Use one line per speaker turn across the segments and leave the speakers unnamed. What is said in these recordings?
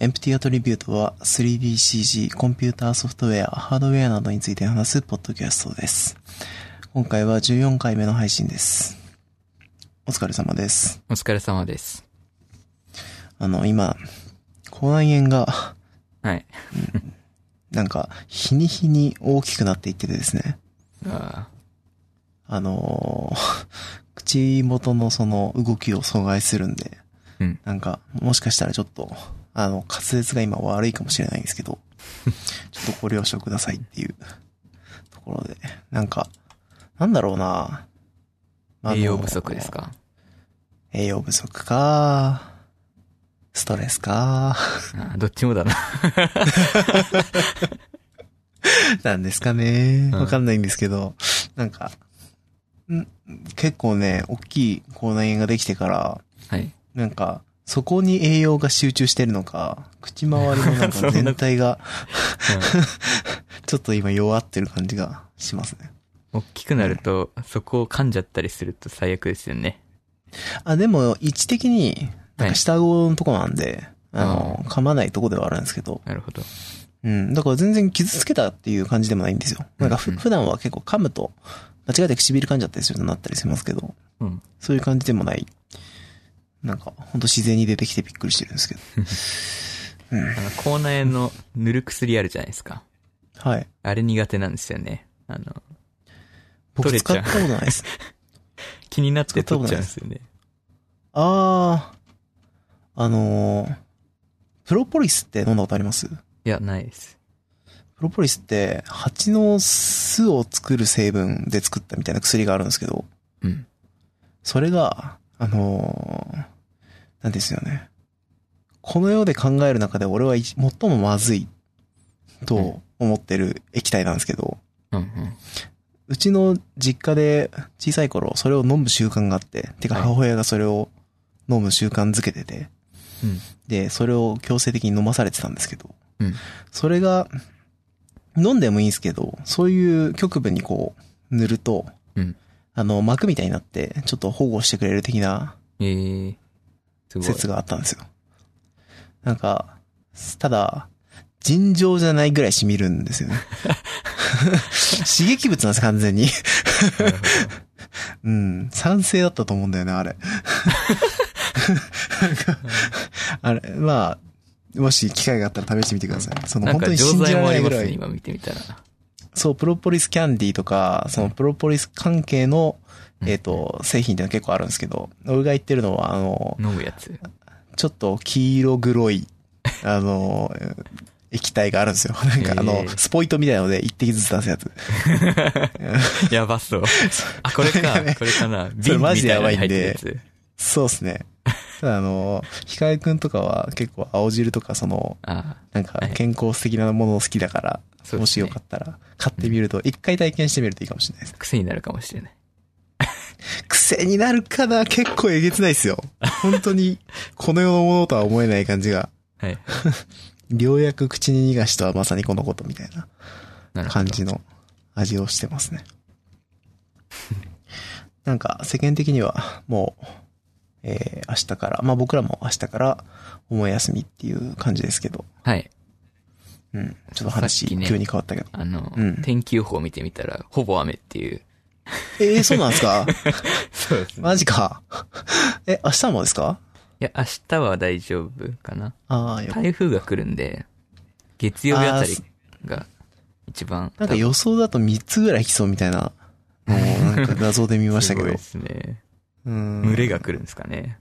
Empty Attribute は 3DCG、コンピューターソフトウェア、ハードウェアなどについて話すポッドキャストです。今回は14回目の配信です。お疲れ様です。
お疲れ様です。
あの、今、口内炎が、
はい。
なんか、日に日に大きくなっていっててですね。
あ
あのー 口元のその動きを阻害するんで、
うん
なんか、もしかしたらちょっと、あの、滑舌が今悪いかもしれないんですけ ど、ちょっとご了承くださいっていうところで、なんか、なんだろうな
ー栄養不足です。か
あの栄養不足か、ストレス か、
あーどっちもだな。
なんですかね。
うん
わかんないんですけど、なんか、ん結構ね、大きい口内炎ができてから、
はい。
なんか、そこに栄養が集中してるのか、口周りのなん
そん
か
な
全体が、 ちょっと今弱ってる感じがしますね。
うん、大きくなると、そこを噛んじゃったりすると最悪ですよね。
あ、でも、位置的に、なん
はい
か下顎のとこなんで、あの、噛まないとこではあるんですけど、
なるほど。
うん。だから全然傷つけたっていう感じでもないんですよ。なんかふ、
うんうん
普段は結構噛むと、間違えて唇噛んじゃったりするとなったりしますけど、
うん。
そういう感じでもない。なんか、ほんと自然に出てきてびっくりしてるんですけど。
あの、口内炎の塗る薬あるじゃないですか。
はい。
あれ苦手なんですよね。あの、
僕
取れ
使
ち
っ
ゃ
た
う
ことないです。
気になって取っちゃうんですよね。
あー、あのー、プロポリスって飲んだことあります
いや、ないです。
プロポリスって、蜂の巣を作る成分で作ったみたいな薬があるんですけど、
うん。
それが、あのー、なんですよね。この世で考える中で俺は一最もまずいと思ってる液体なんですけど、
うんうん。
うちの実家で小さい頃それを飲む習慣があって、てか
はい
母親がそれを飲む習慣づけてて、
うん
で、それを強制的に飲まされてたんですけど、
うん
それが、飲んでもいいんですけど、そういう局部にこう、塗ると、
うん
あの、膜みたいになって、ちょっと保護してくれる的な
えー、すごい。
説があったんですよ。なんか、ただ、尋常じゃないぐらい染みるん ですよね。刺激物なんです、完全に。
なるほ
うん。賛成だったと思うんだよね、あれ。あれ、まあ、もし機会があったら試してみてください。その
どな
本
ん
当
か
に
錠
信じら
剤
れ
もあ
ないぐ
ります
ら
ね、
い。
今見てみたら。
そう、プロポリスキャンディーとか、そのプロポリス関係の、
うん
えっ、と、製品ってのは結構あるんですけど、俺が言ってるのは、あの、
飲むや つ。
ちょっと黄色黒 い、あの、液体があるんですよ。 なんかあ
へ
の、
ー
スポイトみたいなので一滴ずつ出すやつ。
やばそう。あ、これ
なんか
か
ね。
これかな。瓶み
それマジでやばいんで
たなのに入ってるやつ
そうですね。ただあの、ヒカルくんとかは結構青汁とかその、
あ
なんか健康的なものを好きだから、
あ、そうですね
もしよかったら買ってみると、一回体験してみるといいかもしれないです。
癖になるかもしれない。
癖になるかな結構えげつないですよ。本当に、この世のものとは思えない感じが。
はい。
ようやく口に逃がしとはまさにこのことみたいな。
なるほ
感
ど。
じの味をしてますね。 なんか世間的にはもう、えー、明日から、まあ僕らも明日から思い休みっていう感じですけど、
はい。
うん。ちょっと
さ
話
っきね
急に変わったけど。
あの、
うん
天気予報見てみたら、ほぼ雨っていう。
えー、そうなんです か
そうですね。
マジか。え、明日もですか
いや、明日は大丈夫かな。
ああ、よ
台風が来るんで、月曜日あたり
あー
が一番。
なんか予想だと3つぐらい来そうみたいな、もうなんか画像で見
多
ま
分
したけ
すごい
ど
で。すね。
うん。
群れが来るんですかね。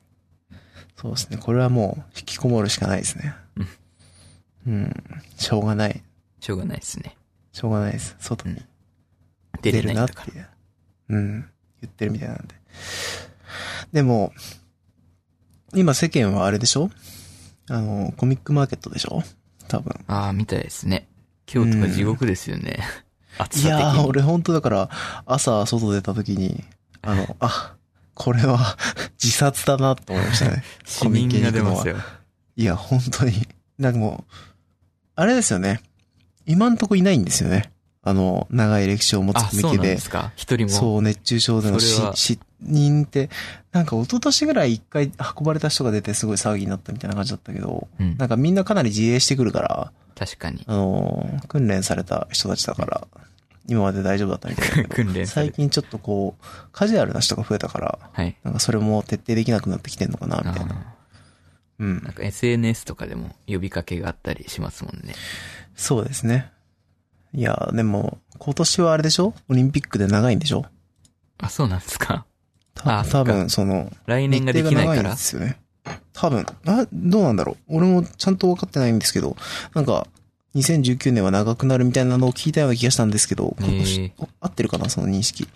そうですね。これはもう引きこもるしかないですね。うん。しょうがない。
しょうがないですね。
しょうがないです。外に
出
出る
れないん
な
だ
っ
から
て。いう。うん。言ってるみたいなんで。でも、今世間はあれでしょあの、コミックマーケットでしょ多分。
ああ、みたいですね。今日とか地獄ですよね。 暑
い
さ的に。
やー、俺本当だから、朝外出た時に、あ の、あ、これは自殺だなと思いました ね。
死人が出ますよ。
いや、本当に。なんかもう、あれですよね。今んとこいないんですよね。あの、長い歴史を持
あ、
つコミ
そう
ケ
なん
で
で。すか。一人も。
そう、熱中症での
それは
死、死、人って、なんか一昨年ぐらい一回運ばれた人が出てすごい騒ぎになったみたいな感じだったけど、
うん
なんかみんなかなり自衛してくるから、
確かに。
あのー訓練された人たちだから、今まで大丈夫だったみたいだけど
訓練され
最
て。
近ちょっとこう、カジュアルな人が増えたから、
はい。
なんかそれも徹底できなくなってきてんのかな、み
あ
たいな。
あ
う
ーなん
ん。
か SNS とかでも呼びかけがあったりしますもんね。
そうですね。いや、でも、今年はあれでしょオリンピックで長いんでしょ
あ、そうなんですか。
た
あ
多分、その、
来
日
年ができ
程が
ない
長い
か
んで
ら。
すよね。多分、な、どうなんだろう。俺もちゃんと分かってないんですけど、なんか、2019年は長くなるみたいなのを聞いたような気がしたんですけど、今年、
へえ
お合ってるかなその認識。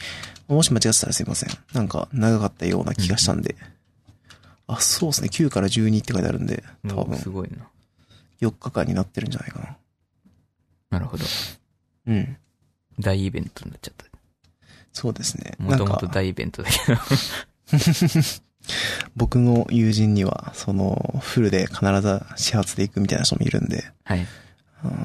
もし間違ってたらすいません。なんか、長かったような気がしたんで。あ、そうですね。9から12って書いてあるんで、多
おー
分、
すごいな。
4日間になってるんじゃないかな。
なるほど。
うん。
大イベントになっちゃった。
そうですね。
も
なん
とも
か
と、大イベントだけど。
僕の友人には、その、フルで必ず始発で行くみたいな人もいるんで、
はい。
うん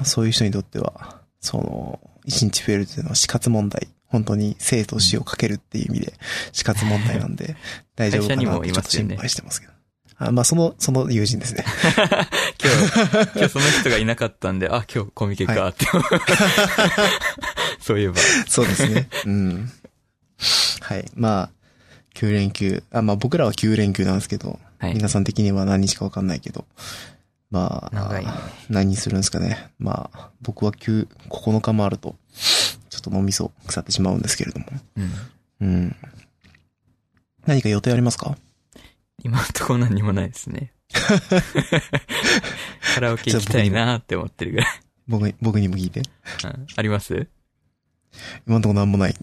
そういう人にとっては、その、一日増えるというのは死活問題。本当に生と死をかけるっていう意味で死活問題なん で、大丈夫か
会社に
なっ
も
てち
い
ょっ
ま
と
すよ
心
ね
配してますけど。あまあ、その、その友人です ね。
今日、今日その人がいなかったんで、あ、今日コミケかって。 そういえば。
そうですね。うん。はい。まあ、9連休。あ、まあ僕らは9連休なんですけど、
はい。
皆さん的には何日かわかんないけど、まあ、
長いね
何するんですかね。まあ、僕は9、9日もあると、ちょっと脳みそ腐ってしまうんですけれども。
うん。
うん。何か予定ありますか
今のところ何もないです ね。カラオケ行きたいなーって思ってるぐ らい。
僕に、僕にも聞いて。
うんあります
今んとこなんもない。
奇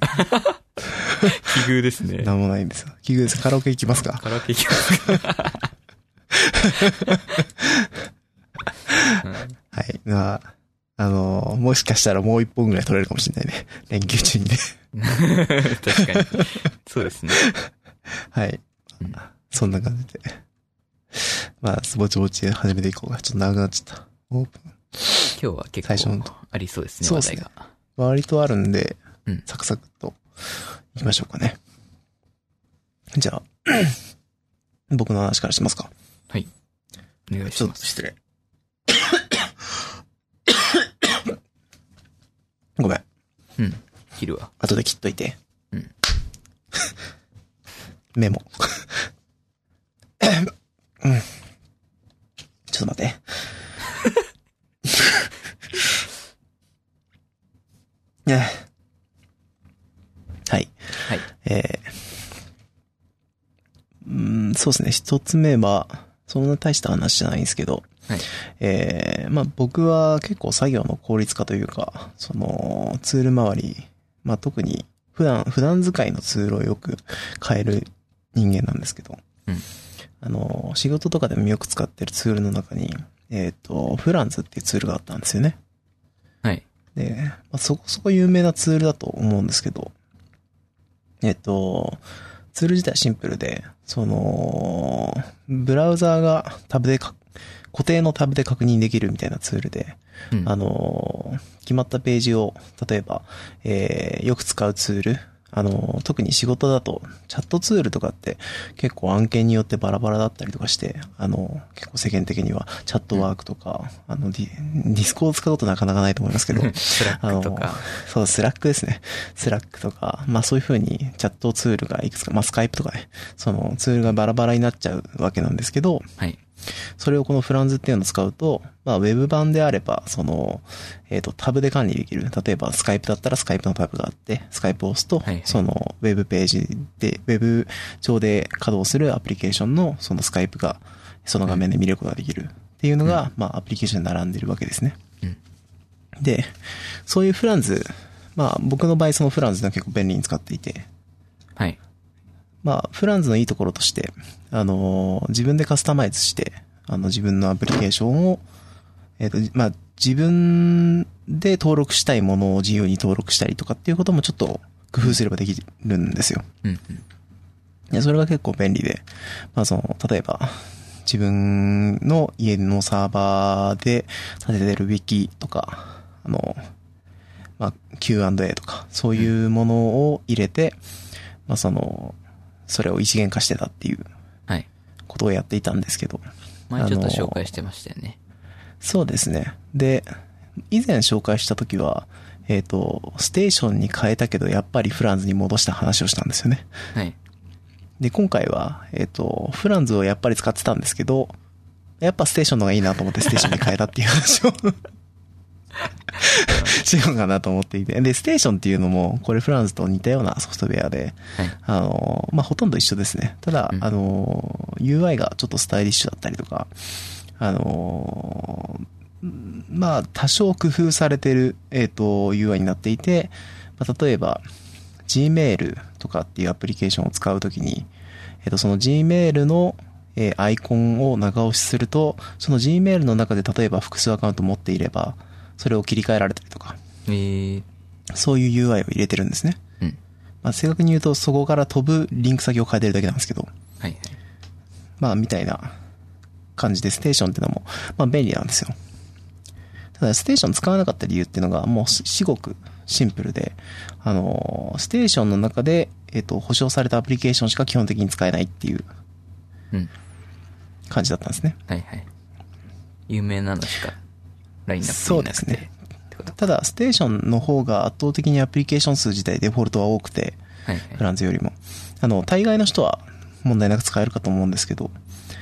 遇ですね。
なんもないんですよ。奇遇です。カラオケ行きますか
カラオケ行きますかうん
はい。まあ、あのーもしかしたらもう一本ぐらい取れるかもしれない ね。連休中にね。
確かに。そうですね。
はい
うん。
そんな感じで。まあ、ぼちぼち始めていこうか。ちょっと長くなっちゃった。オープン。
今日は結
最初の
構ありそうですね、
そう
話
です
題
ね
が。
割とあるんで
うん、
サクサクと行きましょうかね。じゃあ、 僕の話からしますか。
お願い
ち
し
ょっ
ま
と
す。
失礼。 ごめん。
うん。昼は。
後で切っといて。
うん。
メモ。 うん。ちょっと待って。 ねはい。
はい。
えー、うーん、そうですね。一つ目は、そんな大した話じゃないんですけど、
はい
えーまあ僕は結構作業の効率化というか、そのツール周り、まあ特に普段、普段使いのツールをよく変える人間なんですけど、
うん
あの、仕事とかでもよく使ってるツールの中に、えっ、と、フランズっていうツールがあったんですよね。
はい。
で、まあ、そこそこ有名なツールだと思うんですけど、えっと、ツール自体シンプルで、その、ブラウザーがタブでか、固定のタブで確認できるみたいなツールで、
うん
あのー、決まったページを、例えば、えー、よく使うツール、あのー、特に仕事だと、チャットツールとかって結構案件によってバラバラだったりとかして、あのー、結構世間的にはチャットワークとか、あの、ディディスコを使うことなかなかないと思いますけ ど、
スラックとか。
そう、スラックですね。スラックとか、まあそういう風にチャットツールがいくつか、まあスカイプとかね、そのツールがバラバラになっちゃうわけなんですけど、
はい。
それをこのフランズっていうのを使うと、まあウェブ版であれば、その、えっ、とタブで管理できる。例えばスカイプだったらスカイプのタブがあって、スカイプを押すと
はいはい、
そのウェブページで、ウェブ上で稼働するアプリケーションのそのスカイプが、その画面で見ることができるっていうのが、まあアプリケーションに並んでるわけですね。
うん。
で、そういうフランズ、まあ僕の場合そのフランズが結構便利に使っていて、
はい。
まあフランズのいいところとして、あのー自分でカスタマイズして、あの自分のアプリケーションを、えっ、と、まあ自分で登録したいものを自由に登録したりとかっていうこともちょっと工夫すればできるんですよ。
うん。
で、それが結構便利で、まあその、例えば、自分の家のサーバーで立ててる Wiki とか、あの、まあ Q&A とか、そういうものを入れて、まあその、それを一元化してたっていう
はい。
ことをやっていたんですけど。
前ちょっと
あのー
紹介してましたよね。
そうですね。で、以前紹介した時は、えっ、と、ステーションに変えたけど、やっぱりフランズに戻した話をしたんですよね。
はい。
で、今回は、えっ、と、フランズをやっぱり使ってたんですけど、やっぱステーションの方がいいなと思ってステーションに変えたっていう話を、しようかなと思っていて。で、ステーションっていうのも、これフランズと似たようなソフトウェアで、
はい。
あの、まあ、ほとんど一緒ですね。ただ、
うん
あの、UI がちょっとスタイリッシュだったりとか、あの、うんまあ、多少工夫されてる、えっ、と、UI になっていて、まあ、例えば、Gmail とかっていうアプリケーションを使うときに、えっ、と、その Gmail の、えーアイコンを長押しすると、その Gmail の中で例えば複数アカウント持っていれば、それを切り替えられたりとか、
えー、
そういう UI を入れてるんですね。
うん。
まあ、正確に言うと、そこから飛ぶリンク先を変えてるだけなんですけど、
はいはい。
まあ、みたいな感じで、ステーションってのも、まあ、便利なんですよ。ただ、ステーション使わなかった理由っていうのが、もう、し至極シンプルで、あのー、ステーションの中で、えっ、と、保証されたアプリケーションしか基本的に使えないっていう
うん。
感じだったんですね。
はいはい。有名なのしか、ラインナップになくて。
そうですね
ってこと。
ただ、ステーションの方が圧倒的にアプリケーション数自体デフォルトは多くて、
はい
フ
はい。
ランスよりも。あの、大概の人は問題なく使えるかと思うんですけど、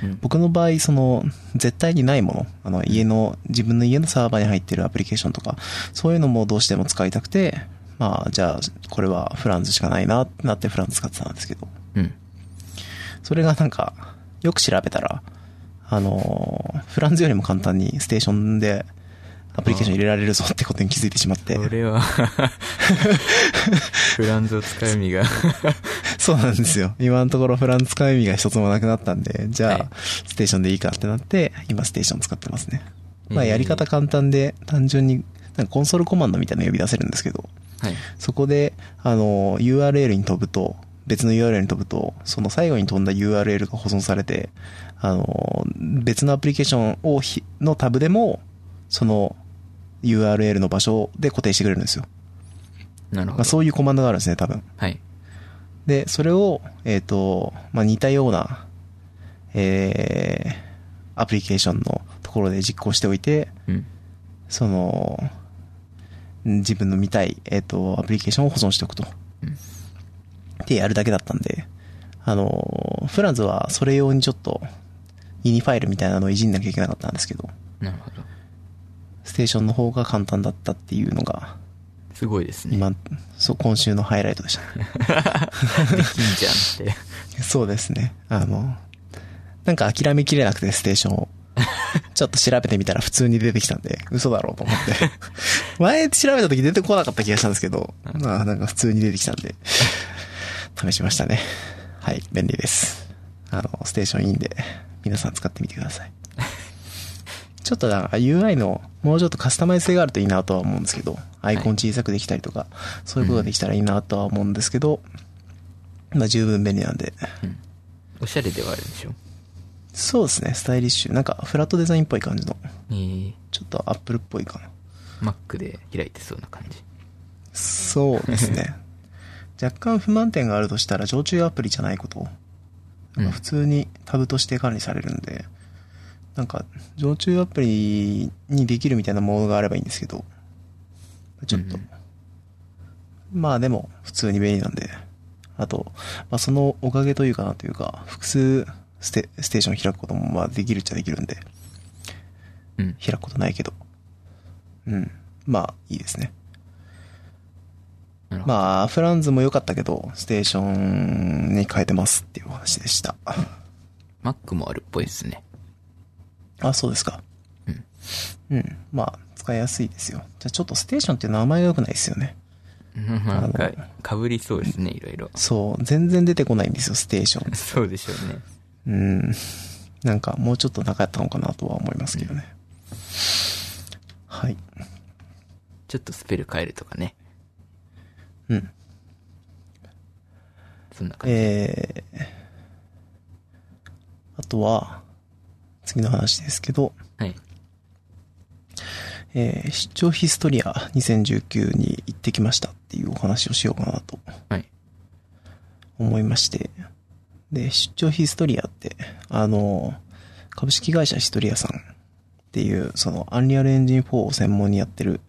うん
僕の場合、その、絶対にないもの、あの、家の、自分の家のサーバーに入ってるアプリケーションとか、そういうのもどうしても使いたくて、まあ、じゃあ、これはフランズしかないな、ってなってフランズ使ってたんですけど、
うん。
それがなんか、よく調べたら、あのー、フランズよりも簡単にステーションでアプリケーション入れられるぞってことに気づいてしまって、
それ は、フランズを使う意味が
そうなんですよ。今のところフランス使う意味が一つもなくなったんで、じ
はい
ゃあ、ステーションでいいかってなって、今ステーション使ってますね。まあ、
えー
やり方簡単で、単純に、なんかコンソールコマンドみたいなの呼び出せるんですけど、
はい。
そこで、あの、URL に飛ぶと、別の URL に飛ぶと、その最後に飛んだ URL が保存されて、あの、別のアプリケーションをひ、のタブでも、その URL の場所で固定してくれるんですよ。
なるほ
まあ、
ど。
そういうコマンドがあるんですね、多分。
はい。
で、それを、えっ、と、まあ、似たような、えー、アプリケーションのところで実行しておいて、
うん。
その、ん自分の見たい、えっ、と、アプリケーションを保存しておくと。
うん
で、やるだけだったんで、あの、フランズはそれ用にちょっと、ユニファイルみたいなのをいじんなきゃいけなかったんですけど、
なるほど。
ステーションの方が簡単だったっていうのが、
すごい ですね。
今、そう、今週のハイライトでした ね。
できんじゃんって。
そうですね。あの、なんか諦めきれなくて、ステーションを。ちょっと調べてみたら普通に出てきたんで、嘘だろうと思って。 前調べた時出てこなかった気がしたんですけど、まあなんか普通に出てきたんで、試しましたね。はい、便利です。あの、ステーションいいんで、皆さん使ってみてください。ちょっとなんか UI の、もうちょっとカスタマイズ性があるといいなとは思うんですけど、アイコン小さくできたりとか、そういうことができたらいいなとは思うんですけど、まあ十分便利なんで、
おしゃれではあるでしょ。
そうですね、スタイリッシュ。なんか、フラットデザインっぽい感じの。
えー、
ちょっとアップルっぽいかな。
Mac で開いてそうな感じ。
そうです ね。若干不満点があるとしたら、常駐アプリじゃないこと。なん
う
か
ん
普通にタブとして管理されるんで、なんか、常駐アプリにできるみたいなモードがあればいいんですけど、ちょっと。
うん
まあでも、普通に便利なんで。あと、まあそのおかげというかなというか、複数ステステーション開くこともまあできるっちゃできるんで。
うん。
開くことないけど。うん。まあ、いいですね。
なるほど。
まあ、フランズも良かったけど、ステーションに変えてますっていうお話でした。
Mac もあるっぽいですね。
あ、そうですか。
うん。
うん。まあ、使いやすいですよ。じゃあちょっとステーションっていう名前が良くないですよね。
なん
あ
か
の、
かぶりそうですね、いろい ろ。
そう、全然出てこないんですよ、ステーション。
そうでしょうね。
うん。なんか、もうちょっとなかったのかなとは思いますけどね。はい。
ちょっとスペル変えるとかね。
うん。
そんな感じ。
えー、あとは、次の話ですけど、
はい。
えー、出張ヒストリア2019に行ってきましたっていうお話をしようかなと
はい。
思いまして、で、出張ヒストリアって、あの、株式会社ヒストリアさんっていう、その、アンリアルエンジン4を専門にやってる、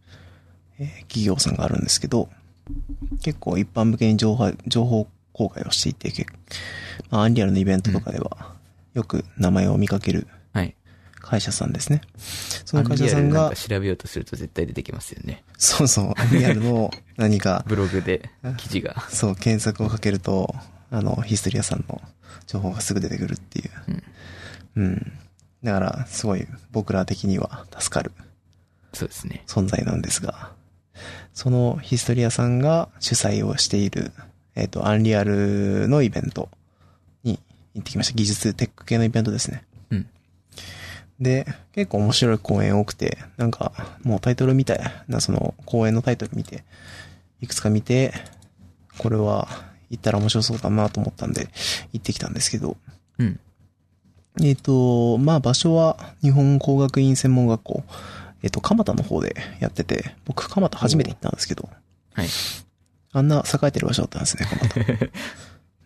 えー企業さんがあるんですけど、結構一般向けに情報、情報公開をしていて、結まあ、アンリアルのイベントとかでは、よく名前を見かける
はい。
会社さんですね。そ
ア
の
ン
会
リ
社
ア
さ
ル
ん
なん
が
か、調べようとすると絶対出てきますよね。
そうそう、アンリアルの何 か、
ブログで記事が。
そう、検索をかけると、あの、ヒストリアさんの情報がすぐ出てくるっていう。
うん。
うん。だから、すごい僕ら的には助かる
そうですね。
存在なんですが、そのヒストリアさんが主催をしている、えっ、と、アンリアルのイベントに行ってきました。技術テック系のイベントですね。
うん。
で、結構面白い公演多くて、なんか、もうタイトルみたいな、その公演のタイトル見て、いくつか見て、これは行ったら面白そうだなと思ったんで、行ってきたんですけど、
うん。
えっ、と、まあ場所は日本工学院専門学校、えっ、と、蒲田の方でやってて、僕蒲田初めて行ったんですけど、
はい。
あんな栄えてる場所だったんですね、蒲田。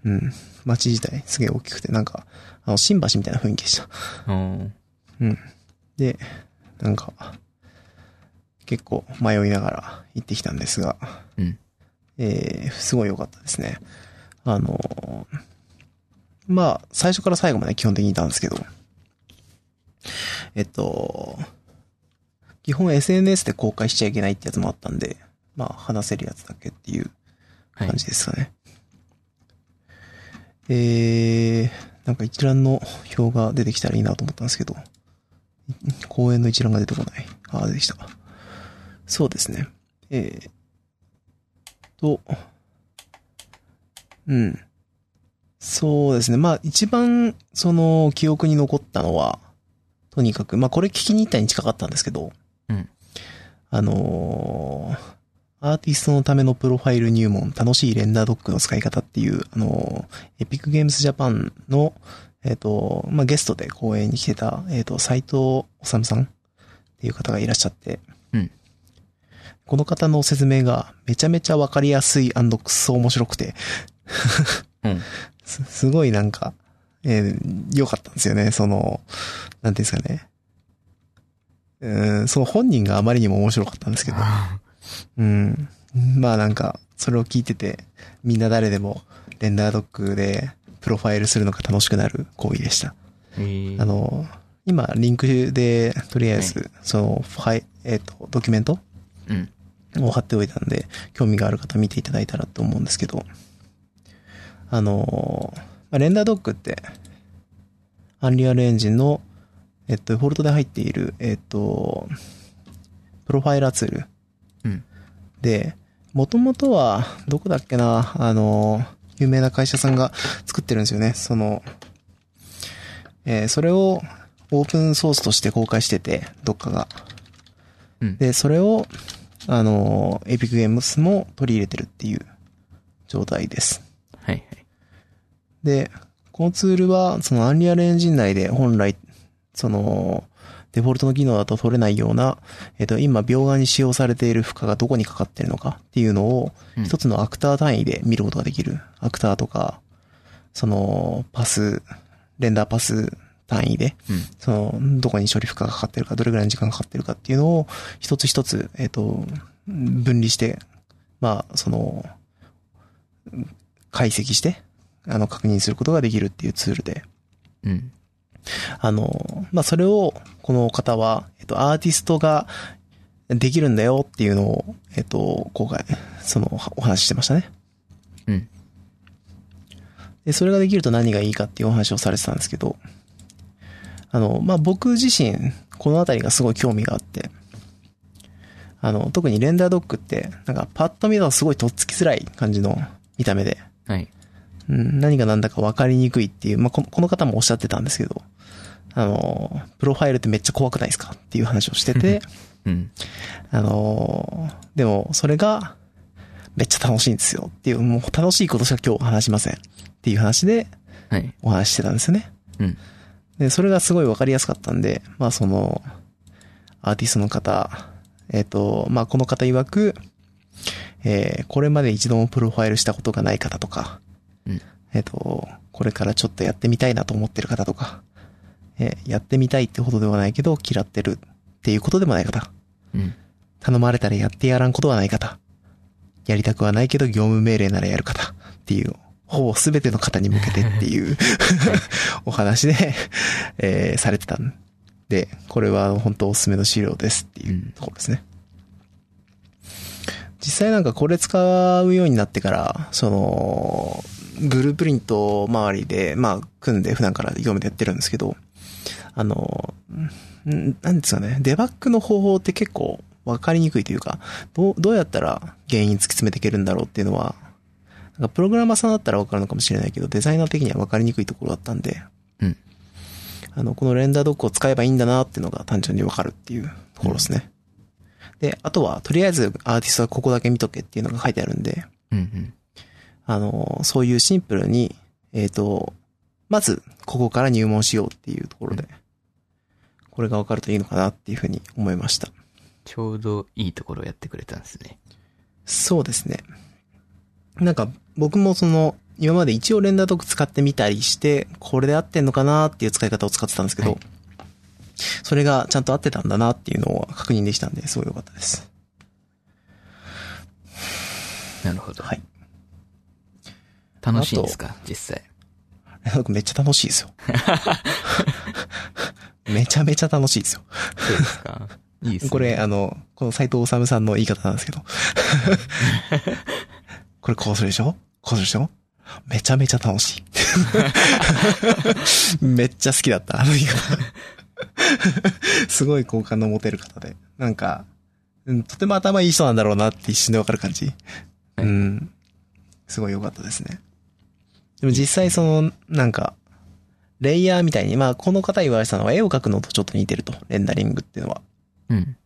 うん。街自体すげえ大きくて、なんか、あの、新橋みたいな雰囲気でした。
おー
で、なんか、結構迷いながら行ってきたんですが、
うん
えー、すごい良かったですね。あのーまあ、最初から最後まで基本的にいたんですけど、えっと、基本 SNS で公開しちゃいけないってやつもあったんで、まあ、話せるやつだけっていう
はい
感。じですかね。えー、なんか一覧の表が出てきたらいいなと思ったんですけど、公園の一覧が出てこない。あー、出てきた。そうですね。えー、と、うん。そうですね。まあ一番、その、記憶に残ったのは、とにかく、まあこれ聞きに行ったに近かったんですけど、
うん
あのーアーティストのためのプロファイル入門、楽しいレンダードックの使い方っていう、あのー、エピックゲームスジャパンの、えっ、と、まあ、ゲストで講演に来てた、えっ、と、斎藤治さんっていう方がいらっしゃって、
うん
この方の説明がめちゃめちゃわかりやすいくっそ面白くて、
うん。
す、すごいなんか、えー良かったんですよね。その、なんていうんですかね。うん、その本人があまりにも面白かったんですけど、うん。まあなんか、それを聞いてて、みんな誰でも、レンダードックで、プロファイルするのが楽しくなる行為でした。
えー
あの、今、リンクで、とりあえず、その、ファイ、えっ、と、ドキュメント
うん。
を貼っておいたんで、興味がある方見ていただいたらと思うんですけど、あのー、まあレンダードックって、アンリアルエンジンの、えっと、デフォルトで入っている、えっと、プロファイラーツール
うん。
で、もともとは、どこだっけな、あの、有名な会社さんが作ってるんですよね。その、えーそれをオープンソースとして公開してて、どっかが。
うん。
で、それを、あの、エピックゲームスも取り入れてるっていう状態です。
はいはい。
で、このツールは、そのアンリアルエンジン内で本来、その、デフォルトの機能だと取れないような、えっ、と、今、描画に使用されている負荷がどこにかかってるのかっていうのを、
うん
一つのアクター単位で見ることができる。アクターとか、その、パス、レンダーパス単位で、
うん。
その、どこに処理負荷がかかってるか、どれぐらいの時間がかかってるかっていうのを、一つ一つ、えっ、と、分離して、まあ、その、解析して、あの、確認することができるっていうツールで、
うん。
あの、まあ、それを、この方は、えっ、と、アーティストができるんだよっていうのを、えっ、と、今回、その、お話ししてましたね。
うん。
で、それができると何がいいかっていうお話をされてたんですけど、あの、まあ、僕自身、このあたりがすごい興味があって、あの、特にレンダードックって、なんかパッと見たらすごいとっつきづらい感じの見た目で、
はい。
うん、何が何だか分かりにくいっていう、まあ、このこの方もおっしゃってたんですけど、あの、プロファイルってめっちゃ怖くないですかっていう話をしてて、
うん。
あのーでも、それが、めっちゃ楽しいんですよっていう、もう楽しいことしか今日話しませんっていう話で
はい。
お話ししてたんですよね。
うん。
で、それがすごいわかりやすかったんで、まあその、アーティストの方、えっ、と、まあこの方曰く、えーこれまで一度もプロファイルしたことがない方とか、
うん
えっ、と、これからちょっとやってみたいなと思ってる方とか、えーやってみたいってほどではないけど、嫌ってるっていうことでもない方。
うん。
頼まれたらやってやらんことはない方。やりたくはないけど業務命令ならやる方っていう、ほぼ全ての方に向けてっていう お話で、えーされてたんで、これは本当おすすめの資料ですっていうところですね。実際なんかこれ使うようになってから、その、ブループリント周りで、まあ、組んで普段から業務でやってるんですけど、あの、んなんですかね、デバッグの方法って結構わかりにくいというか、どう、どうやったら原因突き詰めていけるんだろうっていうのは、なんかプログラマーさんだったらわかるのかもしれないけど、デザイナー的にはわかりにくいところだったんで、
うん。
あの、このレンダードックを使えばいいんだなっていうのが単純にわかるっていうところですね。で、あとは、とりあえずアーティストはここだけ見とけっていうのが書いてあるんで、
うんうん。
あの、そういうシンプルに、えっ、と、まず、ここから入門しようっていうところで、これがわかるといいのかなっていうふうに思いました。
ちょうどいいところをやってくれたんですね。
そうですね。なんか、僕もその、今まで一応レンダードック使ってみたりして、これで合ってんのかなっていう使い方を使ってたんですけど、
はい
それがちゃんと合ってたんだなっていうのを確認できたんで、すごい良かったです。
なるほど。
はい。
楽しいんですか実際。
レンダードックめっちゃ楽しい ですよ。めちゃめちゃ楽しいですよ。
そうですかいいですね。
これ、あの、この斎藤治さんの言い方なんですけど。 これこうするでしょこうするでしょめちゃめちゃ楽しい。 めっちゃ好きだった、あの言い方。すごい好感の持てる方で。なんか、うん、とても頭いい人なんだろうなって一瞬でわかる感じ。うん。すごい良かったですね。でも実際その、なんか、レイヤーみたいに、まあ、この方言われてたのは絵を描くのとちょっと似てると。レンダリングっていうのは。
うん。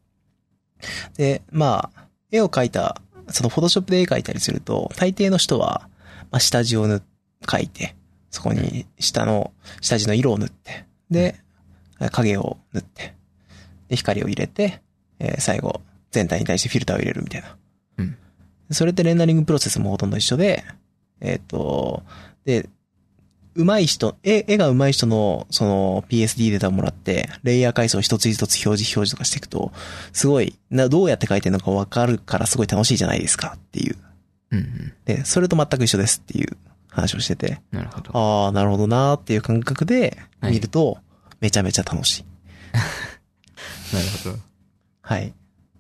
で、まあ、絵を描いた、そのフォトショップで絵描いたりすると、大抵の人は、まあ、下地を塗っ、描いて、そこに下の、下地の色を塗って、で、影を塗って、で、光を入れて、えー最後、全体に対してフィルターを入れるみたいな。
うん
それってレンダリングプロセスもほとんど一緒で、えっ、と、で、上手い人、絵、絵が上手い人の、その PSD データをもらって、レイヤー階層一つ一つ表示表示とかしていくと、すごい、な、どうやって書いてるのかわかるからすごい楽しいじゃないですかっていう。
うんうん。
で、それと全く一緒ですっていう話をしてて、
なるほど。
ああ、なるほどなーっていう感覚で
はい
見ると、めちゃめちゃ楽しい。
なるほど。
はい。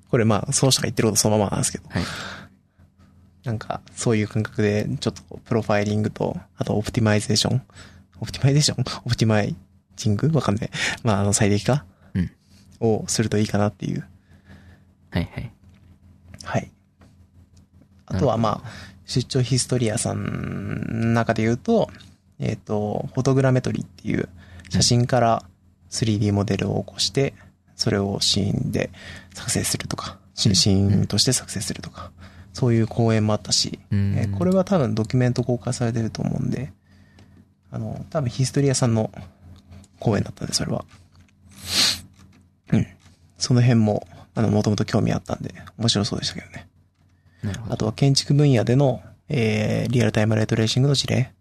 これまあ、その人が言ってることそのままなんですけど、
はい。
なんか、そういう感覚で、ちょっと、プロファイリングと、あと、オプティマイゼーションオプティマイゼーション オプティマイジングわかんない。まあ、あの、最適化
うん
をするといいかなっていう
はいはい。
はい。あとはまあ、出張ヒストリアさんの中で言うと、えっ、と、フォトグラメトリっていう写真から 3D モデルを起こして、それをシーンで作成するとか、シシーンとして作成するとか、そういう講演もあったし、
うん
えーこれは多分ドキュメント公開されてると思うんで、あの、多分ヒストリアさんの講演だったんで、それは。うん。その辺も、あの、もともと興味あったんで、面白そうでしたけどね。
なるほど。
あとは建築分野での、えー、リアルタイムレートレーシングの事例。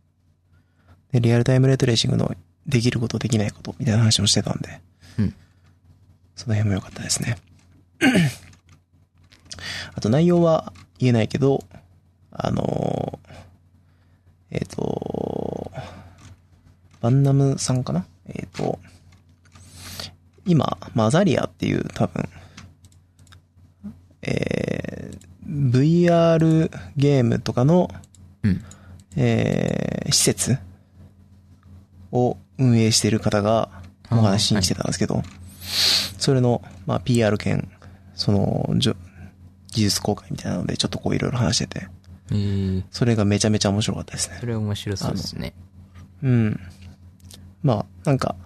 で、リアルタイムレートレーシングのできること、できないこと、みたいな話もしてたんで。
うん
その辺も良かったですね。 あと内容は言えないけど、あのーえっ、と、バンナムさんかなえっ、と、今、マザリアっていう多分、えー VR ゲームとかの、
うん。
えー施設を運営している方がお話に来てたんですけど、それの、まあ、PR 兼、その、じょ技術公開みたいなので、ちょっとこういろいろ話してて、
えー、
それがめちゃめちゃ面白かったですね
そ。れは面白そうですね。
うん。まあ、なんか、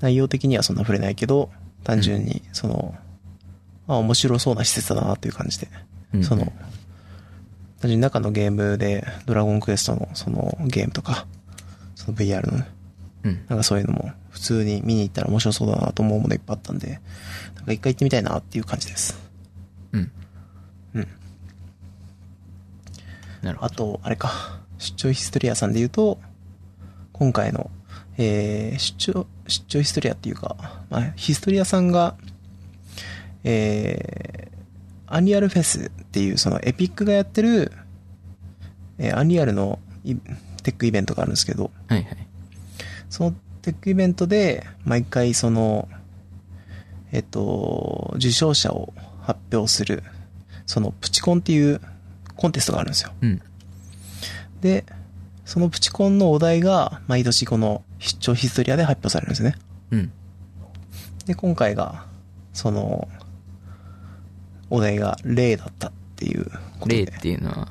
内容的にはそんな触れないけど、単純に、その、まあ面白そうな施設だなっていう感じで。
うん
その、単純に中のゲームで、ドラゴンクエストのそのゲームとか、その VR のね、
うん。
なんかそういうのも普通に見に行ったら面白そうだなと思うものいっぱいあったんで、なんか一回行ってみたいなっていう感じです。
うん。
うん。
なるほ
あ
ど。
と、あれか。出張ヒストリアさんで言うと、今回の、えー出張、出張ヒストリアっていうか、まあ、ヒストリアさんが、えー、アンリアルフェスっていう、そのエピックがやってる、えーアンリアルのイテックイベントがあるんですけど、
はいはい。
そのテックイベントで、毎回その、えっと、受賞者を発表する、そのプチコンっていうコンテストがあるんですよ。
うん。
で、そのプチコンのお題が、毎年この出張ヒストリアで発表されるんですね。
うん。
で、今回が、その、お題が例だったっていうこと
例っ
で。
ていうのは、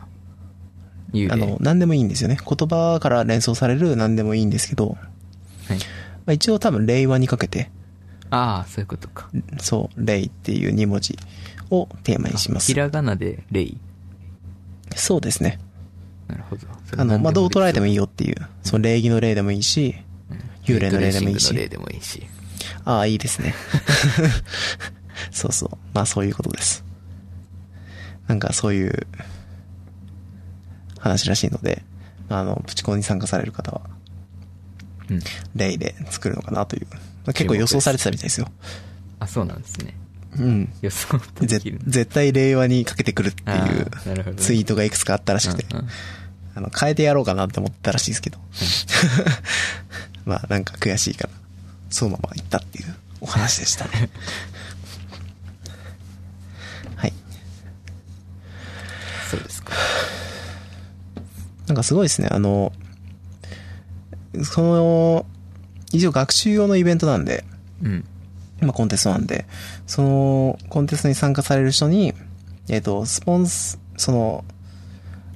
幽霊。
あの、何でもいいんですよね。言葉から連想される何でもいいんですけど、
はい。
まあ、一応多分令和にかけて、
ああ、そういうことか。
そう、レイっていう2文字をテーマにします
ひ。らがなで、霊。
そうですね。
なるほど。それ
あの、まあ、どう捉えても
いい。
いいよっていう。その礼儀の礼でもいいし、幽霊の霊でもいいし
ウェイトレーシングの霊でもいいし。
ああ、いいですね。 そうそう。まあそういうことです。なんかそういう話らしいので、あの、プチコンに参加される方は、
うん。
レイで作るのかなという。結構予想されてたみたいですよ。
あ、そうなんですね。
うん。
予想ってで
ぜ
きるの
絶対令和にかけてくるって
あ
い
ーなるほど
う
ね
ツイートがいくつかあったらしくて、
うんうん
あの、変えてやろうかなって思ったらしいですけど。 まあなんか悔しいから、そのまま行ったっていうお話でしたね。 はい。
そうですか。
なんかすごいですね、あの、その、一応学習用のイベントなんで、
うん。
まあコンテストなんで、その、コンテストに参加される人に、えっ、と、スポンス、その、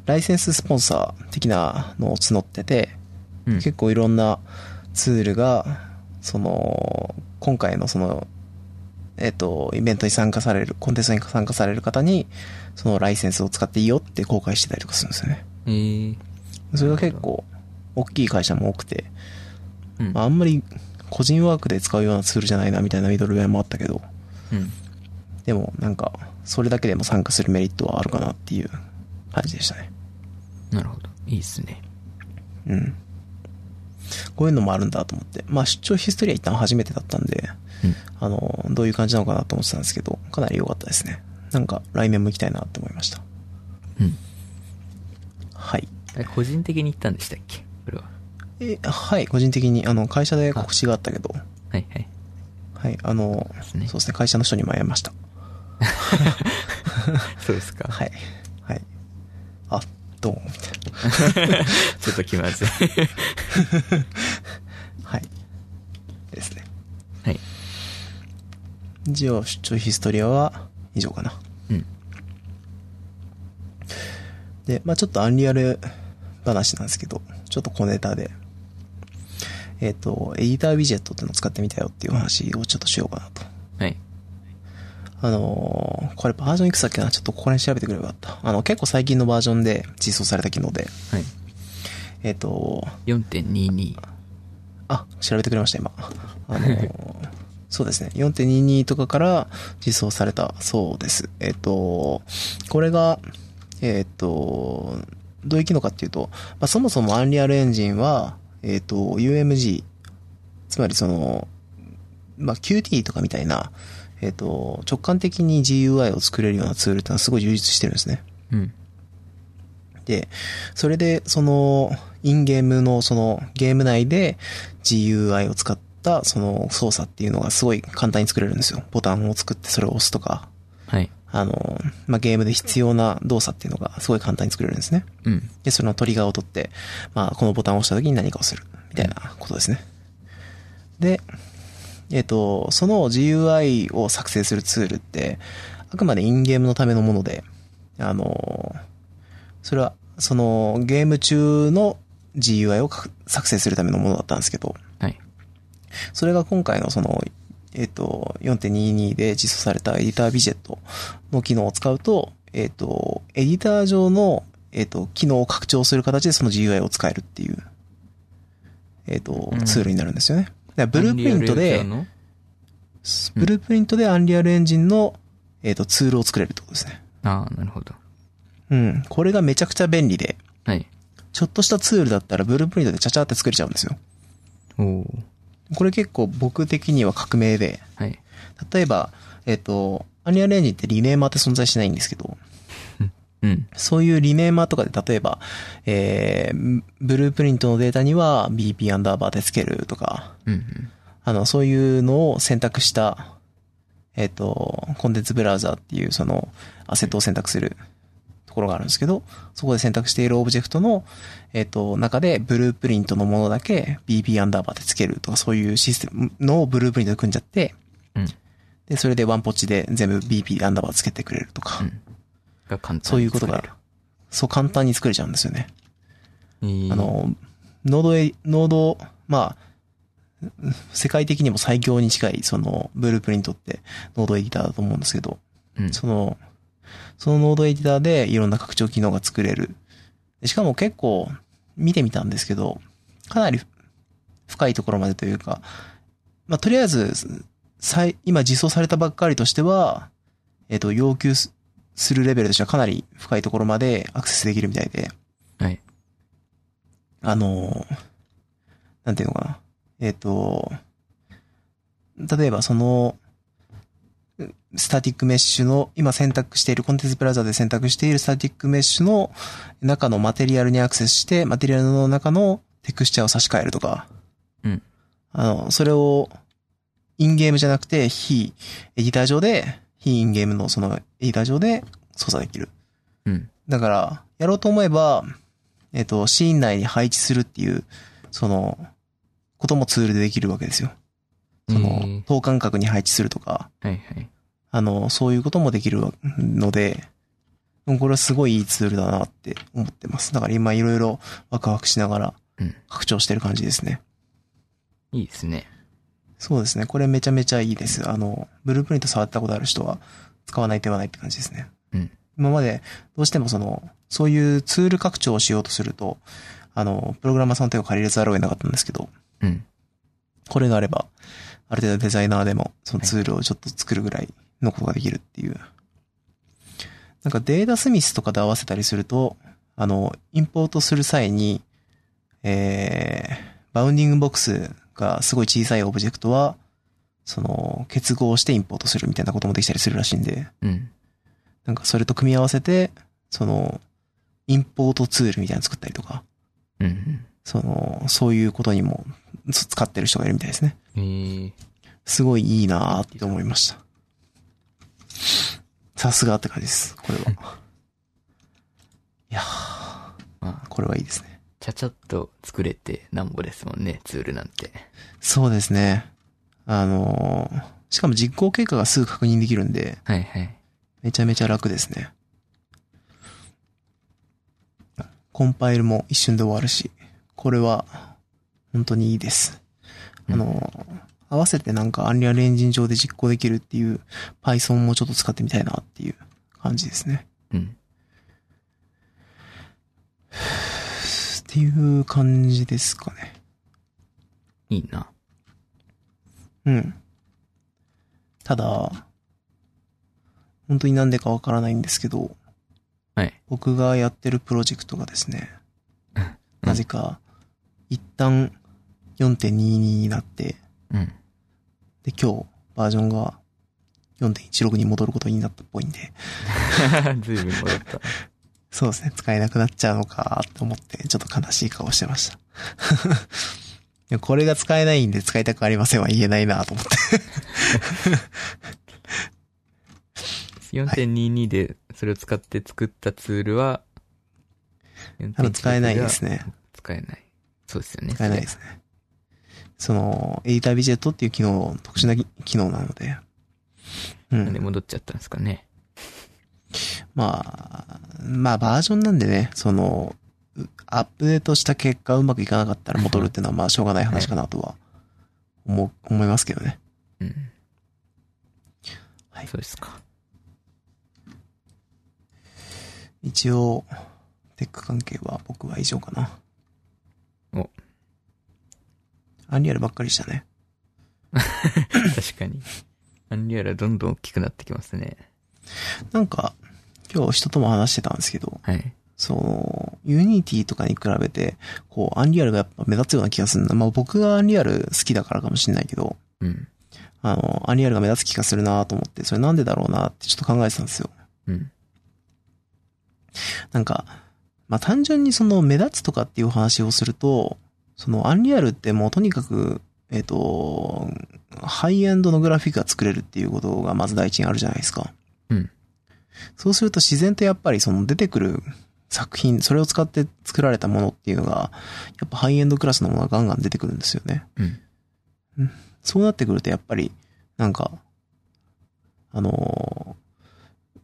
ライセンススポンサー的なのを募ってて、
うん。
結構いろんなツールが、その、今回のその、えっ、と、イベントに参加される、コンテストに参加される方に、そのライセンスを使っていいよって公開してたりとかするんですよね。
えー。
それが結構、大きい会社も多くて、
うん。
まあ、あんまり個人ワークで使うようなツールじゃないなみたいなミドルウェアもあったけど、
うん。
でもなんか、それだけでも参加するメリットはあるかなっていう感じでしたね。
なるほど。いいっすね。
うん。こういうのもあるんだと思って。まあ出張ヒストリア一旦初めてだったんで、
うん。
あの、どういう感じなのかなと思ってたんですけど、かなり良かったですね。なんか、来年も行きたいなと思いました。
うん。
はい。
あれ個人的に行ったんでしたっけこれは。
え、はい、個人的に、あの、会社で告知があったけど、
はい はい。
はい、あの、
です
そう
ね
ですね、会社の人にも会いました。
そうですか。
はい。はい。あ、どうも、みたいな。
ちょっと気ま ずい。
はい。ですね。
はい。
ジオ出張ヒストリアは、以上かな。
うん。
で、まあちょっとアンリアル話なんですけど、ちょっと小ネタで、えっ、と、エディターウィジェットっていうのを使ってみたよっていうお話をちょっとしようかなと。
はい。
あのーこれバージョンいくつだっけなちょっとここら辺調べてくればよかった。あの、結構最近のバージョンで実装された機能で、
はい。
えっ、と、
4.22。
あ、調べてくれました、今。あのーそうですね。4.22とかから実装されたそうです。えっ、と、これが、えっ、と、どういう機能かっていうと、まあ、そもそもアンリアルエンジンは、えっ、と、UMG、つまりその、まあ、Qt とかみたいな、えっ、と、直感的に GUI を作れるようなツールってのはすごい充実してるんですね。
うん。
で、それで、その、インゲームの、その、ゲーム内で GUI を使った、その、操作っていうのがすごい簡単に作れるんですよ。ボタンを作ってそれを押すとか、
はい。
あの、まあ、ゲームで必要な動作っていうのがすごい簡単に作れるんですね。
うん。
で、そのトリガーを取って、まあ、このボタンを押した時に何かをする、みたいなことですね。で、えっ、と、その GUI を作成するツールって、あくまでインゲームのためのもので、あの、それは、その、ゲーム中の GUI をか作成するためのものだったんですけど、
はい。
それが今回のその、えっ、と、4.22で実装されたエディタービジェットの機能を使うと、えっ、と、エディター上の、えっ、と、機能を拡張する形でその GUI を使えるっていう、えっ、と
う、ん
ツールになるんですよね。だからブループリントで
ア、リアルエンジンのうん
ブループリントでアンリアルエンジンの、えっ、と、ツールを作れるってことですね。
ああ、なるほど。
うん。これがめちゃくちゃ便利で、
はい。
ちょっとしたツールだったらブループリントでちゃちゃって作れちゃうんですよ。
おお
これ結構僕的には革命で、
はい。
例えば、えっ、と、アンリアルエンジンってリネーマーって存在しないんですけど、
うん。
そういうリネーマーとかで例えば、えー、ブループリントのデータには BP アンダーバーでつけるとか、
うんうん。
あの、そういうのを選択した、えっ、と、コンテンツブラウザーっていうその、アセットを選択するところがあるんですけど、そこで選択しているオブジェクトの、えっ、と、中でブループリントのものだけ BP アンダーバーでつけるとか、そういうシステムのブループリントで組んじゃって、
うん
で、それでワンポッチで全部 BP アンダーバーつけてくれるとか、
うんが簡単に
そういうこと
作
が
れる、
そう簡単に作れちゃうんですよね。
いい
あ、の、ノードへ、ノード、まあ、世界的にも最強に近い、その、ブループリントって、ノードエディターだと思うんですけど、
うん。
その、そのノードエディターでいろんな拡張機能が作れる。でしかも結構、見てみたんですけど、かなり深いところまでというか、まあ、とりあえず、最、今実装されたばっかりとしては、えっ、と、要求すするレベルとしてはかなり深いところまでアクセスできるみたいで、
はい。
あの、なんていうのかな。えっ、と、例えばその、スタティックメッシュの、今選択している、コンテンツブラウザーで選択しているスタティックメッシュの中のマテリアルにアクセスして、マテリアルの中のテクスチャーを差し替えるとか。
うん
あの、それを、インゲームじゃなくて、非エディター上で、非インゲームのそのエディター上で操作できる。
うん。
だから、やろうと思えば、えっ、と、シーン内に配置するっていう、その、こともツールでできるわけですよ。そ
へ
の
ー、
等間隔に配置するとか、
はいはい。
あの、そういうこともできるわので、うんこれはすごいいいツールだなって思ってます。だから今いろいろワクワクしながら
うん、
拡張してる感じですね。
いいですね。
そうですね。これめちゃめちゃいいです。あの、ブループリント触ったことある人は使わない手はないって感じですね。
うん
今までどうしてもその、そういうツール拡張をしようとすると、あの、プログラマーさんの手を借りざるを得なかったんですけど、
うん。
これがあれば、ある程度デザイナーでも、そのツールをちょっと作るぐらいのことができるっていう。なんかデータスミスとかで合わせたりすると、あの、インポートする際に、えー、バウンディングボックスがすごい小さいオブジェクトは、その、結合してインポートするみたいなこともできたりするらしいんで、
うん。
なんかそれと組み合わせて、その、インポートツールみたいなの作ったりとか、
うんうん。
その、そういうことにもそ使ってる人がいるみたいですね。
えー、
すごいいいなーって思いました。さすがって感じです、これは。いやー
まあ、
これはいいですね。
ちゃちゃっと作れてなんぼですもんね、ツールなんて。
そうですね。あのーしかも実行結果がすぐ確認できるんで、
はいはい。
めちゃめちゃ楽ですね。コンパイルも一瞬で終わるし、これは、本当にいいです。あの、合わせてなんか Unreal Engine 上で実行できるっていう Python もちょっと使ってみたいなっていう感じですね。
うん。
っていう感じですかね。
いいな。
うん。ただ、本当になんでかわからないんですけど、
はい。
僕がやってるプロジェクトがですね、
うん
なぜか、一旦4.22になって、
うん。
で、今日バージョンが4.16に戻ることになったっぽいんで、
ずいぶん戻 った。
そうですね、使えなくなっちゃうのかと思って、ちょっと悲しい顔してました。い やこれが使えないんで使いたくありませんは言えないなと思って。
4.22でそれを使って作ったツールは、
あの、使えないです
ね。
ね。
使えない。そうですよね。
使えないですね。その、エディタービジェットっていう機能、特殊な機能なので。う
なんで
ん。
戻っちゃったんですかね。
まあ、まあバージョンなんでね、その、うアップデートした結果うまくいかなかったら戻るっていうのはまあしょうがない話かなとは思う、思いますけどね。
うん。
はい
そうですか。
一応、テック関係は僕は以上かな。
お。
アンリアルばっかりでしたね。
確かに。アンリアルはどんどん大きくなってきますね。
なんか、今日人とも話してたんですけど、
はい。
その、ユニティとかに比べて、こう、アンリアルがやっぱ目立つような気がするな。まあ僕がアンリアル好きだからかもしれないけど、
うん。
あの、アンリアルが目立つ気がするなと思って、それなんでだろうなってちょっと考えてたんですよ。
うん。
なんか、まあ単純にその目立つとかっていうお話をすると、そのアンリアルってもうとにかく、えっ、と、ハイエンドのグラフィックが作れるっていうことがまず第一にあるじゃないですか。
うん。
そうすると自然とやっぱりその出てくる作品、それを使って作られたものっていうのが、やっぱハイエンドクラスのものがガンガン出てくるんですよね。
うん。
そうなってくるとやっぱり、なんか、あの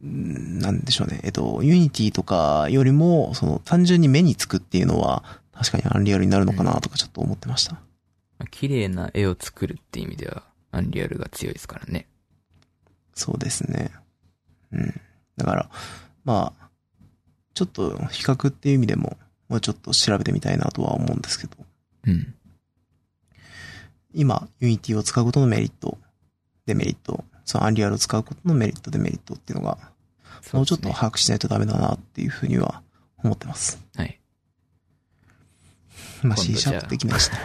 ー、うんなんでしょうね。えっと、ユニティとかよりも、その単純に目につくっていうのは、確かにアンリアルになるのかなとかちょっと思ってました。
まあ綺麗な絵を作るって意味では、アンリアルが強いですからね。
そうですね。うん。だから、まあ、ちょっと比較っていう意味でも、もうちょっと調べてみたいなとは思うんですけど、
うん。
今、ユニティを使うことのメリット、デメリット、そのアンリアルを使うことのメリット、デメリットっていうのが、もうちょっと
は、
把握しないとダメだなっていうふうには思ってます。
はい。
まあ、
今度
C シ
じゃ
ャ
あ
ープ的な人。
今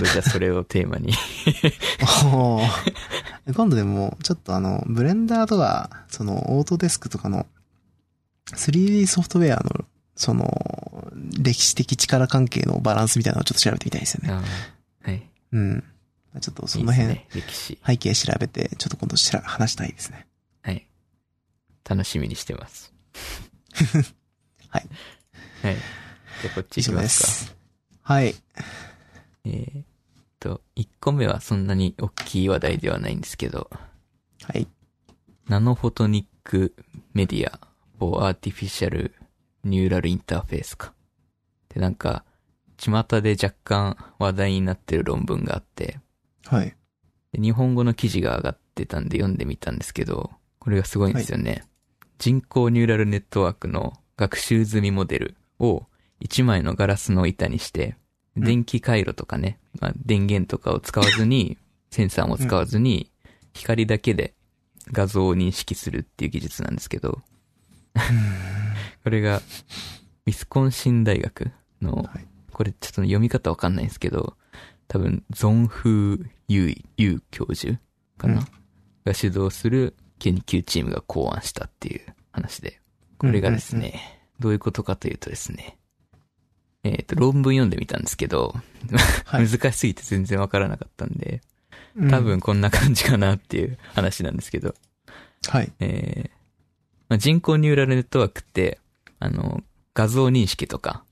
度じゃあそれをテ ーマに。
おー今度でも、ちょっとあの、ブレンダーとか、その、オートデスクとかの、3D ソフトウェアの、その、歴史的力関係のバランスみたいなのをちょっと調べてみたいですよね。
ああはい。
うん。ちょっとその
いい
辺、
ですね、歴史。
背景調べて、ちょっと今度しら話したいですね。
はい。楽しみにしてます。
はい。
はい。じゃあこっち
以
行き
上で
ますか。
す。はい。
えーっと、1個目はそんなに大きい話題ではないんですけど、
はい。
ナノフォトニックメディア for Artificial Neural Interface か。で、なんか、巷で若干話題になってる論文があって、
はい。
で日本語の記事が上がってたんで読んでみたんですけど、これがすごいんですよね。人工ニューラルネットワークの学習済みモデルを1枚のガラスの板にして、
うん
電気回路とかね、まあ、電源とかを使わずに、センサーも使わずに、光だけで画像を認識するっていう技術なんですけど、これが、ウィスコンシン大学の
はい、
これちょっと読み方わかんないんですけど、多分、ゾンフー・ユイ、ユー教授かな、
うん
が主導する研究チームが考案したっていう話で、これがですね、どういうことかというとですね、えっ、と、論文読んでみたんですけど、
はい
難しすぎて全然わからなかったんで、
うん。
多分こんな感じかなっていう話なんですけど、
はい。
えーまあ、人工ニューラルネットワークって、あの、画像認識とか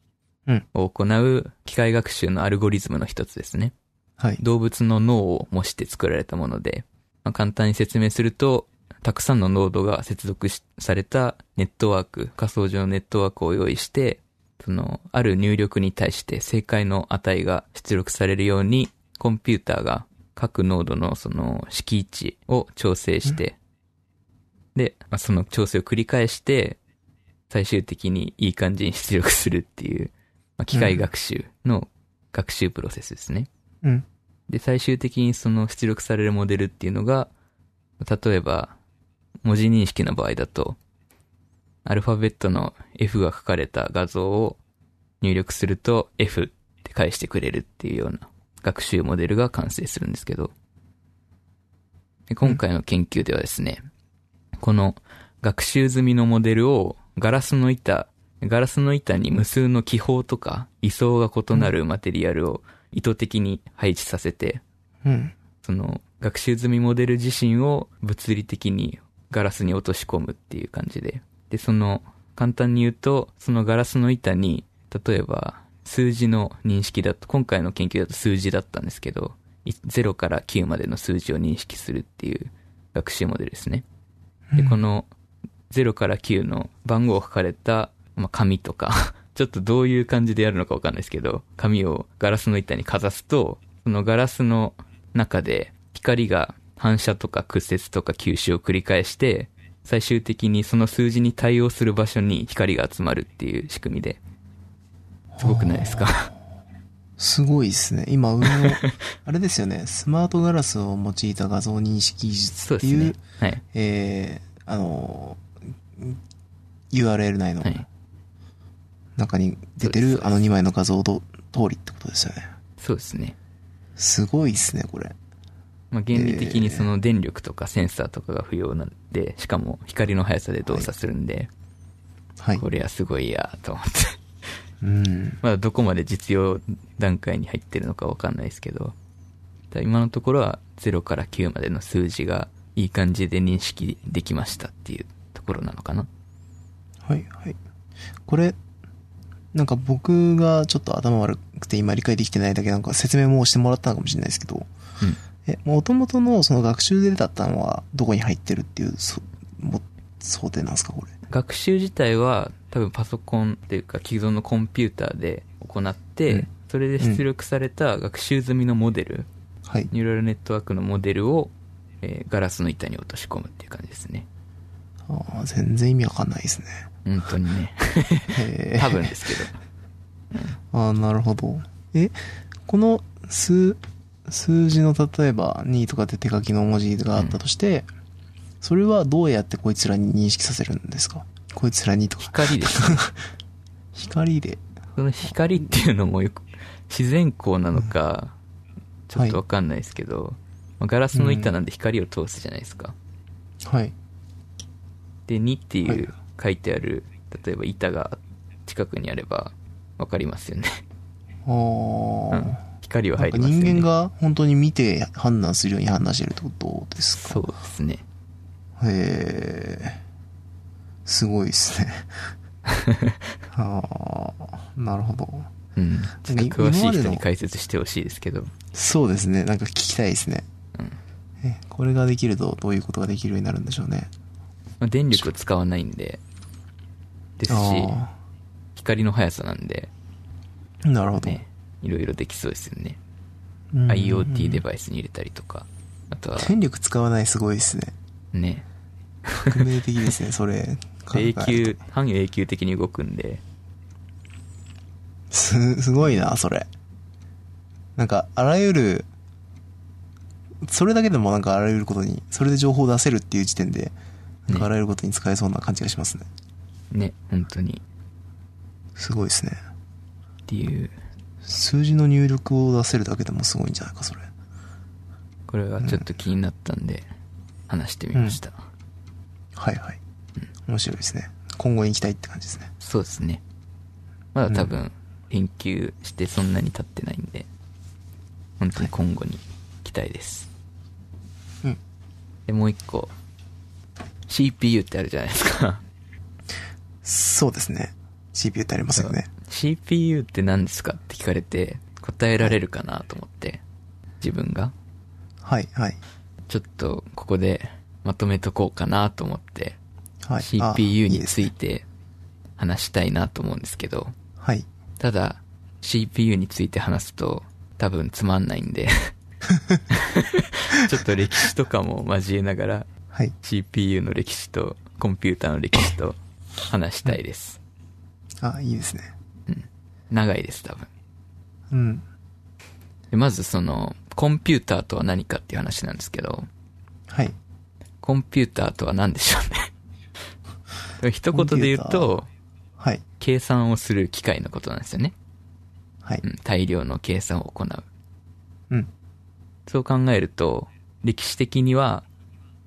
うん
を行う機械学習のアルゴリズムの一つですね。
はい。
動物の脳を模して作られたもので、まあ、簡単に説明すると、たくさんのノードが接続しされたネットワーク、仮想上のネットワークを用意して、その、ある入力に対して正解の値が出力されるように、コンピューターが各ノードのその敷位置を調整して、で、まあ、その調整を繰り返して、最終的にいい感じに出力するっていう、まあ、機械学習の学習プロセスですね。
うん。
で、最終的にその出力されるモデルっていうのが、例えば、文字認識の場合だと、アルファベットの F が書かれた画像を入力すると F って返してくれるっていうような学習モデルが完成するんですけど、で今回の研究ではですね、この学習済みのモデルをガラスの板、ガラスの板に無数の気泡とか位相が異なるマテリアルを意図的に配置させて、
うん。
その学習済みモデル自身を物理的にガラスに落とし込むっていう感じで。で、その簡単に言うと、そのガラスの板に、例えば数字の認識だと、今回の研究だと数字だったんですけど、い0から9までの数字を認識するっていう学習モデルですね。で、この0から9の番号を書かれた、まあ、紙とか、 ちょっとどういう感じでやるのかわかんないですけど、紙をガラスの板にかざすと、そのガラスの中で光が反射とか屈折とか吸収を繰り返して、最終的にその数字に対応する場所に光が集まるっていう仕組みで、すごくないですか
すごいですね。今、上の、あれですよね、スマートガラスを用いた画像認識技術
そう
っ
で
て
す
いう、
ね。はい。
えー、あのー、URL 内の、
はい。
中に出てるあの2枚の画像ど通りってことですよね。
そうですね。
すごいですね、これ。
まあ、原理的にその電力とかセンサーとかが不要なんで、しかも光の速さで動作するんで、
はい。
これはすごいやと思って。
うん。
まだどこまで実用段階に入ってるのかわかんないですけど、ただ今のところは0から9までの数字がいい感じで認識できましたっていうところなのかな。
はい、はい。これ、なんか僕がちょっと頭悪くて今理解できてないだけなんか説明もしてもらったのかもしれないですけど、
うん。
え、元々のその学習データってのはどこに入ってるっていう、そ、も、想定なんですか、これ。
学習自体は多分パソコンっていうか既存のコンピューターで行って、
うん
それで出力された学習済みのモデル、
はい。
ニューラルネットワークのモデルを、えーガラスの板に落とし込むっていう感じですね。
ああ、全然意味わかんないですね。
本当に ね。
へー
多分ですけど。
ああ、なるほど。え、この数、数字の例えば2とかって手書きの文字があったとして、それはどうやってこいつらに認識させるんですかこいつらにとか。
光ですね。
光で。
その光っていうのもよく、自然光なのか、ちょっとわかんないですけど、まあガラスの板なんで光を通すじゃないですか。
はい。
で、2ってい
はいう
書いてある、例えば板が近くにあれば、わかりますよね。
ああ、
うん。光は
な
入
んか
りますよね。
人間が本当に見て判断するように判断してるってことですか
そうですね。
へえ、すごいです ね。ああ、なるほど。
うん。ちょっと
い
詳し
今
い
まで
人
の
に解説してほしいですけど。
そうですね。なんか聞きたいですね。
うん
えこれができるとどういうことができるようになるんでしょうね。
まあ、電力を使わないんで、ですし、
あ
光の速さなんで、
あ、なるほど。
ね、いろいろできそうですよね。
うん
IoT デバイスに入れたりとか、あとは、
電力使わないすごいですね。
ね、
革命的 ですね、それ。考え
永
ると
久、半永久的に動くんで、
す、すごいな、それ。なんか、あらゆる、それだけでもなんかあらゆることに、それで情報を出せるっていう時点で、なんか
ね
あらゆることに使えそうな感じがしますね。
ね、本当に、
すごいですね。
っていう、
数字の入力を出せるだけでもすごいんじゃないか、それ。
これはちょっと気になったんで、話してみました。
はいはい。面白いですね。今後に行きたいって感じですね。
そうですね。まだ多分、研究してそんなに経ってないんで、本当に今後に期待です。
うん。
で、もう一個、CPU ってあるじゃないですか。
そうですね。CPU ってありますよね。
CPU って何ですかって聞かれて、答えられるかなと思って、自分が。
はいはい。
ちょっと、ここでまとめとこうかなと思って、
はい。あい
CPU
い
に
です
ついて話したいなと思うんですけど、
はい。
ただ、CPU について話すと、多分つまんな いんで、ちょっと歴史とかも交えながら、
はい。
CPU の歴史とコンピューターの歴史と話したいです。
あ、いいですね。
長いです、多分。
うん。
でまずその、コンピューターとは何かっていう話なんですけど、
はい。
コンピューターとは何でしょうね。 一言で言う
コンピュー
と、
はい。
計算をする機械のことなんですよね。。
はいう
ん、大量の計算を行う。
うん。
そう考えると、歴史的には、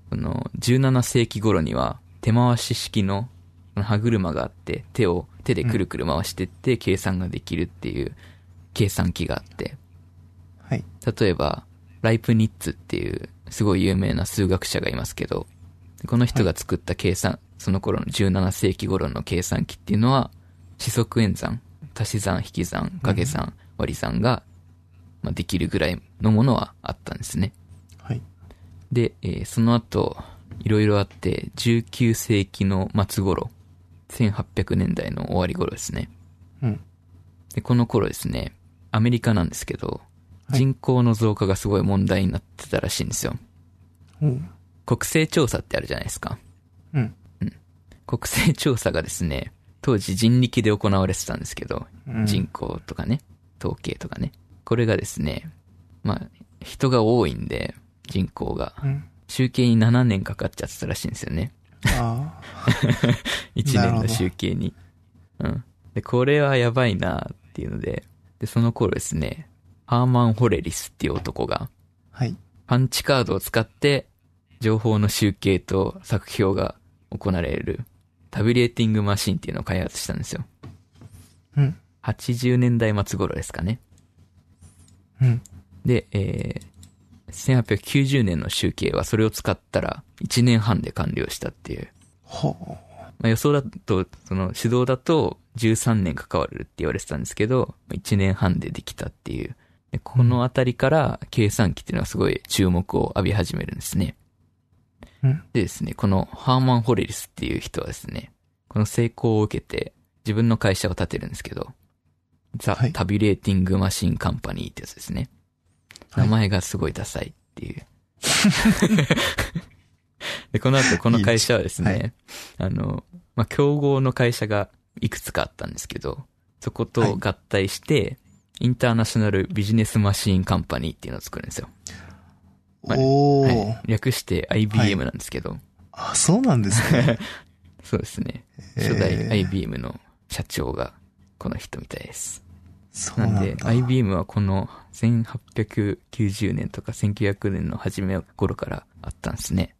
その、17世紀頃には、手回し式のあの歯車があって、手を手でくるくる回してって計算ができるっていう計算機があって、
はい。
例えば、ライプニッツっていう、すごい有名な数学者がいますけど、この人が作った計算、その頃の17世紀頃の計算機っていうのは、四則演算、足し算、引き算、掛け算、割り算が、まあ、できるぐらいのものはあったんですね。
はい。
で、えーその後、いろいろあって、19世紀の末頃、1800年代の終わり頃ですね。
うん。
で、この頃ですね、アメリカなんですけど、
はい
人口の増加がすごい問題になってたらしいんですよ。
おう
国勢調査ってあるじゃないですか。
うん。
国勢調査がですね、当時人力で行われてたんですけど、
うん
人口とかね、統計とかね。これがですね、まあ、人が多いんで、人口が。
うん。
集計に7年かかっちゃってたらしいんですよね。
ああ。
1年の集計に。うん。で、これはやばいなっていうので、で、その頃ですね、ハーマン・ホレリスっていう男が、
はい。
パンチカードを使って、情報の集計と作評が行われる、タブリエティングマシンっていうのを開発したんですよ。
うん。
80年代末頃ですかね。
うん。
で、えー、1890年の集計はそれを使ったら1年半で完了したっていう。
ほう。
まあ、予想だと、その指導だと13年関わるって言われてたんですけど、1年半でできたっていう。でこのあたりから計算機っていうのはすごい注目を浴び始めるんですね。
うん
でですね、このハーマン・ホレリスっていう人はですね、この成功を受けて自分の会社を建てるんですけど、ザ・
はい
タビュレーティング・マシン・カンパニーってやつですね。
はい
名前がすごいダサいっていう。 で、この後この会社はですね、
いいで
あの、まあ、競合の会社がいくつかあったんですけど、そこと
はい
合体して、インターナショナルビジネスマシーンカンパニーっていうのを作るんですよ。まあね
おお、
はい、略して IBM なんですけど、
あ、そうなんです ね。
そうですね。
えー
初代 IBM の社長がこの人みたいです。
そう
な
なん
ん
だ。
で、IBM はこの1890年とか1900年の初め頃からあったんですね。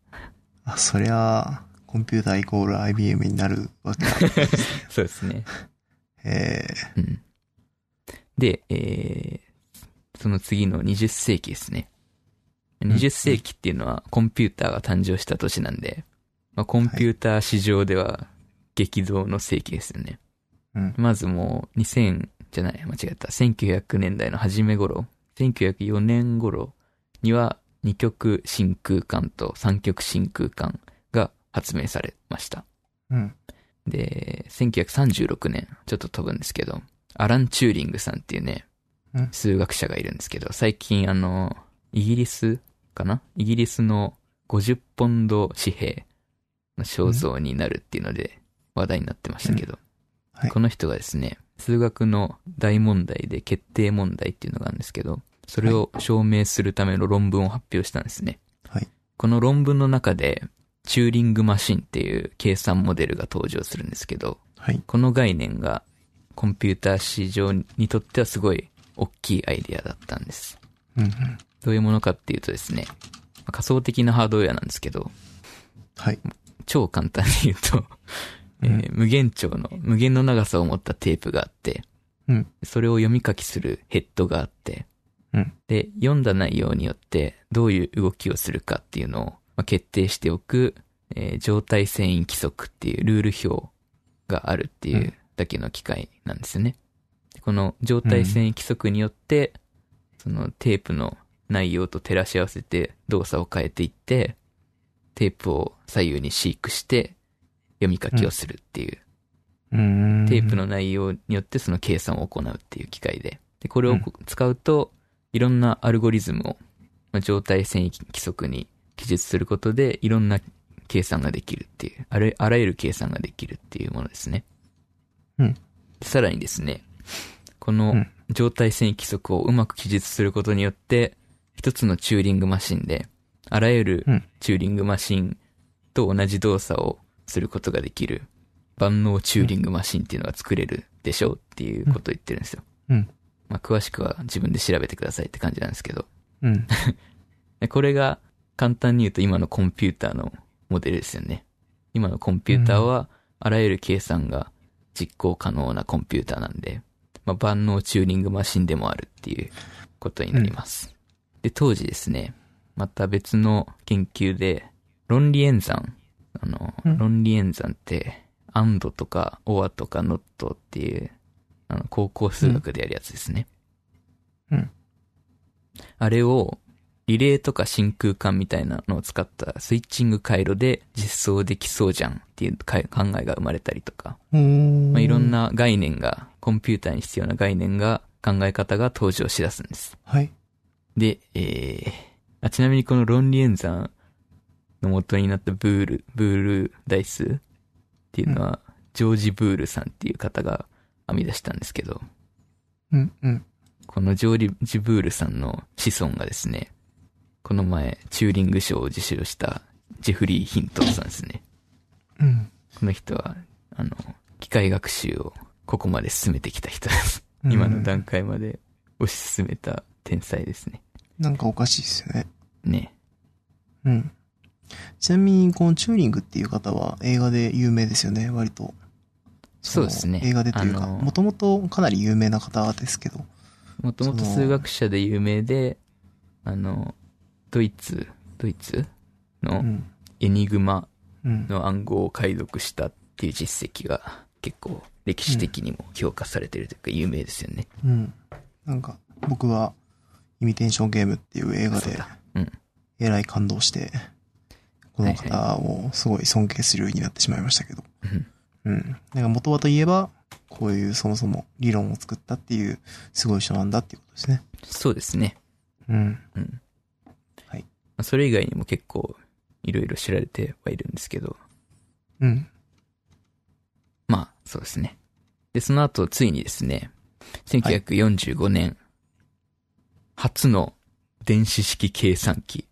あ、そりゃ、コンピューターイコール IBM になるわけだ。
そうですね。
え
うん。で、えー、その次の20世紀ですね。20世紀っていうのはコンピューターが誕生した年なんで、まあ、コンピューター市場では激動の世紀ですよね。
ー、うん。
まずもう2000じゃない、間違った。1900年代の初め頃、1904年頃には2極真空管と3極真空管が発明されました。
うん。
で、1936年、ちょっと飛ぶんですけど、アラン・チューリングさんっていうね
うん、
数学者がいるんですけど、最近あの、イギリスかなイギリスの50ポンド紙幣の肖像になるっていうので話題になってましたけど、
うんはい
この人がですね、数学の大問題で決定問題っていうのがあるんですけど、それを証明するための論文を発表したんですね。
はい
この論文の中で、チューリングマシンっていう計算モデルが登場するんですけど、
はい。
この概念がコンピューター市場にとってはすごい大きいアイデアだったんです。
うんうん。
どういうものかっていうとですね、まあ仮想的なハードウェアなんですけど、
はい。
超簡単に言うと、えー無限長の、無限の長さを持ったテープがあって、
うん
それを読み書きするヘッドがあって、
うん
で、読んだ内容によってどういう動きをするかっていうのをまあ決定しておく、えー状態遷移規則っていうルール表があるっていうだけの機械なんですよね。でこの状態遷移規則によって、そのテープの内容と照らし合わせて動作を変えていって、テープを左右に飼育して読み書きをするっていう、
うーん。
テープ。の内容によってその計算を行うっていう機械で。で、これをこ使うと、いろんなアルゴリズムを、まあ状態遷移規則に記述することで、いろんな計算ができるっていう、あらあらゆる計算ができるっていうものですね。
うん
でさらにですね、こ
う
の
ん
状態遷移規則をうまく記述することによって、一つのチューリングマシンで、あらゆる
うん
チューリングマシンと同じ動作をすることができる、万能チューリングマシンっていうのが作れるでしょうっていうことを言ってるんですよ。
うん
まあ、詳しくは自分で調べてくださいって感じなんですけど。
うん。
でこれが簡単に言うと今のコンピューターのモデルですよね。今のコンピューターはあらゆる計算が実行可能なコンピューターなんで、まあ、万能チューリングマシンでもあるっていうことになります。で、当時ですね、また別の研究で論理演算。あの、
うん
論理演算って、アンドとか、オアとか、ノットっていう、あの、高校数学でやるやつですね。
うん
あれを、リレーとか真空管みたいなのを使ったスイッチング回路で実装できそうじゃんっていうか考えが生まれたりとか、
うーん。
まあ、いろん。な概念が、コンピューターに必要な概念が、考え方が登場しだすんです。
はい。
で、えー、あちなみにこの論理演算の元になったブール、ブールダイスっていうのは、ジョージ・ブールさんっていう方が編み出したんですけど、
うんうん。
このジョージ・ブールさんの子孫がですね、この前、チューリング賞を受賞したジェフリー・ヒントンさんですね。
うん。
この人は、あの、機械学習をここまで進めてきた人です。今の段階まで推し進めた天才ですね。
なんかおかしいですよね。
ね。
うん。ちなみに、このチューリングっていう方は映画で有名ですよね、割と。
そうですね
の映画でというか、
あの
もともとかなり有名な方ですけど。
もともと
その
数学者で有名で、あの、ドイツ、ドイツ
う
の
ん。
エニグマ
うん。
の暗号を解読したっていう実績が結構歴史的にも評価されてるというか有名ですよね。
うん。なんか、僕は、イミテンションゲームっていう映画
そう
で
だ、うん
えらい感動して、この方をすごい尊敬するようになってしまいましたけど。
うん
うん。なんか元はといえば、こういうそもそも理論を作ったっていう、すごい人なんだっていうことですね。
そうですね。
うん。
うん。
はい
まあそれ以外にも結構いろいろ知られてはいるんですけど、
うん。
まあ、そうですね。で、その後、ついにですね、1945年、初の電子式計算機、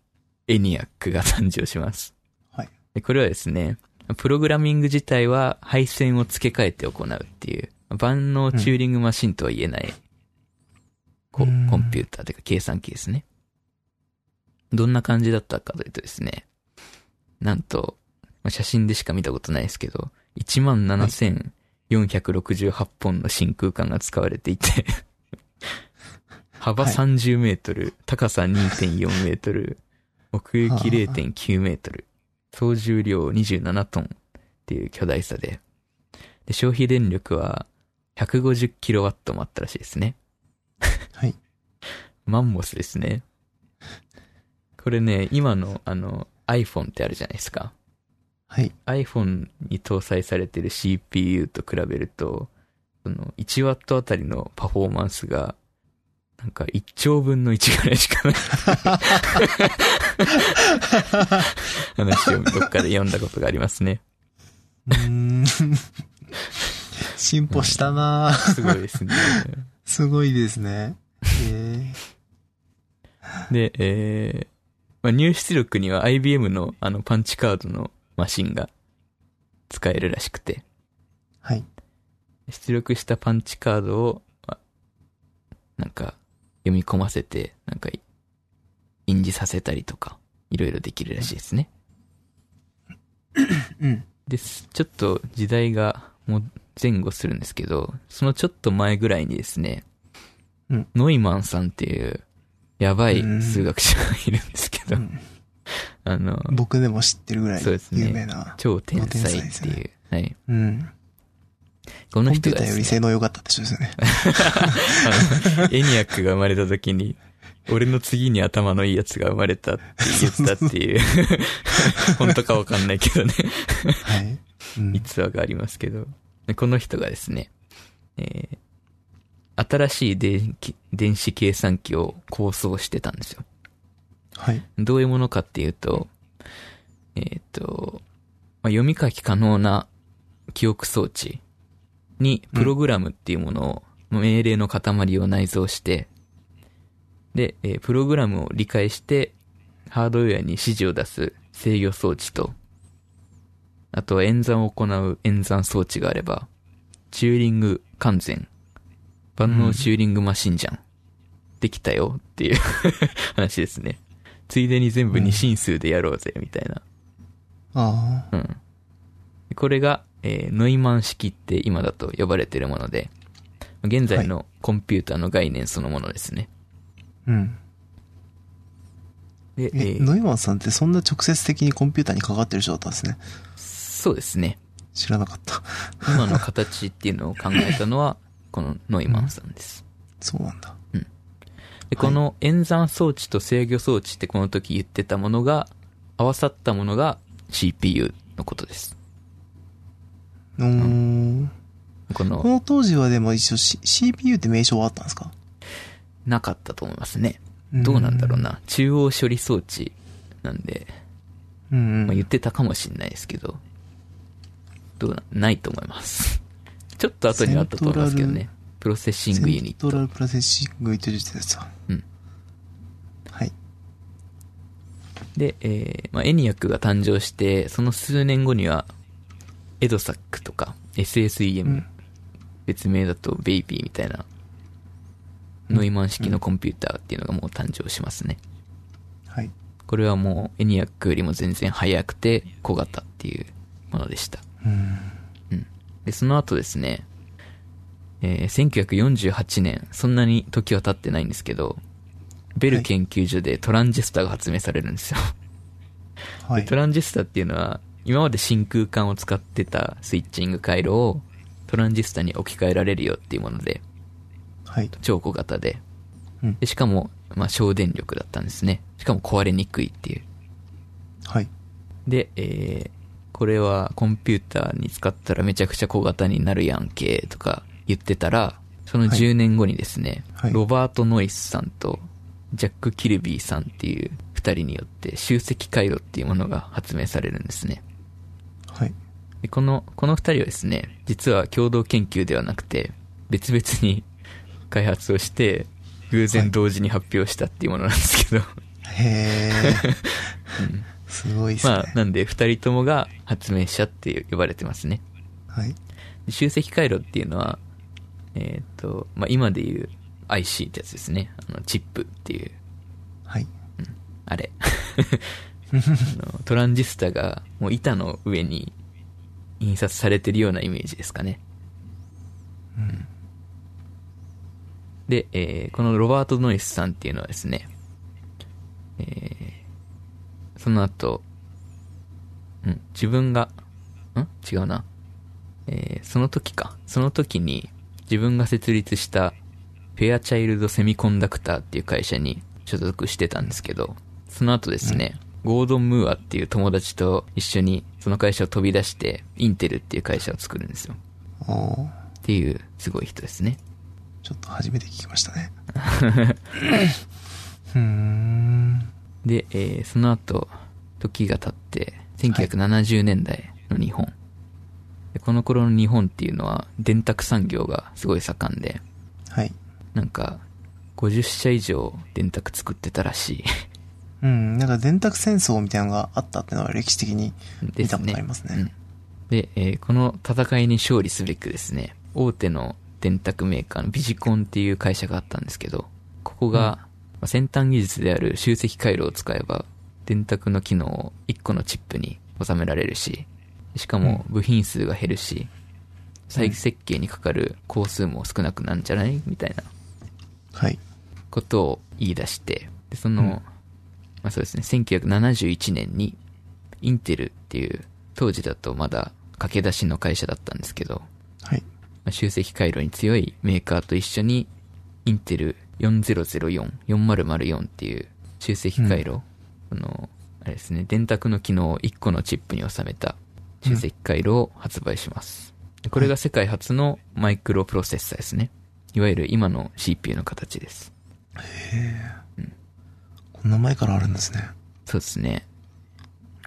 エニアックが誕生します。
はい。
で、これはですね、プログラミング自体は配線を付け替えて行うっていう、万能チューリングマシンとは言えない、こ
うん
コンピューターというか計算機ですね。どんな感じだったかというとですね、なんと、まあ写真でしか見たことないですけど、17,468本の真空管が使われていて、幅
はい
30メートル、高さ2.4メートル、奥行き0.9メートル、総重量27トンっていう巨大さで、で消費電力は150キロワットもあったらしいですね。
はい。
マンモスですね。これね、今のあの iPhone ってあるじゃないですか。
はい。
iPhone に搭載されてる CPU と比べると、その 1W あたりのパフォーマンスが、なんか1兆分の1ぐらいしかない。話をどっかで読んだことがありますね。
うーん。 進歩したなぁ
すごいですね。
すごいですね。え
で、えーまあ、入出力には IBM のあのパンチカードのマシンが使えるらしくて、
はい。
出力したパンチカードを、まなんか、読み込ませて、なんかい、印字させたりとか、いろいろできるらしいですね。
うん。
です。ちょっと時代がもう前後するんですけど、そのちょっと前ぐらいにですね、
うん
ノイマンさんっていう、やばい数学者がいるんですけど、
うん
あの、
僕でも知ってるぐらい
そうですね
有名な。
超天才っ
天
てい
才
う、はい。
うん。
こ
コ
の
ンピ
人
ュー
が
ター
です
よ
ね
り性能良かったって人ですよね。
あ のエニアックが生まれた時に、俺の次に頭のいいやつが生まれたって言ったっていう、本当かわかんないけどね、
はい。うん。
逸話がありますけど、でこの人がですね、えー新しい電気電子計算機を構想してたんですよ。
はい。
どういうものかっていうと、えっ、と、まあ、読み書き可能な記憶装置にプログラムっていうものを、命令の塊を内蔵して、で、えープログラムを理解して、ハードウェアに指示を出す制御装置と、あとは演算を行う演算装置があれば、チューリング完全。万能チューリングマシンじゃん。できたよっていう話ですね。ついでに全部二進数でやろうぜ、みたいな。
ああ。
うん。これが、えーノイマン式って今だと呼ばれてるもので、現在のコンピューターの概念そのものですね。
うん。
で、
え、
えー
ノイマンさんってそんな直接的にコンピューターにかかってる人だったんですね。
そうですね。
知らなかった。
今の形っていうのを考えたのは、 このノイマンさんです。
そうなんだ。
で、この演算装置と制御装置ってこの時言ってたものが、合わさったものが CPU のことです。
うーん。
こ
こ
の、
の当時はでも一応、C、CPU って名称はあったんですか
なかったと思いますね。どうなんだろう。な。中央処理装置なんで、
うん。
まあ、
う
言
ん。
ってたかもしれないですけど、どうな、ないと思います。 ちょっと後にあったと思いますけど
セン
ね。プロセッシングユ
セン
ニッ
ト
ト。
ラルプロセッシングユニットとしてですわ。
うん。
はい。
で、えーまあ、エニアックが誕生して、その数年後には、エドサックとか、
うん
SSEM 別名だとベイビーみたいな、ノイマン式のコンピューターっていうのがもう誕生しますね。
はい。
これはもうエニアックよりも全然速くて小型っていうものでした。
うん。
で、その後ですね、えー1948年、そんなに時は経ってないんですけど、ベル研究所でトランジスタが発明されるんですよ。
はい
ト。ランジスタっていうのは、今まで真空管を使ってたスイッチング回路をトランジスタに置き換えられるよっていうもので、
はい。
超小型で。
うん
でしかも、まあ、省電力だったんですね。しかも壊れにくいっていう。
はい。
で、えー、これはコンピューターに使ったらめちゃくちゃ小型になるやんけとか言ってたら、その
はい
10年後にですね、
はい
ロバート・ノイスさんとジャック・キルビーさんっていう二人によって集積回路っていうものが発明されるんですね。
はい。
でこの、この二人はですね、実は共同研究ではなくて、別々に 開発をして、偶然同時に発表したっていうものなんですけど、
へえ。すごいっすね
ま。あ、なんで二人ともが発明者って呼ばれてますね。
はい。
集積回路っていうのは、えっ、と、まあ、今で言う IC ってやつですね。あの、チップっていう、
はい。
あれ。 あのトランジスタがもう板の上に印刷されてるようなイメージですかね。
うん。
で、えーこのロバート・ノイスさんっていうのはですね、えーその後、うん、自分が、ん違うな。えーその時か。その時に自分が設立したフェアチャイルド・セミコンダクターっていう会社に所属してたんですけど、その後ですね、ゴードン・ムーアっていう友達と一緒にその会社を飛び出して、インテルっていう会社を作るんですよ。
おー
っていうすごい人ですね。
ちょっと初めて聞きました ね。うーん。
で、えーその後、時が経って、1970年代の日本、でこの頃の日本っていうのは、電卓産業がすごい盛んで、
はい。
なんか、50社以上電卓作ってたらし
うん。なんか電卓戦争みたいなのがあったってのは歴史的に
いで
見た
す
こと
ね
あり。ますね。
うんで、えーこの戦いに勝利すべくですね、大手の電卓メーカーのビジコンっていう会社があったんですけど、ここが、
うん
まあ先端技術である集積回路を使えば、電卓の機能を1個のチップに収められるし、しかも部品数が減るし、再設計にかかる工数も少なくなんじゃないみたいな
はい。
ことを言い出して、で、その、
うん
まあそうですね、1971年に、インテルっていう、当時だとまだ駆け出しの会社だったんですけど、
はい。
まあ、集積回路に強いメーカーと一緒に、インテル4004、4004っていう集積回路、あの、あれですね、電卓の機能を1個のチップに収めた集積回路を発売します。でこれが世界初のマイクロプロセッサーですね。いわゆる今の CPU の形です。
こんな前からあるんですね。
そうですね。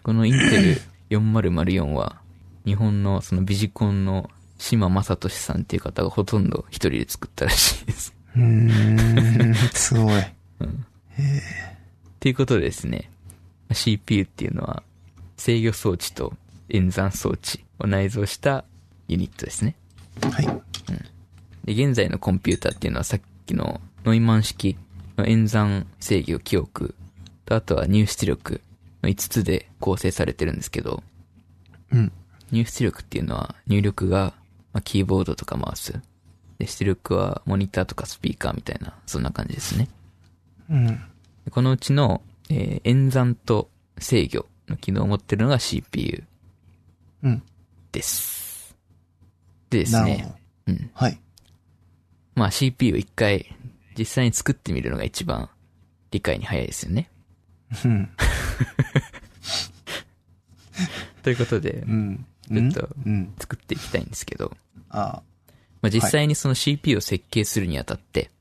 このインテル4004は、日本のそのビジコンの島正俊さんっていう方がほとんど一人で作ったらしいです。
うーん。 すごい。
うん。っていうことでですね、CPU っていうのは制御装置と演算装置を内蔵したユニットですね。
はい。
で、現在のコンピューターっていうのはさっきのノイマン式の演算制御記憶とあとは入出力の5つで構成されてるんですけど、
うん。
入出力っていうのは入力が、まあ、キーボードとかマウス。で、出力はモニターとかスピーカーみたいな、そんな感じですね。
うん。
でこのうちの、えー演算と制御の機能を持ってるのが CPU
うん。
です。でです
なるほ
ね
ど。。
うん。
はい。
まあ CPU を一回実際に作ってみるのが一番理解に早いですよね。
うん。
ということで
う、ん。
ちょっと
うん。
作っていきたいんですけど、
あ
まあ、実際にその CPU を設計するにあたって、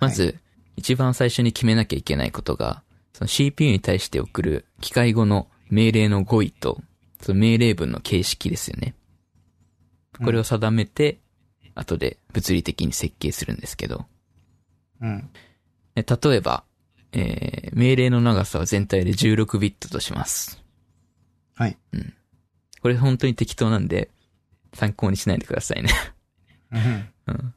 まず、一番最初に決めなきゃいけないことが、その CPU に対して送る機械語の命令の語彙と、その命令文の形式ですよね。これを定めて、後で物理的に設計するんですけど、
うん。
え例えば、えー命令の長さは全体で16ビットとします。
はい。
これ本当に適当なんで、参考にしないでくださいね。
うん
うん。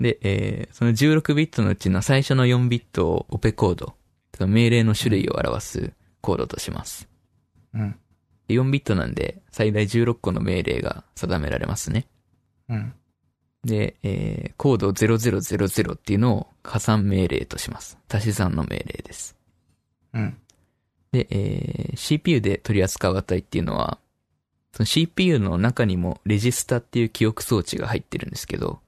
で、えーその16ビットのうちの最初の4ビットをオペコード、てか命令の種類を表すコードとします。
うん。
で4ビットなんで、最大16個の命令が定められますね。
うん。
で、えーコード0000っていうのを加算命令とします。足し算の命令です。
うん。
で、えー CPU で取り扱う値っていうのは、その CPU の中にもレジスタっていう記憶装置が入ってるんですけど、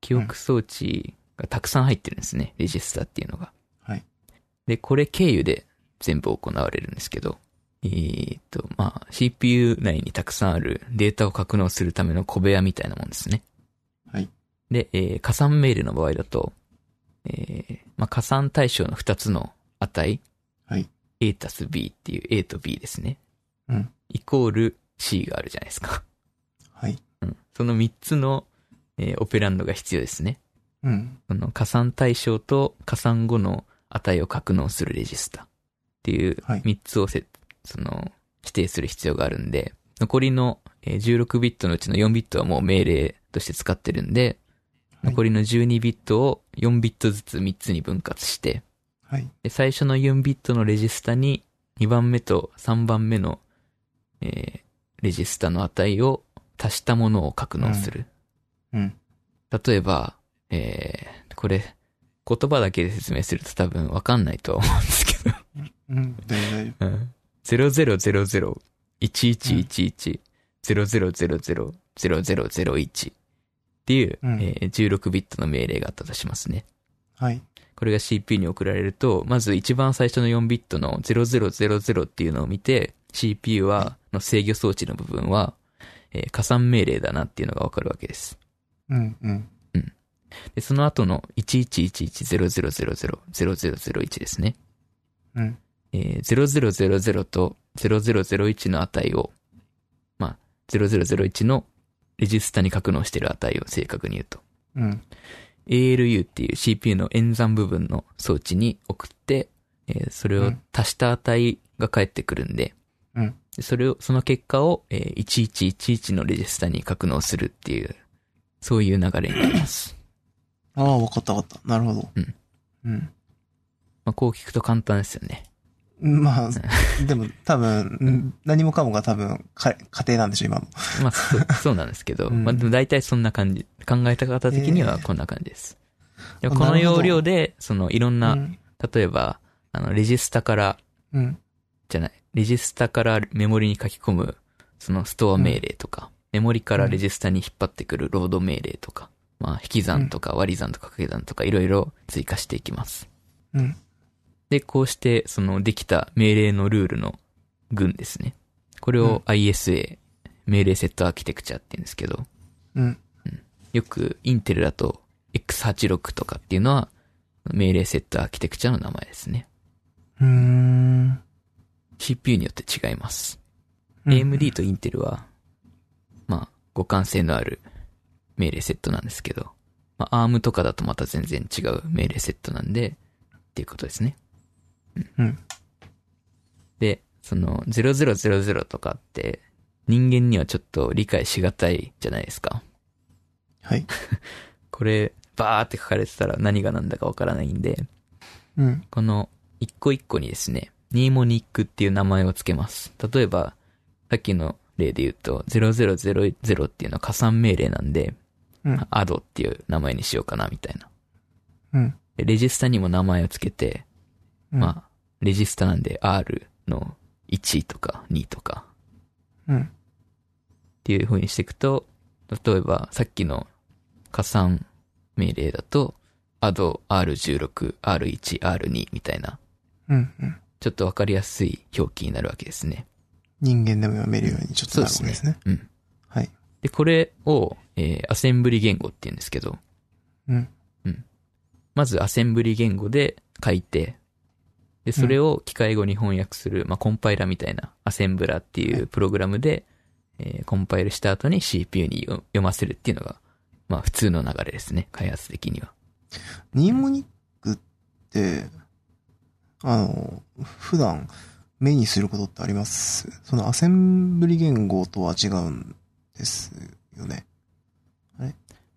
記憶装置がたくさん入ってるんですね、レジスタっていうのが。
はい。
で、これ経由で全部行われるんですけど、えーっと、まあ、CPU 内にたくさんあるデータを格納するための小部屋みたいなもんですね。
はい。
で、えー加算命令の場合だと、えーまあ、加算対象の2つの値。
はい。
A たす B っていう A と B ですね。
うん。
イコール C があるじゃないですか。
はい。
うん。その3つの、えーオペランドが必要ですね。
うん。
その加算対象と加算後の値を格納するレジスタっていう
はい
3つをせ、その指定する必要があるんで、残りのえー16ビットのうちの4ビットはもう命令として使ってるんで、
はい
残りの12ビットを4ビットずつ3つに分割して、
はい。
で最初の4ビットのレジスタに2番目と3番目の、えーレジスタの値を足したものを格納する。
うん。
例えば、えー、これ、言葉だけで説明すると多分わかんないとは思うんですけど、
うん。大丈 夫。
うん。0000、1111、0000、0001っていう、
うん
えー16ビットの命令があったとしますね。
はい。
これが CPU に送られると、まず一番最初の4ビットの0000っていうのを見て、CPU は、の制御装置の部分は、えー加算命令だなっていうのがわかるわけです。
うん。うん。
で、その後の1111000001ですね。
うん。
えー、0000と0001の値を、まあ、0001のレジスタに格納している値を正確に言うと。
うん。
ALU っていう CPU の演算部分の装置に送って、えーそれを足した値が返ってくるんで、
うん
でそれを、その結果を、えー1111のレジスタに格納するっていう、そういう流れになります。
ああ、わかったわかった。なるほど。
うん。
うん。
まあ、こう聞くと簡単ですよね。
まあ、 でも多分、ん何もかもが多分、か家庭なんでしょ、今の。
まあ、そうそうなんですけど、
うん
まあ、でも大体そんな感じ、考えた方的にはこんな感じです。でもこの
なるほど
要領で、そのいろんな、
うん。
例えば、あの、レジスタから、
うん。
じゃない、レジスタからメモリに書き込む、そのストア命令とか、メモリからレジスタに引っ張ってくるロード命令とか、まあ、引き算とか割り算とか掛け算とかいろいろ追加していきます。
うん。
で、こうして、そのできた命令のルールの群ですね。これを ISA、命令セットアーキテクチャって言うんですけど、
うん。
よくインテルだと X86 とかっていうのは命令セットアーキテクチャの名前ですね。
うーん。
CPU によって違います。
うん
AMD とインテルは、まあ、互換性のある命令セットなんですけど、まあ、ARM とかだとまた全然違う命令セットなんで、っていうことですね。
うん。
で、その、0000とかって、人間にはちょっと理解しがたいじゃないですか。
はい。
これ、バーって書かれてたら何が何だかわからないんで、
うん。
この一個一個にですね、ニーモニックっていう名前を付けます。例えば、さっきの例で言うと、0000っていうのは加算命令なんで、
うん。
アドっていう名前にしようかな、みたいな。
うん。
でレジスタにも名前を付けて、
うん
まあ、レジスタなんで R の1とか2とか
うん。
っていう風にしていくと、例えばさっきの加算命令だと、アド R16、R1、R2 みたいな、
うん。うん。
ちょっとわかりやすい表記になるわけですね。
人間でも読めるようにちょっとなるわけですね。
うん。
はい。
で、これを、えーアセンブリ言語って言うんですけど、
うん。
まずアセンブリ言語で書いて、で、それを機械語に翻訳する、まあ、コンパイラみたいな、アセンブラっていうプログラムで、えーコンパイルした後に CPU に読読ませるっていうのが、まあ、普通の流れですね、開発的には。
ニーモニックって、あの、普段目にすることってありますそのアセンブリ言語とは違うんですよね。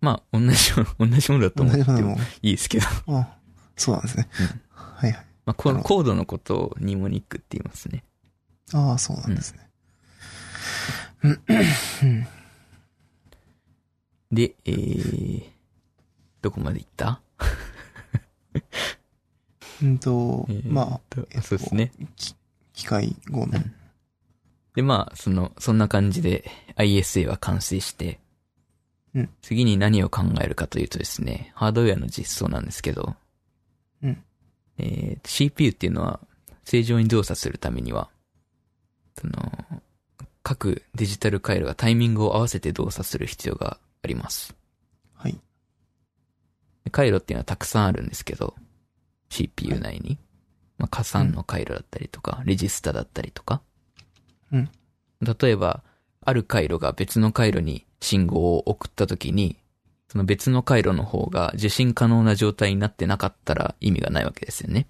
まあ、同じよう、同じものだ と
同
思っ
じ
て
もので
も
も。
いいですけど。
あそうなんですね。
うん
はいはい。
まあ、こ
な
の
る
コードのことをニモニックって言いますね。
ああ、そうなんですね。
で、えー、どこまで行った
うんと
え、ー
ま
と
えっと
そうですね。
あ、き機械語の。
で、まあ、その、そんな感じで ISA は完成して、
うん
次に何を考えるかというとですね、ハードウェアの実装なんですけど、
うん
えー CPU っていうのは正常に動作するためには、その、各デジタル回路がタイミングを合わせて動作する必要があります。
はい。
で回路っていうのはたくさんあるんですけど、CPU 内に。まあ、加算の回路だったりとか、レジスタだったりとか。
うん
例えば、ある回路が別の回路に信号を送ったときに、その別の回路の方が受信可能な状態になってなかったら意味がないわけですよね。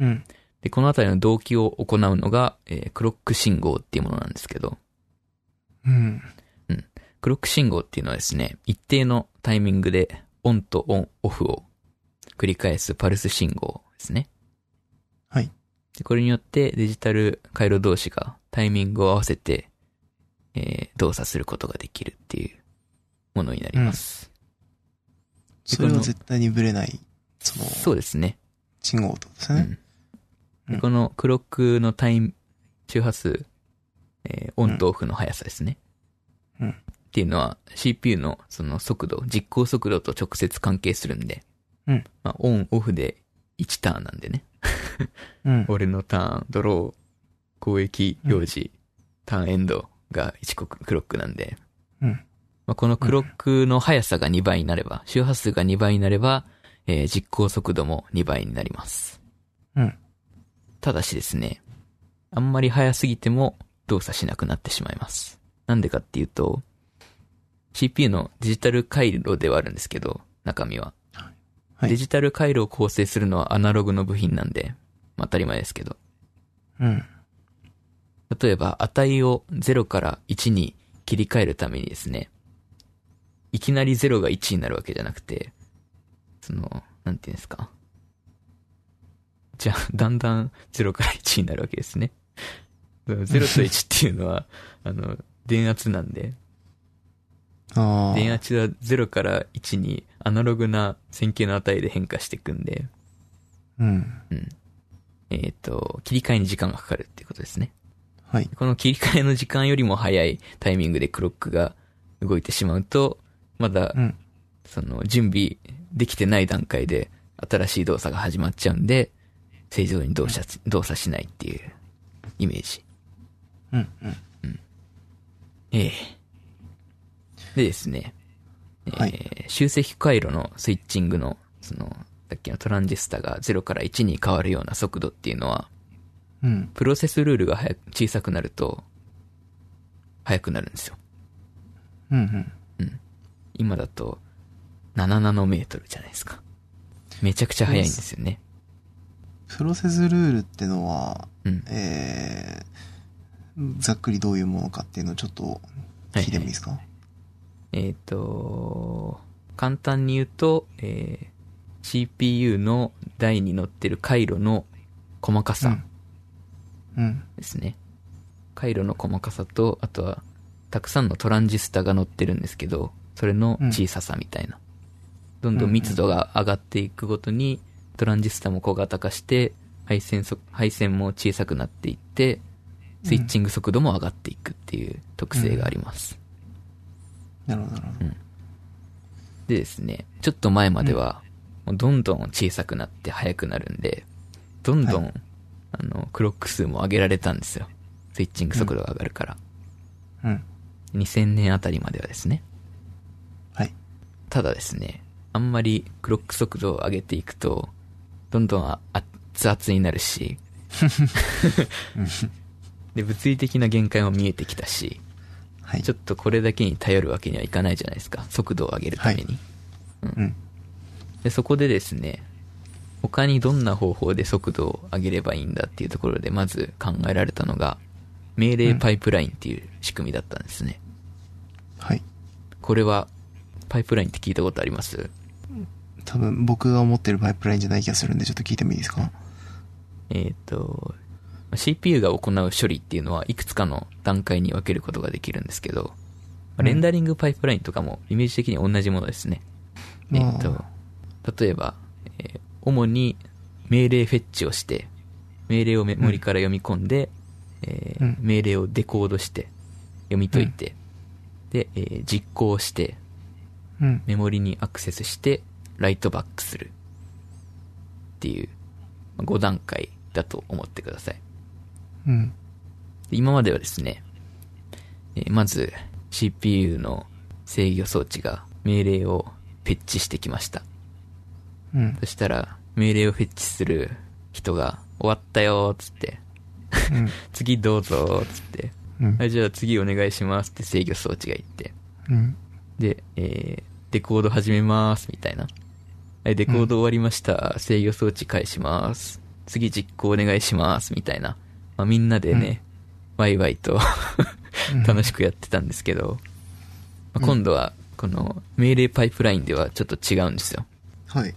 うん。
で、このあたりの動機を行うのが、えークロック信号っていうものなんですけど、
うん。
クロック信号っていうのはですね、一定のタイミングでオンとオン、オフを繰り返すパルス信号ですね。
はい
で。これによってデジタル回路同士がタイミングを合わせて、えー動作することができるっていうものになります。
それ
こ
は
の
絶対にブレない、その、
そうですね。
信号ってことですね。
うん
う
で
ん
このクロックのタイム、周波数、えーオンとオフの速さですね。
うん
っていうのは CPU のその速度、実行速度と直接関係するんで。
うん
まあ、オン、オフで1ターンなんでね。
うん。
俺のターン、ドロー、攻撃、表示、ターンエンドが1個クロックなんで。
うん
まあ、このクロックの速さが2倍になれば、周波数が2倍になれば、えー実行速度も2倍になります。
うん
ただしですね、あんまり速すぎても動作しなくなってしまいます。なんでかっていうと、CPU のデジタル回路ではあるんですけど、中身は。
はい
デジタル回路を構成するのはアナログの部品なんで、まあ当たり前ですけど。
うん。
例えば値を0から1に切り替えるためにですね、いきなり0が1になるわけじゃなくて、その、なんていうんですか。じゃあ、だんだん0から1になるわけですね。0と1っていうのは、あの、電圧なんで、
ああ。
電圧は0から1にアナログな線形の値で変化していくんで、
うん。
えっ、と、切り替えに時間がかかるっていうことですね。
はい。
この切り替えの時間よりも早いタイミングでクロックが動いてしまうと、まだ
う、ん。
その、準備できてない段階で新しい動作が始まっちゃうんで、正常に動作、動作しないっていうイメージ。
うん。うん。
ええでですね、えー
は
集積回路のスイッチングの、その、さっきのトランジスタが0から1に変わるような速度っていうのは、
うん。
プロセスルールが早く小さくなると、速くなるんですよ。
うん。うん。
今だと7ナノメートルじゃないですか。めちゃくちゃ速いんですよね。
プロセスルールってのは、
うん。
えー、ざっくりどういうものかっていうのをちょっと聞いてもいいですか、
えっ、と、簡単に言うと、えー CPU の台に乗ってる回路の細かさ
うん。
ですね。回路の細かさと、あとは、たくさんのトランジスタが乗ってるんですけど、それの小ささみたいな。どんどん密度が上がっていくごとに、トランジスタも小型化して、配線速配線も小さくなっていって、スイッチング速度も上がっていくっていう特性があります。
なるほど、なるほ
でですね、ちょっと前までは、もうどんどん小さくなって速くなるんで、どんどん、あの、クロック数も上げられたんですよ。スイッチング速度が上がるから。
ど。うん。
2000年あたりまではですね。
はい。
ただですね、あんまりクロック速度を上げていくと、どんどんあ熱々になる し、で、物理的な限界も見えてきたし、
はい。
ちょっとこれだけに頼るわけにはいかないじゃないですか。速度を上げるために。
はうん。
で、そこでですね、他にどんな方法で速度を上げればいいんだっていうところでまず考えられたのが、命令パイプラインっていう仕組みだったんですね。
はい。
これは、パイプラインって聞いたことあります
多分僕が思ってるパイプラインじゃない気がするんで、ちょっと聞いてもいいですか
えっ、と、まあ CPU が行う処理っていうのはいくつかの段階に分けることができるんですけど、まあ
うん
レンダリングパイプラインとかもイメージ的に同じものですね。えっ、と、例えば、えー主に命令フェッチをして、命令をメモリから読み込んで、えー
うん
命令をデコードして、読み解いて、で、えー実行して、
うん。
メモリにアクセスして、ライトバックする。っていう、5段階だと思ってください。
うん。
で今まではですね、えーまず CPU の制御装置が命令をフェッチしてきました。
うん。
そしたら、命令をフェッチする人が、終わったよーっつって、
うん。
次どうぞーっつって、
うん。
はい、じゃあ次お願いしますって制御装置が言って、
うん。
で、えー、デコード始めます、みたいな。はい、デコード終わりました。制御装置返します。次実行お願いします、みたいな。まあ、みんなでね、ワイワイと
うん
楽しくやってたんですけど、まあ、今度は、この命令パイプラインではちょっと違うんですよ。
はい。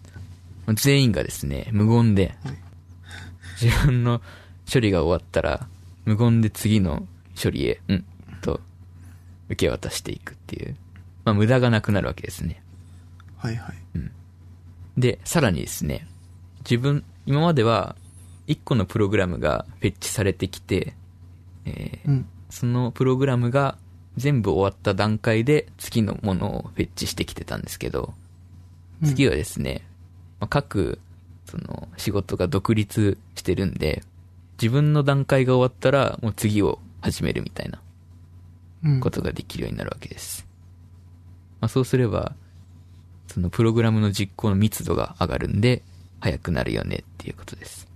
まあ全員がですね、無言で、
はい
自分の処理が終わったら、無言で次の処理へ、うん、と、受け渡していくっていう。まあ、無駄がなくなるわけですね。
はいはい。
で、さらにですね、自分、今までは、1個のプログラムがフェッチされてきて、えー
うん。
そのプログラムが全部終わった段階で次のものをフェッチしてきてたんですけど、次
は。
はですね、まあ各、その、仕事が独立してるんで、自分の段階が終わったら、もう次を始めるみたいな
うん
ことができるようになるわけです。まあ、そうすれば、そのプログラムの実行の密度が上がるんで、早くなるよねっていうことです。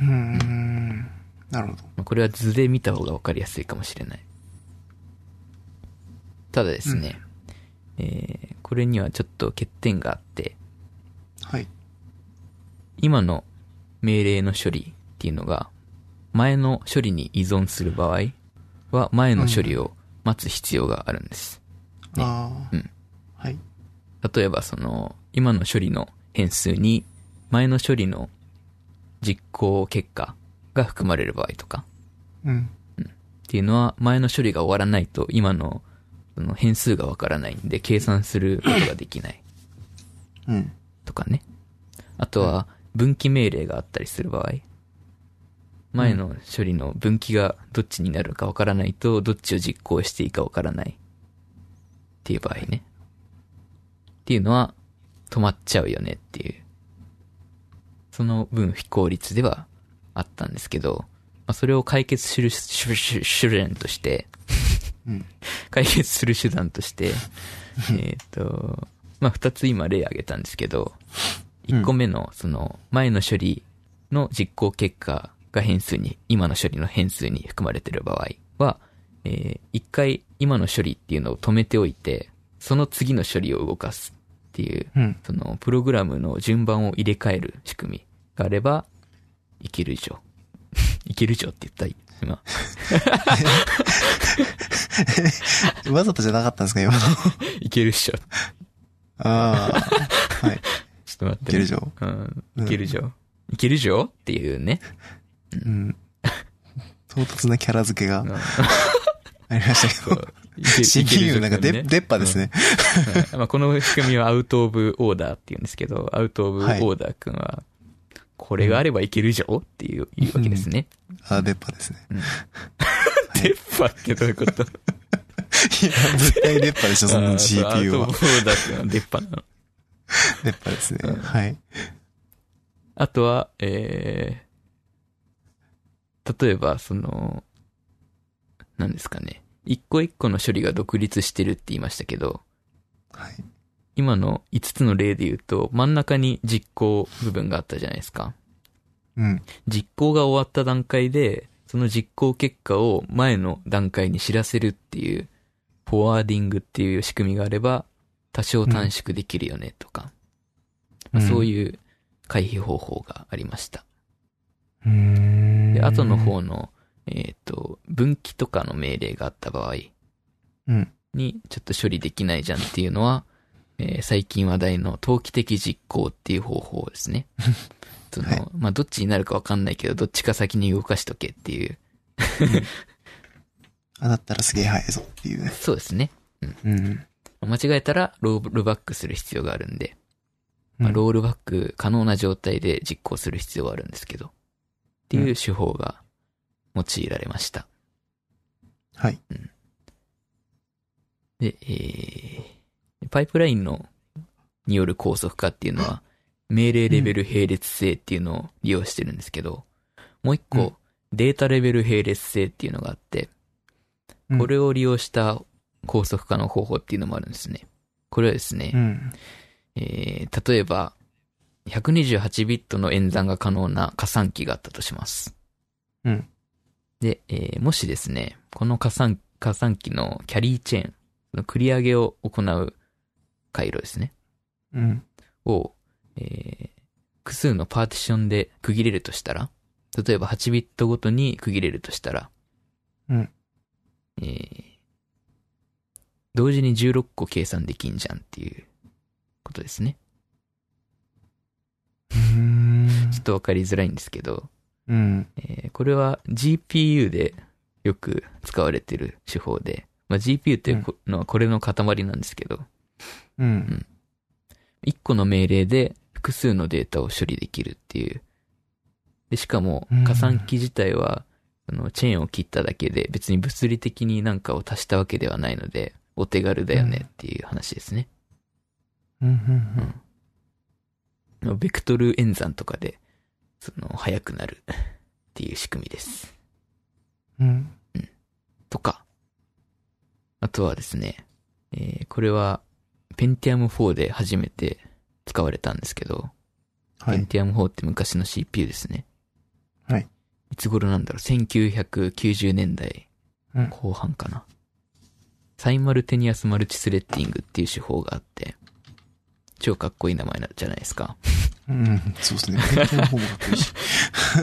うん。なるほど。
まあこれは図で見た方がわかりやすいかもしれない。ただですね、えーこれにはちょっと欠点があって、
はい。
今の命令の処理っていうのが、前の処理に依存する場合は、前の処理を待つ必要があるんです。ね
あ
うん
あ。はい。
例えばその、今の処理の変数に、前の処理の実行結果が含まれる場合とか、
うん。
っていうのは、前の処理が終わらないと、今の、その変数がわからないんで、計算することができない
うん。
とかね。あとは、分岐命令があったりする場合。前の処理の分岐がどっちになるかわからないと、どっちを実行していいかわからない。っていう場合ね。っていうのは、止まっちゃうよねっていう。その分非効率ではあったんですけど、まあ、それを解決する手手手手段として、
うん。
解決する手段として、えっと、まあ、二つ今例挙げたんですけど、
うん
一個目の、その、前の処理の実行結果が変数に、今の処理の変数に含まれている場合は、えー一回今の処理っていうのを止めておいて、その次の処理を動かすっていう、
うん。
その、プログラムの順番を入れ替える仕組みがあれば、いける以上。 いける以上って言った、今。
わざとじゃなかったんですか、今の。
いけるっしょ。ちょ
ああ。はい。
っと待っ
いけ
てね、
るじゃん。
うん
うん
いけるじょ。いけるじょっていうね。
うん。唐突なキャラ付けが
うん
ありましたけど。
いける
CPU なんか
いけ
出、
るじょ
出っ歯ですね。
はいまあこの仕組みはアウトオブオーダーっていうんですけど、アウトオブオーダーくんは、これがあればいけるじょっていう、いうわけですね。
ああ、出っ歯ですね。
出っ歯ってどういうこ
い
と
や、絶対出っ歯でしょ、その GPU
アウトオブ
は
オ。ーダーくんは出っ歯なの。
出っ歯ですね
うん。
はい。
あとは、えー、例えば、その、何ですかね。一個一個の処理が独立してるって言いましたけど、
はい。
今の5つの例で言うと、真ん中に実行部分があったじゃないですか。
うん。
実行が終わった段階で、その実行結果を前の段階に知らせるっていう、フォワーディングっていう仕組みがあれば、多少短縮できるよねとか、まあそういう回避方法がありました。
うん。
で、後の方の、えっ、と、分岐とかの命令があった場合、
うん
にちょっと処理できないじゃんっていうのは、えー最近話題の投機的実行っていう方法です ね。その、
はい
まあ、どっちになるかわかんないけど、どっちか先に動かしとけっていう。
あ、だったらすげえ早いぞっていうね。
そうですね。
うん。
間違えたらロールバックする必要があるんで、まあ、
うん
ロールバック可能な状態で実行する必要はあるんですけど、っていう手法が用いられました。
はい。
で、えーパイプラインのによる高速化っていうのは、命令レベル並列性っていうのを利用してるんですけど、もう一個、
うん
データレベル並列性っていうのがあって、
うん
これを利用した高速化の方法っていうのもあるんですね。これはですね、
うん。
えー例えば、128ビットの演算が可能な加算機があったとします。
うん
で、えーもしですね、この加算、加算機のキャリーチェーン、その繰り上げを行う回路ですね、
うん。
を、えー複数のパーティションで区切れるとしたら、例えば8ビットごとに区切れるとしたら、
うん
えー同時に16個計算できんじゃんっていうことですね。
うーん
ちょっとわかりづらいんですけど、
うん。
えーこれは GPU でよく使われてる手法で、まあ、GPU っていうこのはこれの塊なんですけど、
うん。
1個の命令で複数のデータを処理できるっていう。で、しかも
うん
加算機自体は、そのチェーンを切っただけで別に物理的になんかを足したわけではないので、お手軽だよねっていう話ですね。
うん。うん
まあベクトル演算とかで、その、速くなるっていう仕組みです。
うん。
とか。あとはですね、えーこれは、Pentium 4で初めて使われたんですけど、
はい。
Pentium 4って昔の CPU ですね。
はい。
いつ頃なんだろう、1990年代
うん
後半かな。サイマルテニアスマルチスレッディングっていう手法があって、超かっこいい名前なじゃないですか。
うん。そうですね。勉強の方もかっこいいし。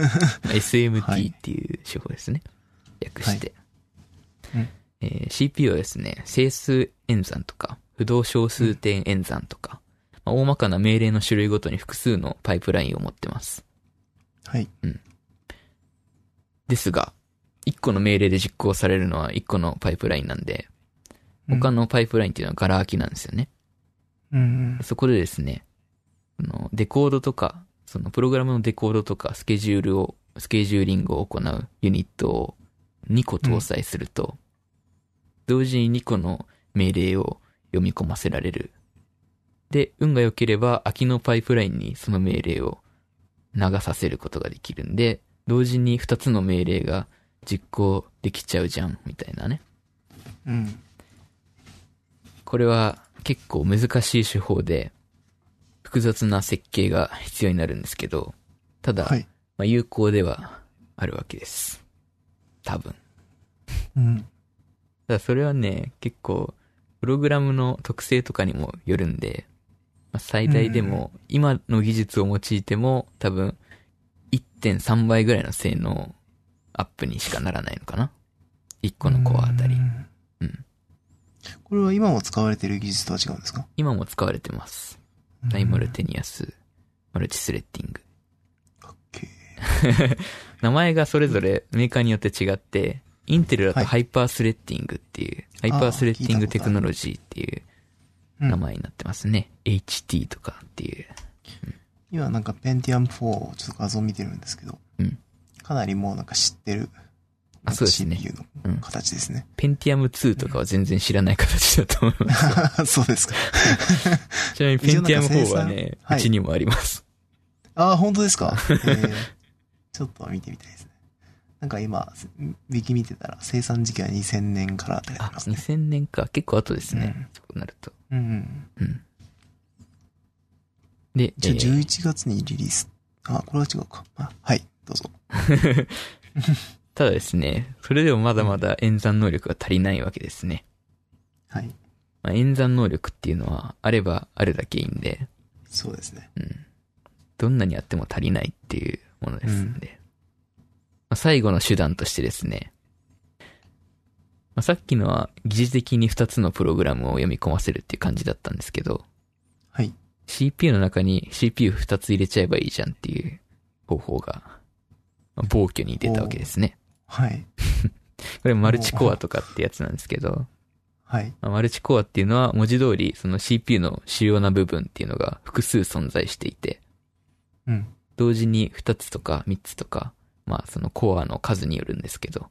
は
SMT
い
っていう手法ですね。略して。
はいうん
えー CPU はですね、整数演算とか、不動小数点演算とか、まあ大まかな命令の種類ごとに複数のパイプラインを持ってます。
はい。
ですが、1個の命令で実行されるのは1個のパイプラインなんで、他
の。
のパイプラインっていうのはガラ空きなんですよね。
うん。
そこでですね、そのデコードとか、そのプログラムのデコードとかスケジュールを、スケジューリングを行うユニットを2個搭載すると、同時に2個の命令を読み込ませられる。で、運が良ければ空きのパイプラインにその命令を流させることができるんで、同時に2つの命令が実行できちゃうじゃん、みたいなね。
うん。
これは結構難しい手法で、複雑な設計が必要になるんですけど、ただ、
はい。
まあ、有効ではあるわけです。多分。
うん。
ただそれはね、結構、プログラムの特性とかにもよるんで、まあ、最大でも、今の技術を用いても、多分、1.3倍ぐらいの性能アップにしかならないのかな。1個のコアあたり。。うん。
これは今も使われている技術とは違うんですか
今も使われてます。タイムル。テニアス、マルチスレッディング。
かっけ
名前がそれぞれメーカーによって違って、インテルだとハイパースレッディングっていう、ハイパースレッディングテクノロジーっていう
え
名。前になってますね。HT とかっていう。
今なんか Pentium 4をちょっと画像見てるんですけど。
うん
かなりもうなんか知ってる。
あそうですね
CPU
うん
の形ですね。
Pentium 2とかは全然知らない形だと思います。
そうですか。
ちなみに
一応なん
Pentium
か
4はね
生産、はいう
ちにもあります。
ああ、本当です か。えーちょっと見てみたいですね。なんか今、ウィキ見てたら生産時期は2000年からって書いて
あ
あり、ますね。
2000年か。結構後ですね。
うん
そうなると。
うんうん。
うん。で、
じゃあ
えー
11月にリリース。あ、これは違うか。あはい、どうぞ。
ただですね、それでもまだまだ演算能力が足りないわけですね。
はい。
まあ、演算能力っていうのはあればあるだけいいんで、
そうですね。
うん、どんなにやっても足りないっていうものですんで、まあ最後の手段としてですね、まあ、さっきのは疑似的に2つのプログラムを読み込ませるっていう感じだったんですけど、
はい。
CPU の中に CPU2 つ入れちゃえばいいじゃんっていう方法が、まあ暴挙に出たわけですね。
はい。
これマルチコアとかってやつなんですけど、
はい。
まあマルチコアっていうのは文字通りその CPU の主要な部分っていうのが複数存在していて、
うん。
同時に2つとか3つとか、まあそのコアの数によるんですけど、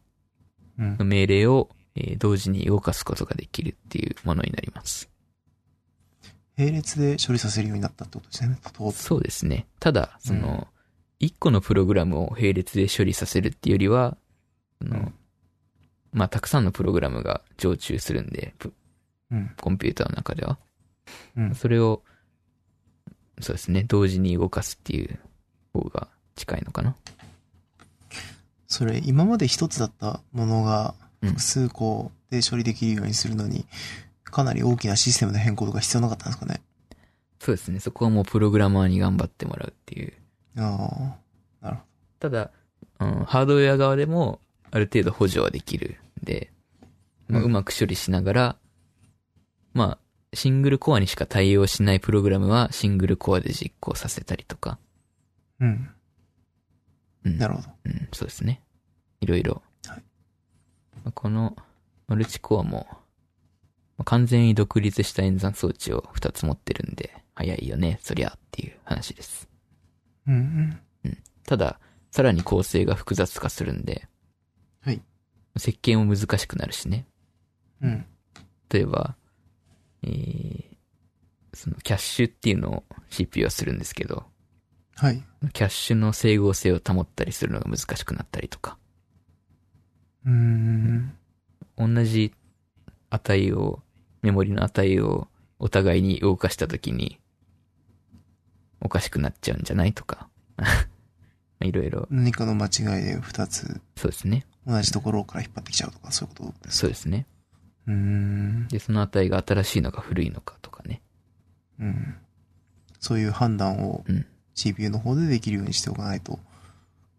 うん。
命令をえー同時に動かすことができるっていうものになります。
並列で処理させるようになったってことですね。と
そうですね。ただ、その、一個のプログラムを並列で処理させるっていうよりは、そうの
ん、
まあ、たくさんのプログラムが常駐するんで、プ
うん。
コンピューターの中では。
うん。
それを、そうですね、同時に動かすっていう方が近いのかな。
それ、今まで一つだったものが
うん
複数個で処理できるようにするのに、かなり大きなシステムの変更とか必要なかったんですかね。
そうですね、そこはもうプログラマーに頑張ってもらうっていう。
あ
ただ、うん、ハードウェア側でも、ある程度補助はできるんで、まあ、
うん
うまく処理しながら、まあ、シングルコアにしか対応しないプログラムはシングルコアで実行させたりとか、
あ。うん。
うん、
なるほど。
うん、そうですね。いろいろ。
はい
まあこのマルチコアも、まあ完全に独立した演算装置を2つ持ってるんで、早いよね、そりゃっていう話です。
うんうん。
ただ、さらに構成が複雑化するんで、
はい
設計も難しくなるしね。
うん。
例えば、えーそのキャッシュっていうのを CPU はするんですけど、
はい。
キャッシュの整合性を保ったりするのが難しくなったりとか、
うん。
同じ値を、メモリの値をお互いに動かしたときに、おかしくなっちゃうんじゃないとか、 まあいろいろ、
何かの間違いで二つ
そうですね。
同じところから引っ張ってきちゃうとか、そういうことです
そうですね。
うーん。
で、その値が新しいのか古いのかとかね。
うん。そういう判断を
うん
CPU の方でできるようにしておかないと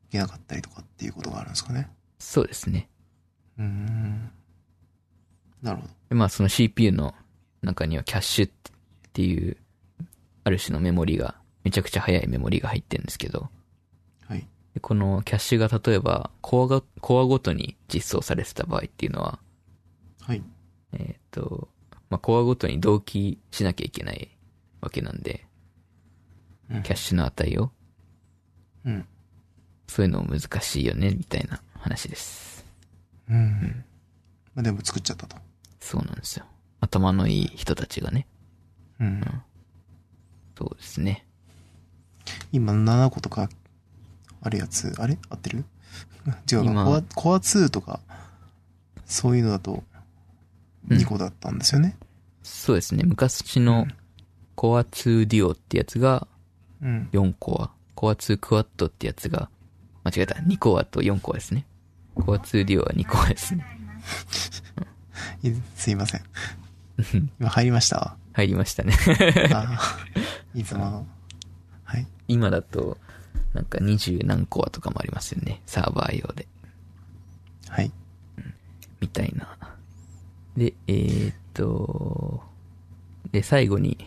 いけなかったりとかっていうことがあるんですかね。
そうですね。
うーん。なるほど。
でまあその CPU の中にはキャッシュっていう、ある種のメモリが、めちゃくちゃ速いメモリが入ってるんですけど、
はい。
でこのキャッシュが例えばコアが、コアごとに実装されてた場合っていうのは、
はい。
えっ、と、まあコアごとに同期しなきゃいけないわけなんで、
うん
キャッシュの値を、
うん。
そういうのも難しいよね、みたいな話です。
うん。まあでも作っちゃったと。
そうなんですよ。頭のいい人たちがね。
うん。
そうですね。
今7個とか、あるやつ、あれ合ってる 違うか、
今
コア、コア2とか、そういうのだと、
うん
2個だったんですよね。
そうですね。昔のコア2デュオってやつが
うん。
4コア。コア2クワッドってやつが、間違えた。2コアと4コアですね。コア2デュオは2コアですね。
いすいま せん。今入りました。
入りましたね。
あーいつもの。はい。
今だと、なんか20何コアとかもありますよね。サーバー用で。
はい。
みたいな。で、えーっと、で、最後に、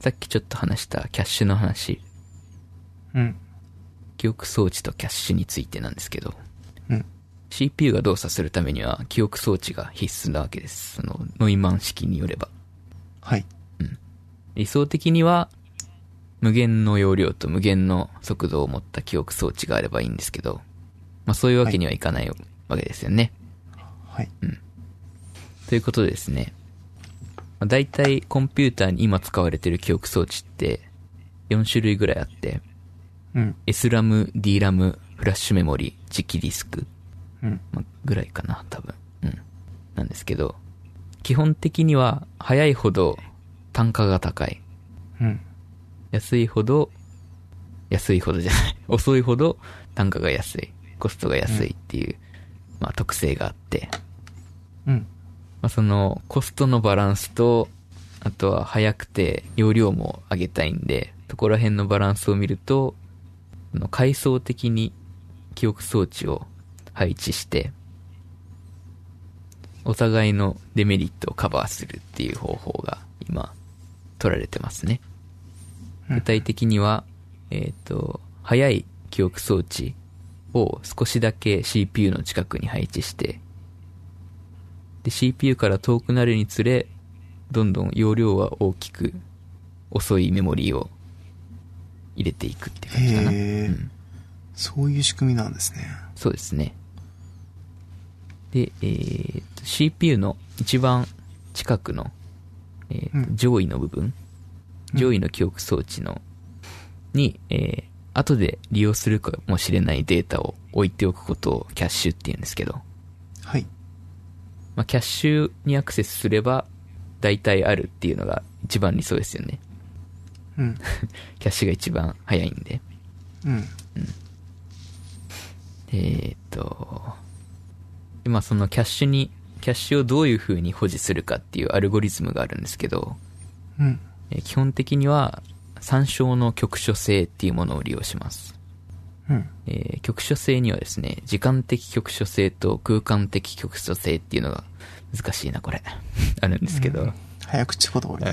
さっきちょっと話したキャッシュの話、
うん。
記憶装置とキャッシュについてなんですけど、
うん。
CPU が動作するためには記憶装置が必須なわけです。その、ノイマン式によれば。
はい。
理想的には、無限の容量と無限の速度を持った記憶装置があればいいんですけど、まあそういうわけにはいかないわけですよね。
はい。
ということでですね、まあ、大体コンピューターに今使われている記憶装置って4種類ぐらいあって、
うん。
SRAM、DRAM、フラッシュメモリ、磁気ディスク、
うん。
まあぐらいかな、多分。うん。なんですけど、基本的には早いほど単価が高い。
うん。
安いほど、安いほどじゃない。 遅いほど単価が安い。コストが安いっていう、まあ特性があって、
うん。
まあ、そのコストのバランスと、あとは早くて容量も上げたいんで、そこら辺のバランスを見ると、あの階層的に記憶装置を配置して、お互いのデメリットをカバーするっていう方法が今取られてますね。具体的には、えっ、と、早い記憶装置を少しだけ CPU の近くに配置して、で、CPU から遠くなるにつれ、どんどん容量は大きく、遅いメモリーを入れていくっていう感じかな。
へー
うん
そういう仕組みなんですね。
そうですね。で、えーと CPU の一番近くの、えーと
うん
上位の部分、
うん
上位の記憶装置の、に、えー後で利用するかもしれないデータを置いておくことをキャッシュって言うんですけど、
はい。
まあ、キャッシュにアクセスすれば、大体あるっていうのが一番理想ですよね。
うん。
キャッシュが一番早いんで。
うん。
えーっと、今そのキャッシュに、キャッシュをどういう風に保持するかっていうアルゴリズムがあるんですけど、
うん。
えー基本的には参照の局所性っていうものを利用します。
うん。
えー局所性にはですね、時間的局所性と空間的局所性っていうのが難しいな、これ。 あるんですけど、
早口言葉みたい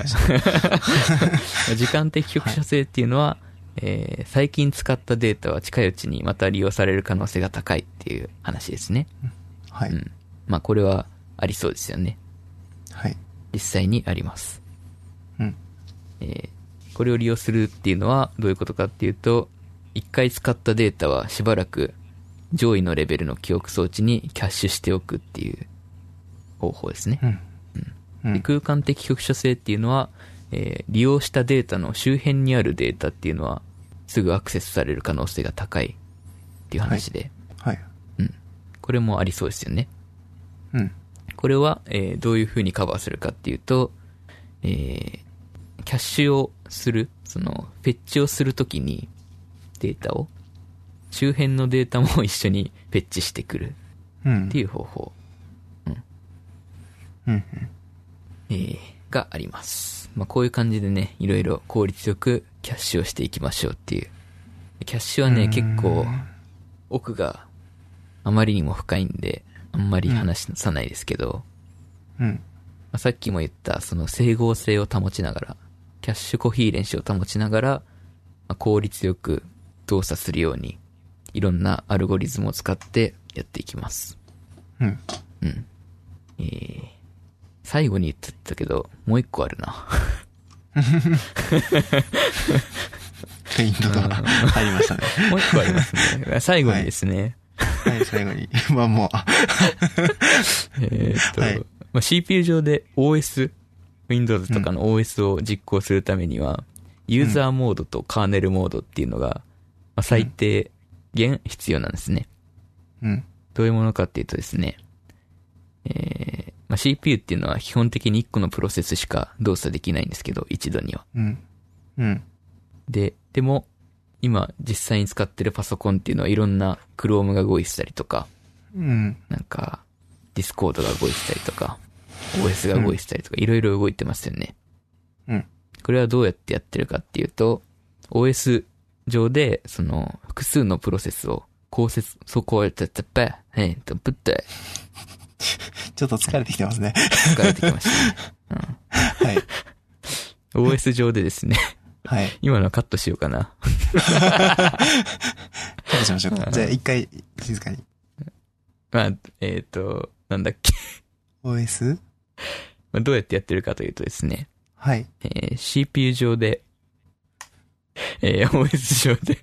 な。
時間的局所性っていうのは、えー最近使ったデータは近いうちにまた利用される可能性が高いっていう話ですね。。
はいう
ん。まあこれはありそうですよね。
はい。
実際にあります。
うん。
えーこれを利用するっていうのはどういうことかっていうと、一回使ったデータはしばらく上位のレベルの記憶装置にキャッシュしておくっていう方法ですね。
うん。う
で
ん。
空間的局所性っていうのは、えー利用したデータの周辺にあるデータっていうのはすぐアクセスされる可能性が高いっていう話で、
はい。
うん。これもありそうですよね。
うん。
これは、えーどういう風にカバーするかっていうと、えーキャッシュをする、その、フェッチをするときに、データを、周辺のデータも一緒に フェッチしてくる
うん。
っていう方法、
うん。
えーがあります。まあ、こういう感じでね、いろいろ効率よくキャッシュをしていきましょうっていう。キャッシュは
う
ね、
ん
結構、奥があまりにも深いんで、あんまり話さないですけど、
うん。
まあさっきも言った、その整合性を保ちながら、キャッシュコヒー練習を保ちながら、まあ効率よく動作するように、いろんなアルゴリズムを使ってやっていきます。
うん。
うん。えー、最後に言ってたけど、もう一個あるな。
フェイントが入りま したね。
もう一個ありますね。 最後にですね、
はい、最後に。まあもう、あ
えーっと、
はい
まあ、CPU 上で OS、Windows とかの OS を実行するためには、ユーザーモードとカーネルモードっていうのが、まあ、最低限必要なんですね。
うん。
どういうものかっていうとですね、えーまあ、CPU っていうのは基本的に1個のプロセスしか動作できないんですけど、一度には。
うん。うん。
で、でも、今実際に使ってるパソコンっていうのはいろんな Chrome が動いてたりとか、
うん。
なんか、Discord が動いてたりとか、OS が動いてたりとか、いろいろ動いてますよね。
うん。
これはどうやってやってるかっていうと、OS 上で、その、複数のプロセスを、公設、そこへ、たたぱ、へんと、ぶって、
ちょっと疲れてきてますね。
疲れてき ましたね。
はい。
OS 上でですね、
はい。
今のはカットしようかな。
どうしましょうか。じゃあ一回、静かに。
まあ、えっ、と、なんだっけ。
OS?
まあ、どうやってやってるかというとですね、
はい。
えー CPU 上で、えー OS 上 で。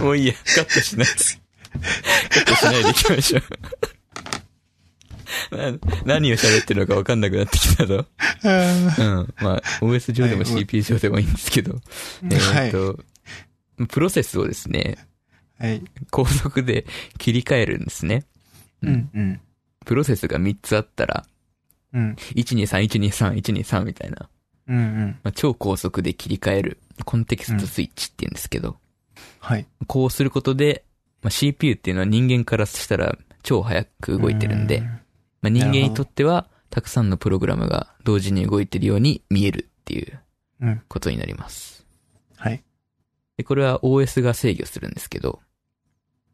もういいや、カットしないで。カットしないでいきましょう。 な何を喋ってるのか分かんなくなってきたぞ。
は
うん。まあ、OS 上でも
はい
CPU 上でもいいんですけど。 えーっと、プロセスをですね、
い。
高速で切り替えるんですね。
うん。うん。
プロセスが3つあったら、
うん。
123123123みたいな、
うん。うん。
まあ、超高速で切り替える、コンテキストスイッチって言うんですけど、
はい。
こうすることで、まあ、CPU っていうのは人間からしたら超早く動いてるんで、まあ、人間にとってはたくさんのプログラムが同時に動いてるように見えるっていう
うん。うん。
ことになります。
はい。
で、これは OS が制御するんですけど、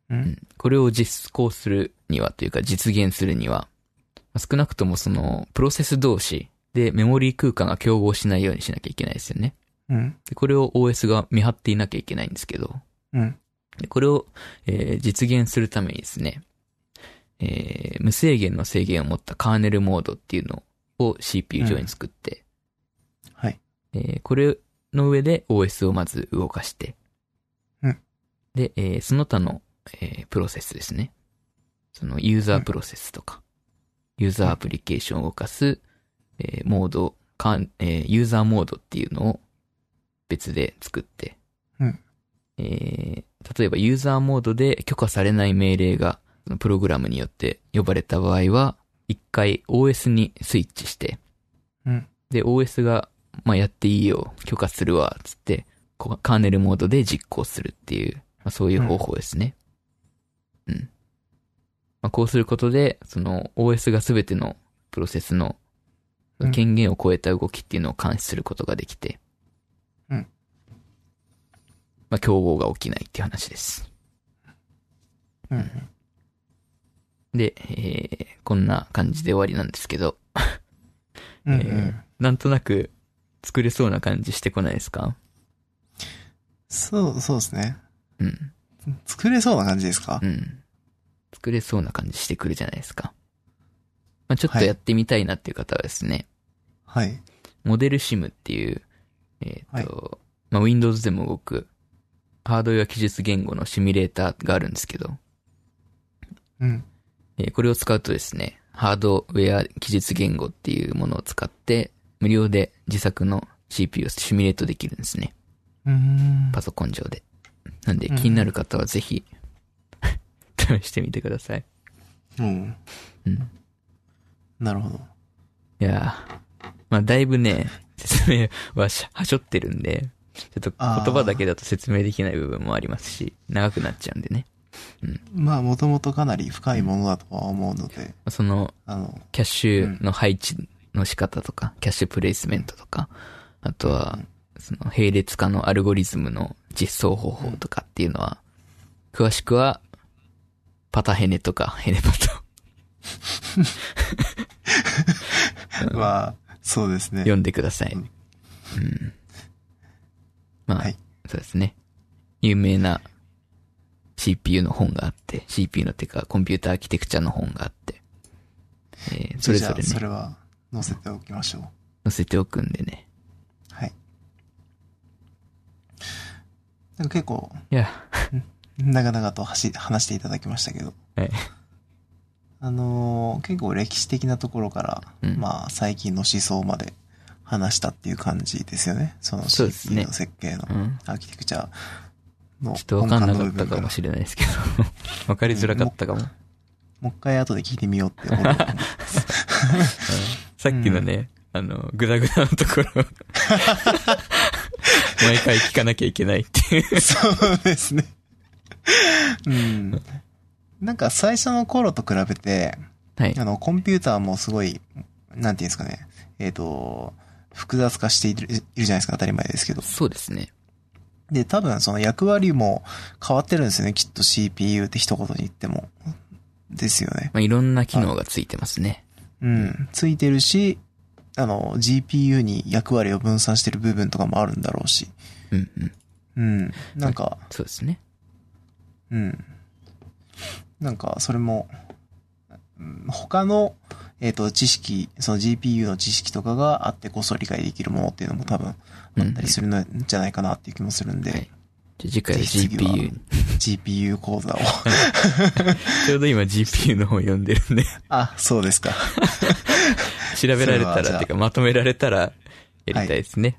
うん。
これを実行するにはというか実現するには、まあ少なくともそのプロセス同士でメモリー空間が競合しないようにしなきゃいけないですよね。
うん。
でこれを OS が見張っていなきゃいけないんですけど、
うん。
でこれを、えー実現するためにですね、えー無制限の制限を持ったカーネルモードっていうのを CPU 上に作って、
はい。
えーこれの上で OS をまず動かして、
うん
で、えーその他の、えープロセスですね。そのユーザープロセスとか、ユーザーアプリケーションを動かす、えーモード、かんえーユーザーモードっていうのを別で作って、
うん
えー例えばユーザーモードで許可されない命令が、そのプログラムによって呼ばれた場合は、一回 OS にスイッチして、
うん。
で、OS が、まあ、やっていいよ、許可するわ、つって、こカーネルモードで実行するっていう、まあ、そういう方法ですね。うん。まあ、こうすることで、その、OS が全てのプロセスの
うん
権限を超えた動きっていうのを監視することができて、
うん。
まあ、競合が起きないっていう話です。
うん。
で、えー、こんな感じで終わりなんですけど、
うん。
えーなんとなく作れそうな感じしてこないですか
そう、そうですね。
うん。
作れそうな感じですか
うん。作れそうな感じしてくるじゃないですか。まあ、ちょっとやってみたいなっていう方はですね、
はい。
モデルシムっていう、えっ、と、まあ、Windows でも動く、ハードウェア技術言語のシミュレーターがあるんですけど、
うん。
えーこれを使うとですね、ハードウェア技術言語っていうものを使って、無料で自作の CPU をシミュレートできるんですね。
うーん。
パソコン上で。なんで
うん
気になる方はぜひ、試してみてください。
うん。
うん。
なるほど。
いやーまあだいぶね、説明はしはしょってるんで、ちょっと言葉だけだと説明できない部分もありますし、長くなっちゃうんでね。
まあ、もともとかなり深いものだとは思うので、
その、
あ の、
キャッシュの配置の仕方とか、キャッシュプレイスメントとか、あとは、その、並列化のアルゴリズムの実装方法とかっていうのは、詳しくは、パタヘネとか、ヘネパタ
は、そうですね。
読んでください。う
うん
ん。まあ、
はい
そうですね。有名な CPU の本があって、CPU のてかコンピューターアーキテクチャの本があって、えーそれぞれ
じゃあそ
ね、
れは載せておきましょう。
載せておくんでね。
はい。なんか結構、
いや、
長々とはし話していただきましたけど、
はい
あのー結構歴史的なところから、
うん
まあ最近の思想まで話したっていう感じですよね。その
そうですね
CPU の設計の
うん。
アーキテクチャの
ちょっとわかんな
根
かっ
幹の
た
部分
かもしれないですけど、わかりづらかったかも。うん
もう一回後で聞いてみようって思う。
さっきのね、あの、グダグダのとこ ろ、毎回聞かなきゃいけないっ ていう。
そうですね。うん。なんか最初の頃と比べて、
はい
あ。の、コンピューターもすごい、なんていうんですかね。えっ、と、複雑化しているいるじゃないですか、当たり前ですけど。
そうですね。
で、多分その役割も変わってるんですよね、きっと CPU って一言に言っても。ですよね。
まあ、いろんな機能がついてますね。
うん。ついてるし、あの、GPU に役割を分散してる部分とかもあるんだろうし。
うんうん。
うん。なんか、
そうですね。
うん。なんか、それも、うん他の、えっ、と、知識、その GPU の知識とかがあってこそ理解できるものっていうのも多分あ
うん
ったりするのじゃないかなっていう気もするんで、
はいじゃあ次回は
ぜひ次は
GPU に。
GPU 講 座を。
ちょうど今 GPU の本読んでるんで、
あ、そうですか。
調べられた
それはじゃ
ら、
あ
てかまとめられたら、やりたいですね。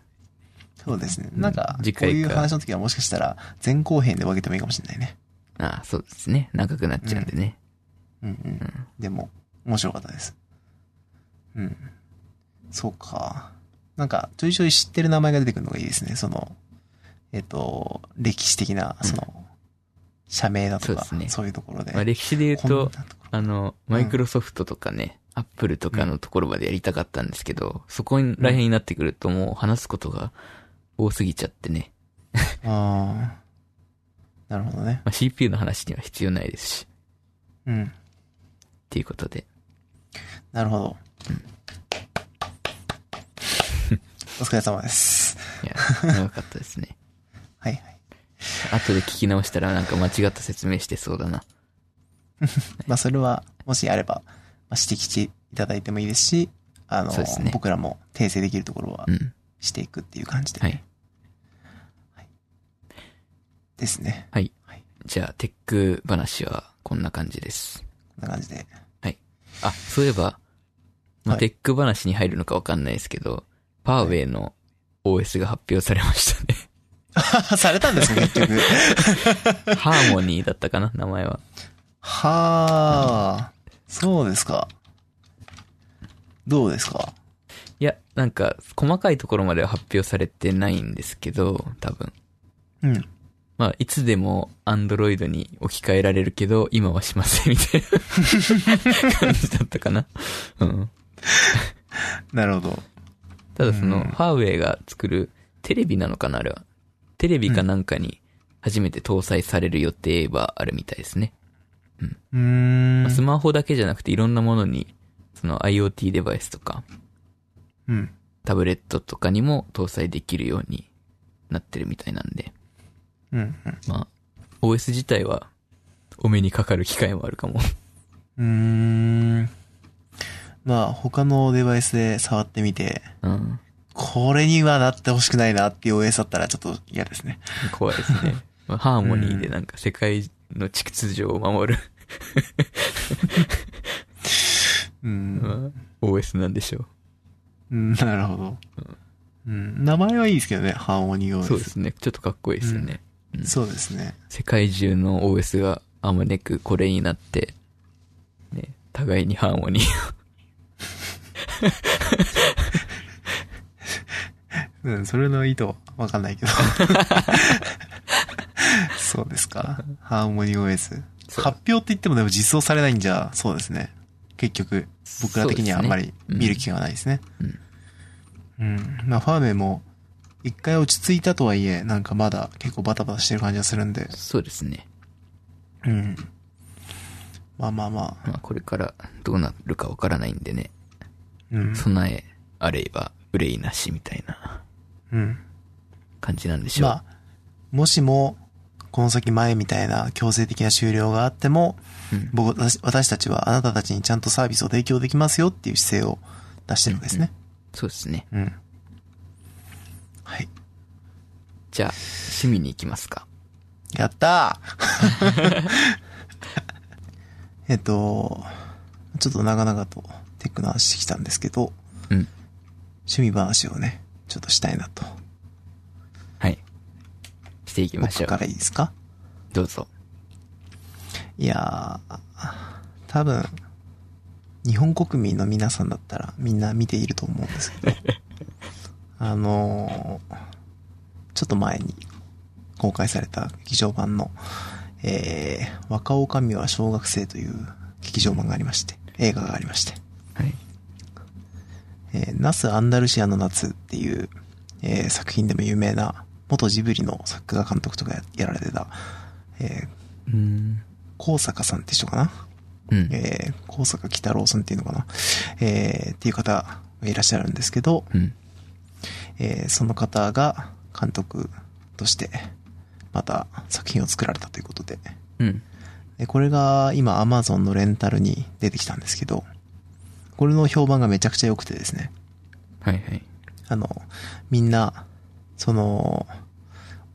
そうですね。なんか、
次
こう
回か
いう話の時はもしかしたら前後編で分けてもいいかもしれないね。
ああ、そうですね。長くなっちゃうんでね。
うんうん。でも、面白かったです。うん。そうか。なんか、ちょいちょい知ってる名前が出てくるのがいいですね。その、えっ、と、歴史的な、その、社名だとか、
そ
そうう,、
ですね
いうところで。
まあ、歴史で言う
こんな
と、
ところ
あの、マイクロソフトとかね、アップルとかのところまでやりたかったんですけど、そこら辺になってくるともう話すことが多すぎちゃってね。
ああ。なるほどね。
まあ、CPU の話には必要ないですし、
うん。
っていうことで。
なるほど。お疲れ様です。
い や、長かったですね。
はいはい。
後で聞き直したらなんか間違った説明してそうだな。
まあそれは、もしあれば、まあ、指摘していただいてもいいですし、あの、
そうですね
僕らも訂正できるところは
うん。
していくっていう感じで
はい。
ですね。
じゃあ、テック話はこんな感じです。
こんな感じで。
あ、そういえば、ま
は
あ
い
テック話に入るのかわかんないですけど、パーウェイの OS が発表されました ね。
されたん ですね、結局。
ハーモニーだったかな、名前は。
はあ、そうですか。どうですか
いや、なんか、細かいところまでは発表されてないんですけど、多分。
うん。
まあ、いつでも Android に置き換えられるけど、今はしませんみたいな 感じだったかな。うん。
なるほど。
ただそうの、
ん
ファーウェイが作るテレビなのかな、あれは。テレビかなんかに初めて搭載される予定はあるみたいですね。
うーん
まあスマホだけじゃなくていろんなものに、その IoT デバイスとか、
うん。
タブレットとかにも搭載できるようになってるみたいなんで、
うん。うん
まあ、OS 自体はお目にかかる機会もあるかも。
うーん。まあ、他のデバイスで触ってみて、
うん。
これにはなってほしくないなっていう OS だったらちょっと嫌ですね。
怖いですね。まあ、ハーモニーでなんか世界の秩序を守る、
うん。
OS なんでしょ
うんなるほど。うん。名前はいいですけどね、ハーモニー OS。
う。そうですね。ちょっとかっこいいですよね。うん
そうですね。
世界中の OS があまねくこれになって、ね、互いにハーモニ ー。
うん、それの意図はわかんないけど。そうですか。ハーモニー OS。
そう
発表って言ってもでも実装されないんじゃ、そうですね。結局、僕ら的にはあんまり見る気がないですね。うん。まあ、ファーウェイも、一回落ち着いたとはいえ、なんかまだ結構バタバタしてる感じがするんで。
そうですね。
うん。まあまあまあ。
まあこれからどうなるかわからないんでね。
うん。
備えあれば憂いなしみたいな
うん。
感じなんでしょう。
まあ、もしも、この先前みたいな強制的な終了があっても、
うん
僕、私私たちはあなたたちにちゃんとサービスを提供できますよっていう姿勢を出してるんですね。
そうですね。
うんはい。
じゃあ、趣味に行きますか。
やった ーえっと、ちょっと長々とテックの話してきたんですけど、
うん。
趣味話をね、ちょっとしたいなと。
はい。していきまし
僕
ょう
か。らいいですか
どうぞ。
いやー、多分、日本国民の皆さんだったらみんな見ていると思うんですけど、あのーちょっと前に公開された劇場版の、えー、若女将は小学生という劇場版がありまして、映画がありまして、
はい。
えー、ナス・アンダルシアの夏っていう、えー作品でも有名な、元ジブリの作画監督とかややられてた、えー、
うーん。
高坂さんって人かな
うん。
えー、高坂北郎さんっていうのかな、えーっていう方がいらっしゃるんですけど、
うん。
えーその方が監督として、また作品を作られたということで、
うん。
でこれが今 Amazon のレンタルに出てきたんですけど、これの評判がめちゃくちゃ良くてですね、
はいはい。
あの、みんな、その、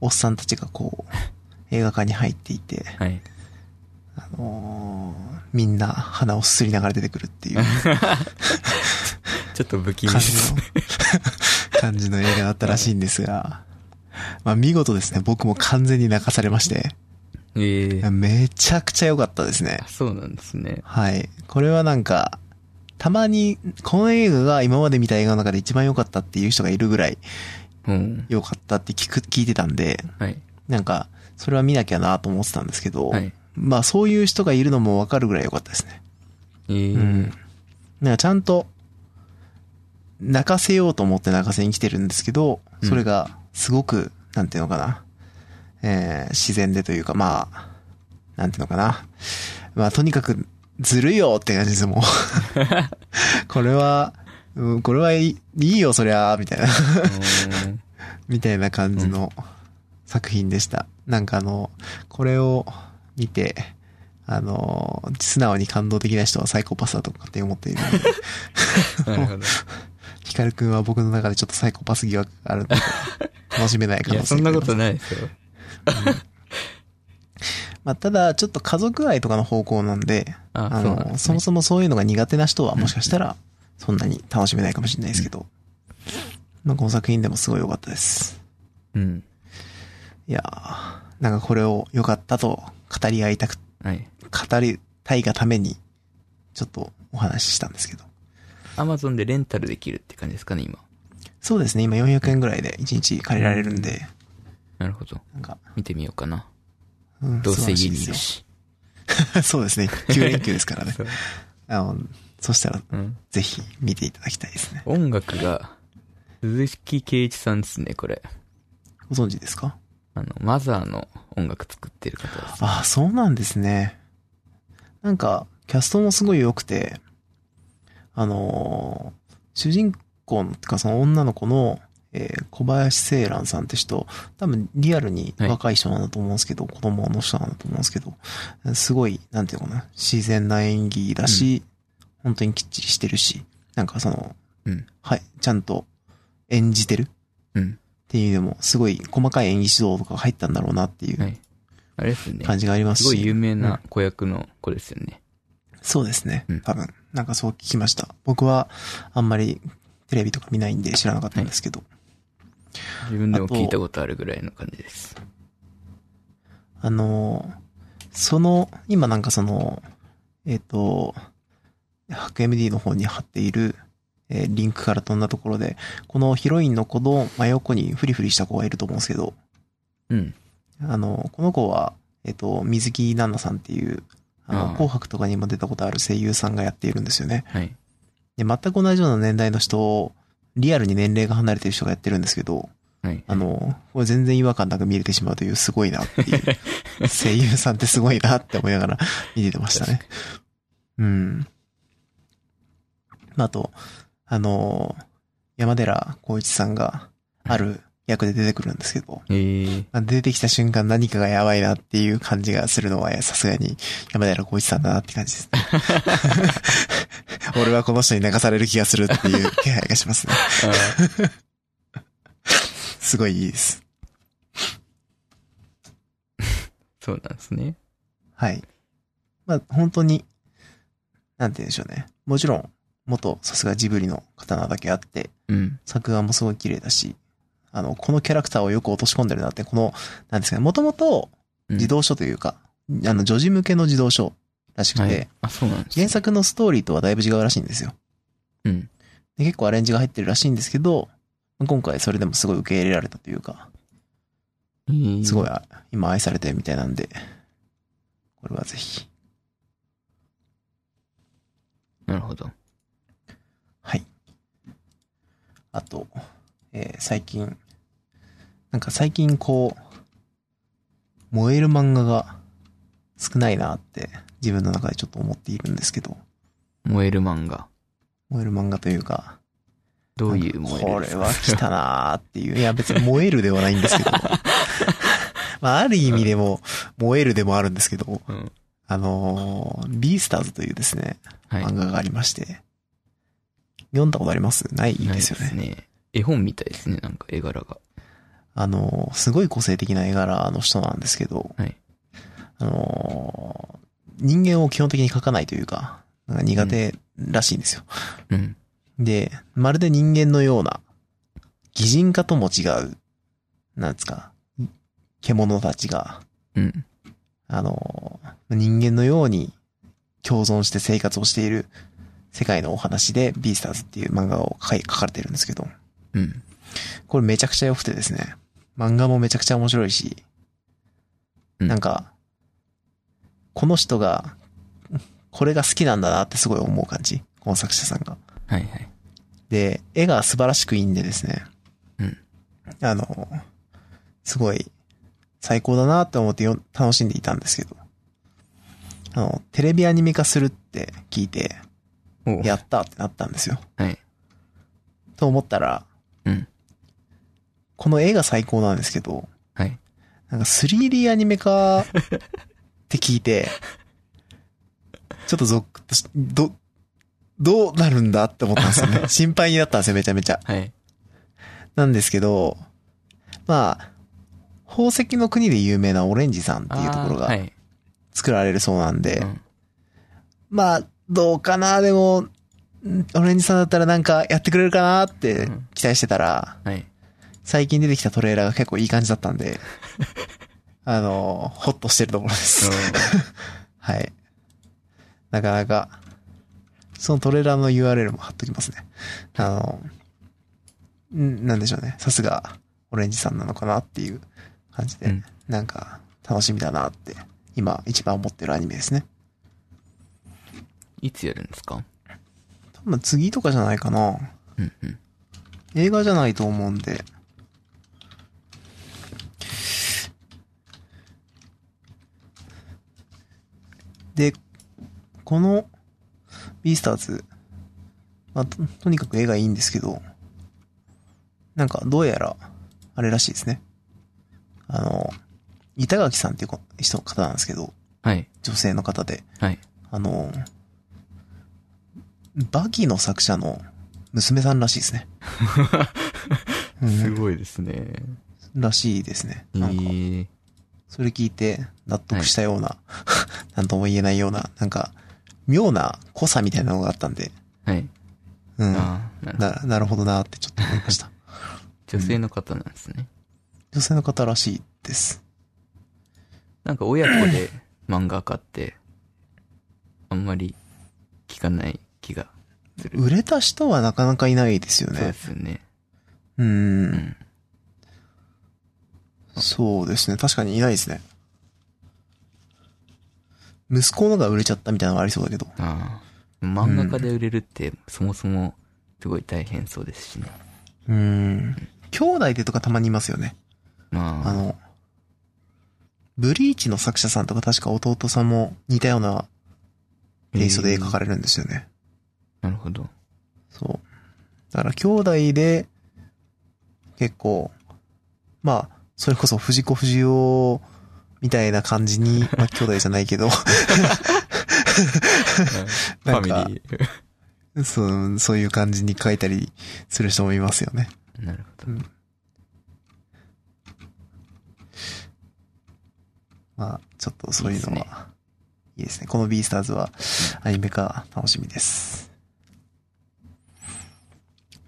おっさんたちがこう、映画館に入っていて、
はい。
あのーみんな鼻をすすりながら出てくるっていう。
ちょっと不気味で
感じ
す
の。、 感じの映画だったらしいんですが、まあ見事ですね、僕も完全に泣かされまして、
ええ
めちゃくちゃ良かったですね
あ。そうなんですね。
はい。これはなんか、たまに、この映画が今まで見た映画の中で一番良かったっていう人がいるぐらい
うん。
良かったって聞く、聞いてたんで、
はい。
なんか、それは見なきゃなと思ってたんですけど、
はい。
まあそういう人がいるのもわかるぐらい良かったですね。
ええ
うん。なんかちゃんと、泣かせようと思って泣かせに来てるんですけど、
うん
それが、すごく、なんていうのかな。えー自然でというか、まあ、なんていうのかな。まあ、とにかく、ずるいよって感じです、も う。これは、うんこれはいいいいよ、そりゃ、みたいな。
うん
みたいな感じの作品でした。なんかあの、これを見て、あの、素直に感動的な人はサイコパスだとかって思ってい る。
なるほど。
ヒカルくんは僕の中でちょっとサイコパス疑惑があるので、楽しめない可
い
能
や、
性
そんなことないですよ。
まあ、ただ、ちょっと家族愛とかの方向なんで、
あ
あ
そうなん
の、
です
そ
ね
も。そもそういうのが苦手な人はもしかしたら、そんなに楽しめないかもしれないですけど、まあ、この作品でもすごい良かったです。
うん。
いやーなんかこれを良かったと語り合いたく
はい。
語りたいがために、ちょっとお話ししたんですけど。
アマゾンでレンタルできるって感じですかね、今。
そうですね、今400円ぐらいで1日借りられるんで、
なるほど。
なんか、
見てみようかな。
うん、
どうせ
素晴らし
家
いで
にい
す
る
よ。
し。。
そうですね、9連休ですからね
そう
あの、そしたら、
うん。
ぜひ見ていただきたいですね。
音楽が、鈴木圭一さんですね、これ。
ご存知ですか
あの、マザーの音楽作ってる方です。
ああ、そうなんですね。なんか、キャストもすごい良くて、あのー主人公の、てかその女の子の、えー小林聖蘭さんって人、多分リアルに若い人なんだと思うんですけど、子供の人なんだと思うんですけど、すごい、なんていうのかな、自然な演技だし、本当にきっちりしてるし、なんかその、
うん
はい、ちゃんと演じてるっ
うん。
ていうのも、すごい細かい演技指導とかが入ったんだろうなってい
は
う
い。あれですね。
感じがあります
す
し。
ごい有名な子役の子ですよね。
そうですね
うん。
多分。なんかそう聞きました。僕はあんまりテレビとか見ないんで知らなかったんですけど。
自分でも
あと
聞いたことあるぐらいの感じです。
あのー、その、今なんかその、えっ、と、白 MD の方に貼っている、えーリンクから飛んだところで、このヒロインの子の真横にフリフリした子がいると思うんですけど、
うん。
あの、この子は、えっ、と、水木奈々さんっていう、あの
ああ
紅白とかにも出たことある声優さんがやっているんですよね。
はい。
で、全く同じような年代の人を、リアルに年齢が離れてる人がやってるんですけど、
はい。
あの、これ全然違和感なく見れてしまうというすごいなっていう、声優さんってすごいなって思いながら 見ててましたね。うん。あと、あの、山寺宏一さんがある役で出てくるんですけど、
えー、
まあ出てきた瞬間何かがやばいなっていう感じがするのは、さすがに山寺宏一さんだなって感じ ですね。俺はこの人に流される気がするっていう気配がし ますね。
あー
すごいいいです。
そうなんですね。
はい。まあ、本当に、なんて言うんでしょうね。もちろん、元さすがジブリの方なだけあって、
うん。
作画もすごい綺麗だし、あの、このキャラクターをよく落とし込んでるなって、この、なんですかね、もともと
うん
児童書というか、あの、女児向けの児童書らしくて、
はい。あ、そうなんですね
原作のストーリーとはだいぶ違うらしいんですよ。
うん。
で結構アレンジが入ってるらしいんですけど、今回それでもすごい受け入れられたというか、
えー
すごいあ今愛されてるみたいなんで、これはぜひ。
なるほど。
はい。あと、えー最近、なんか最近こう、燃える漫画が少ないなって自分の中でちょっと思っているんですけど、
燃える漫画。
燃える漫画というか、
どういう燃え
こ
るです
れ
か
は来たなーっていう。いや、別に燃えるではないんですけ ど。まあ、ある意味でも、燃えるでもあるんですけど、
うん
あのービースターズというですね、
はい。
漫画がありまして、読んだことありますない
ない
ですよね。
ね。絵本みたいですね、なんか絵柄が。
あのーすごい個性的な絵柄の人なんですけど、
はい
あのー人間を基本的に描かないというか、なんか苦手らしいんですよ。
うん。
で、まるで人間のような、擬人化とも違う、なんですか、獣たちが、
うん。
あの、人間のように共存して生活をしている世界のお話で、ビースターズっていう漫画を書い書かれてるんですけど、
うん。
これめちゃくちゃ良くてですね、漫画もめちゃくちゃ面白いし、
うん
なんか、この人が、これが好きなんだなってすごい思う感じ、この作者さんが。
はいはい。
で、絵が素晴らしくいいんでですね。
うん
あの、すごい、最高だなって思ってよ楽しんでいたんですけど、あの、テレビアニメ化するって聞いて、
おう
やったってなったんですよ。
はい。
と思ったら、
うん
この絵が最高なんですけど、
はい。
なんか 3D アニメ化って聞い て、ちょっとゾックとし、ど、どうなるんだって思ったんですよ ね。心配になったんですよ、めちゃめちゃ。
はい。
なんですけど、まあ、宝石の国で有名なオレンジさんっていうところ
あーは
が
い。
作られるそうなんで、
うん
まあ、どうかな、でも、んオレンジさんだったらなんかやってくれるかなって
うん
期待してたら、
はい。
最近出てきたトレーラーが結構いい感じだったん で、あの、ホッとしてるところです。はい。なかなか、そのトレーラーの URL も貼っときますね。あの、んなんでしょうね。さすが、オレンジさんなのかなっていう感じで、
うん
なんか、楽しみだなって、今一番思ってるアニメですね。
いつやるんですか
多分次とかじゃないかな。
うんうん。
映画じゃないと思うんで。で、この、ビースターズ、まあ、ととにかく絵がいいんですけど、なんか、どうやら、あれらしいですね。あの、板垣さんっていうこ人の方なんですけど、
はい。
女性の方で、
はい。
あの、バギの作者の娘さんらしいですね。うん
ごい ですね。
らしいですね。
え
なんか、
ー、
それ聞いて納得したような、 なんとも言えないような、なんか、妙な濃さみたいなのがあったんで、
はい。
うん。な、
ああ、なるほど。
なるほどなってちょっと思いました。
女性の方なんですね。
女性の方らしいです。
なんか親子で漫画家って、あんまり聞かない気がする。
売れた人はなかなかいないですよ
そうで
ね。
すね。
う。
うんん。
そうですね。確かにいないですね。息子のが売れちゃったみたいなのがありそうだけど。
ああ。漫画家で売れるって、そもそも、すごい大変そうですしね。
うん。兄弟でとかたまにいますよね。あ
まあ、
の、ブリーチの作者さんとか確か弟さんも似たようなテイストで絵描かれるんですよね。
なるほど。
そう。だから兄弟で、結構、まあ、それこそ藤子不二雄みたいな感じに、まあ兄弟じゃないけど、
フ
なんか
ー。
そう、そういう感じに描いたりする人もいますよね。
なるほど。
まあ、ちょっとそういう
いい
の
です
は、いいですね。このビースターズは、アニメ化楽しみです。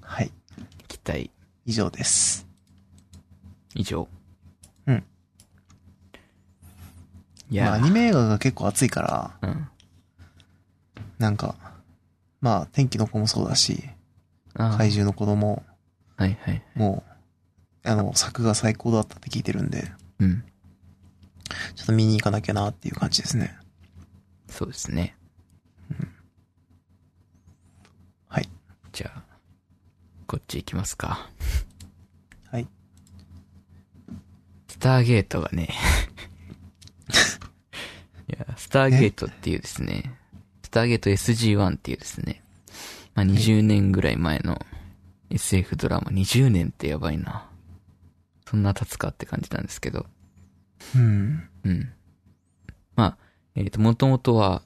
はい。
期待
以上です。
以上。
うん。
い
まあ、ア
や
ニメ映画が結構熱いから、
ー、うん。
なんか、まあ、天気の子もそうだし、
あ
怪獣の子供
あはいはい。
も、あの、作が最高だったって聞いてるんで、
うん。
ちょっと見に行かなきゃなっていう感じですね。
そうですね。
はい。
じゃあ、こっち行きますか。
はい。
スターゲートがね。 いや、スターゲートっていうですね、スターゲート SG-1 っていうですね、まあ、20年ぐらい前の SF ドラマ、20年ってやばいな。そんな経つかって感じなんですけど、
うん。
うん。まあ、えっ、と、もともとは、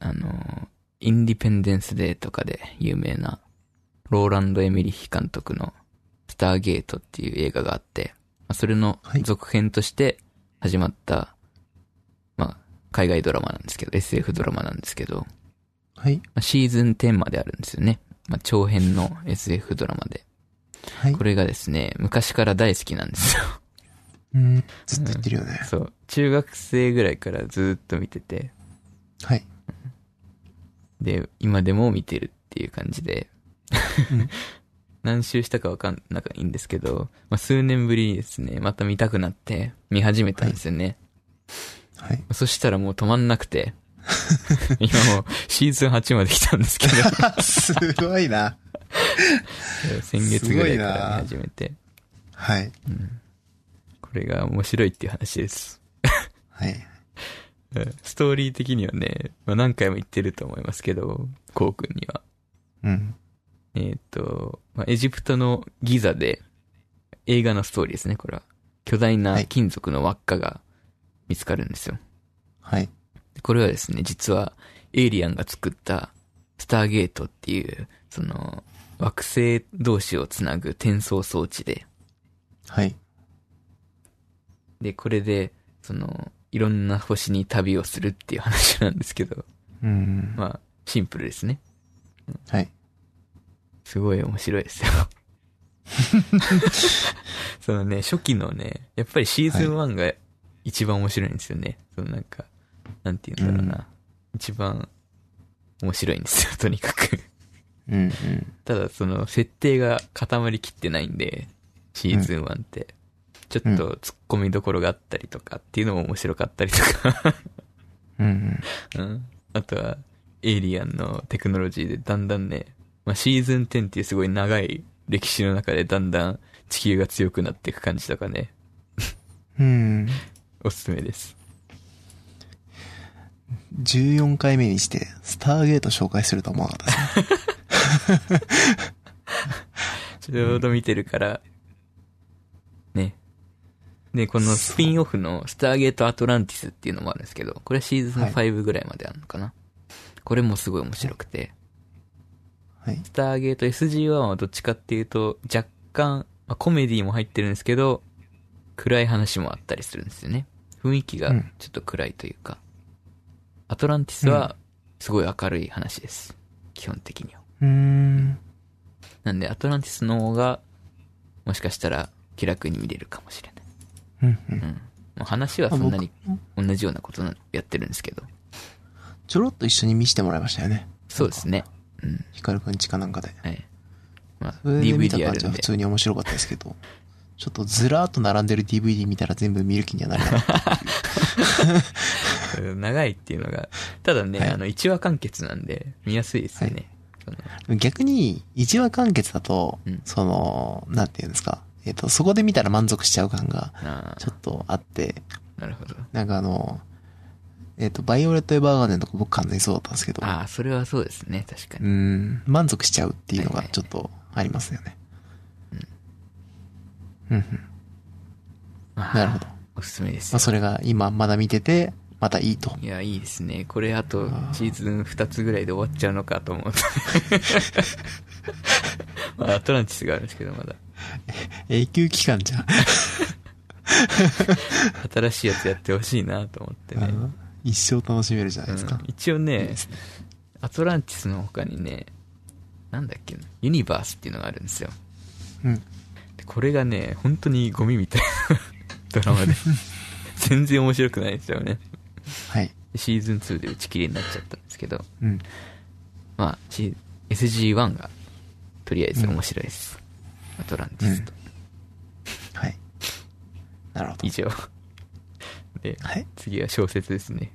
あのー、インディペンデンスデーとかで有名な、ローランド・エミリヒ監督の、スターゲートっていう映画があって、まあ、それの
はい
続編として始まった、まあ、海外ドラマなんですけど、SF ドラマなんですけど、
はい。
まあ、シーズン10まであるんですよね。まあ、長編の SF ドラマで。
はい
こ。れがですね、昔から大好きなんですよ。
うん。ずっと言ってるよね。
そう。中学生ぐらいからずっと見てて、
はい。
で、今でも見てるっていう感じで
うん、
何周したかわかんないんですけど、まあ、数年ぶりにですね、また見たくなって、見始めたんですよね。
はい。
そしたらもう止まんな くて、今もうシーズン8まで来たんで すけど、
すごいな。
先月ぐ
す
らいか
ごいな
ら見始めて、
はい。
これが面白いっていう話です。
はい。
うんストーリー的にはね、まあ、何回も言ってると思いますけど、コウ君には。
うん。
えーっ、と、まあ、エジプトのギザで、映画のストーリーですね、これは。巨大な金属の輪っかが見つかるんですよ。
はい。
でこれはですね、実は、エイリアンが作った、スターゲートっていう、その、惑星同士をつなぐ転送装置で、
はい。
で、これで、その、いろんな星に旅をするっていう話なんですけど、
うん。
まあ、シンプルですね。
はい。
すごい面白いですよ。 そのね、初期のね、やっぱりシーズン1が一番面白いんですよね。そのなんか、なんて言うんだろうな。一番面白いんですよ、とにかく。
うんうん。
ただその設定が固まりきってないんで、シーズン1って。ちょっと突っ込みどころがあったりとかっていうのも面白かったりとか、
うんうん。
うん。あとは、エイリアンのテクノロジーでだんだんね、まあ、シーズン10っていうすごい長い歴史の中でだんだん地球が強くなっていく感じとかね、
うん。
おすすめです。
14回目にして、スターゲート紹介するとは思わなかったですね。
ちょうど見てるから、ね。で、このスピンオフのスターゲートアトランティスっていうのもあるんですけど、これシーズン
はい
5ぐらいまであるのかな。これもすごい面白くて。
はい。
スターゲート SG1 はどっちかっていうと、若干、まあ、コメディも入ってるんですけど、暗い話もあったりするんですよね。雰囲気が
うん
ちょっと暗いというか。アトランティスは、すごい明るい話です。基本的には。
うん。
なんで、アトランティスの方が、もしかしたら、気楽に見れるかもしれない。
うん
うん。まあ話はそんなに同じようなことなやってるんですけど。
ちょろっと一緒に見せてもらいましたよね。
そうですね。うん。
ヒカルくんちかなんかで。
はい。まあ、
それで見た
DVD あ
感
る
じは
ん
普
で。
通に面白かったですけど、ちょっとずらーっと並んでる DVD 見たら全部見る気にはなれなかった。
長いっていうのが、ただね、
はい
あの、1話完結なんで、見やすいですよね。その
逆に、1話完結だと、
うん
その、なんていうんですか。えっ、と、そこで見たら満足しちゃう感が、
あ
ちょっとあって、
あ、なるほど。
なんかあの、えっ、と、バイオレット・エヴァーガーデンとか僕完全にそうだったんですけど、
ああ、それはそうですね、確か
う
に。
ん、満足しちゃうっていうの
はい
が
はい
ちょっとありますよね。うん、うん。
ああ
なるほど。
おすすめです
まあ、
よ。
それが今まだ見てて、またいいと。
いや、いいですね。これ、あ
あ、
と
ー
シーズン2つぐらいで終わっちゃうのかと思うと。 まあ、アトランティスがあるんですけど、まだ。
永久期間じゃん。
新しいやつやってほしいなと思ってね。
うん一生楽しめるじゃないですか
うん。一応
いい
ね
で、すね
アトランティスの他にね、なんだっけな、ユニバースっていうのがあるんですよ。
うん。
でこれがね、本当にゴミみたいな ドラ マで。全然面白くないんですよね。
はい。
シーズン2で打ち切りになっちゃったんですけど、
うん。
まあ、シ SG1 が、とりあえず面白いです。アトランティスと。
はい。なるほど
以。上。 で、
はい。
次は小説ですね。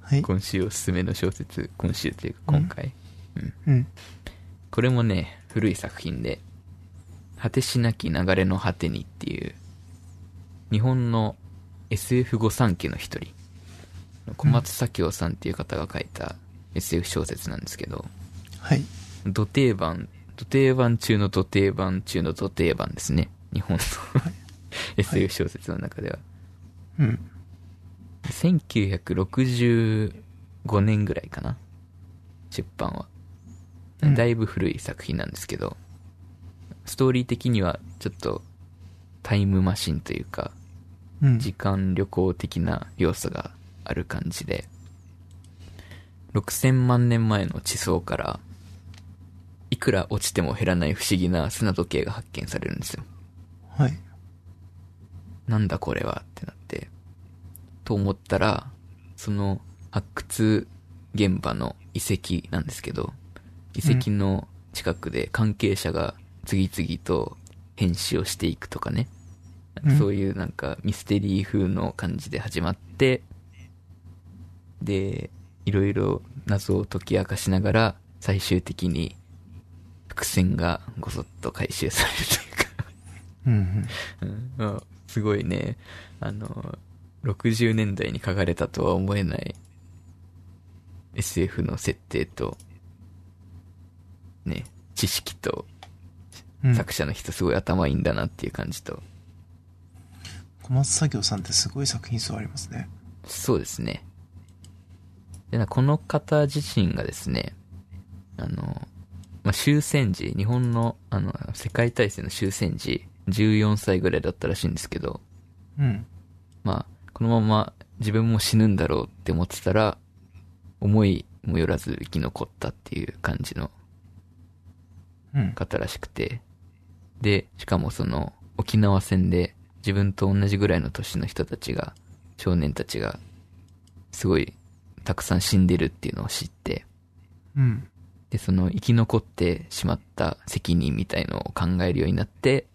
はい。
今週おすすめの小説、今週というか今回。うん
うん。
これもね、古い作品で、果てしなき流れの果てにっていう、日本の SF 御三家の一人、小松左京さんっていう方が書いた SF 小説なんですけど、
はい。
土定番、土定番中の土定番中の土定番ですね。日本の SF 小説の中では。
うん。
1965年ぐらいかな出版は
うん
だいぶ古い作品なんですけど、ストーリー的にはちょっとタイムマシンというか
うん。
時間旅行的な要素がある感じで6000万年前の地層からいくら落ちても減らない不思議な砂時計が発見されるんですよ
はい。
なんだこれはってなって、と思ったら、その発掘現場の遺跡なんですけど、遺跡の近くで関係者が次々と編集をしていくとかね、
うん
そういうなんかミステリー風の感じで始まって、で、いろいろ謎を解き明かしながら、最終的に伏線がごそっと回収されるというか、
うん。
うんまあすごいね、あの、60年代に書かれたとは思えない SF の設定と、ね、知識と
うん
作者の人すごい頭いいんだなっていう感じと、
小松作業さんってすごい作品数ありますね。
そうですね。で、なこの方自身がですね、あの、まあ、終戦時、日本の、あの、世界大戦の終戦時、14歳ぐらいだったらしいんですけど、
うん。
まあ、このまま自分も死ぬんだろうって思ってたら、思いもよらず生き残ったっていう感じの
うん。
方らしくて、で、しかもその沖縄戦で自分と同じぐらいの年の人たちが、少年たちが、すごいたくさん死んでるっていうのを知って、
うん。
で、その生き残ってしまった責任みたいのを考えるようになって、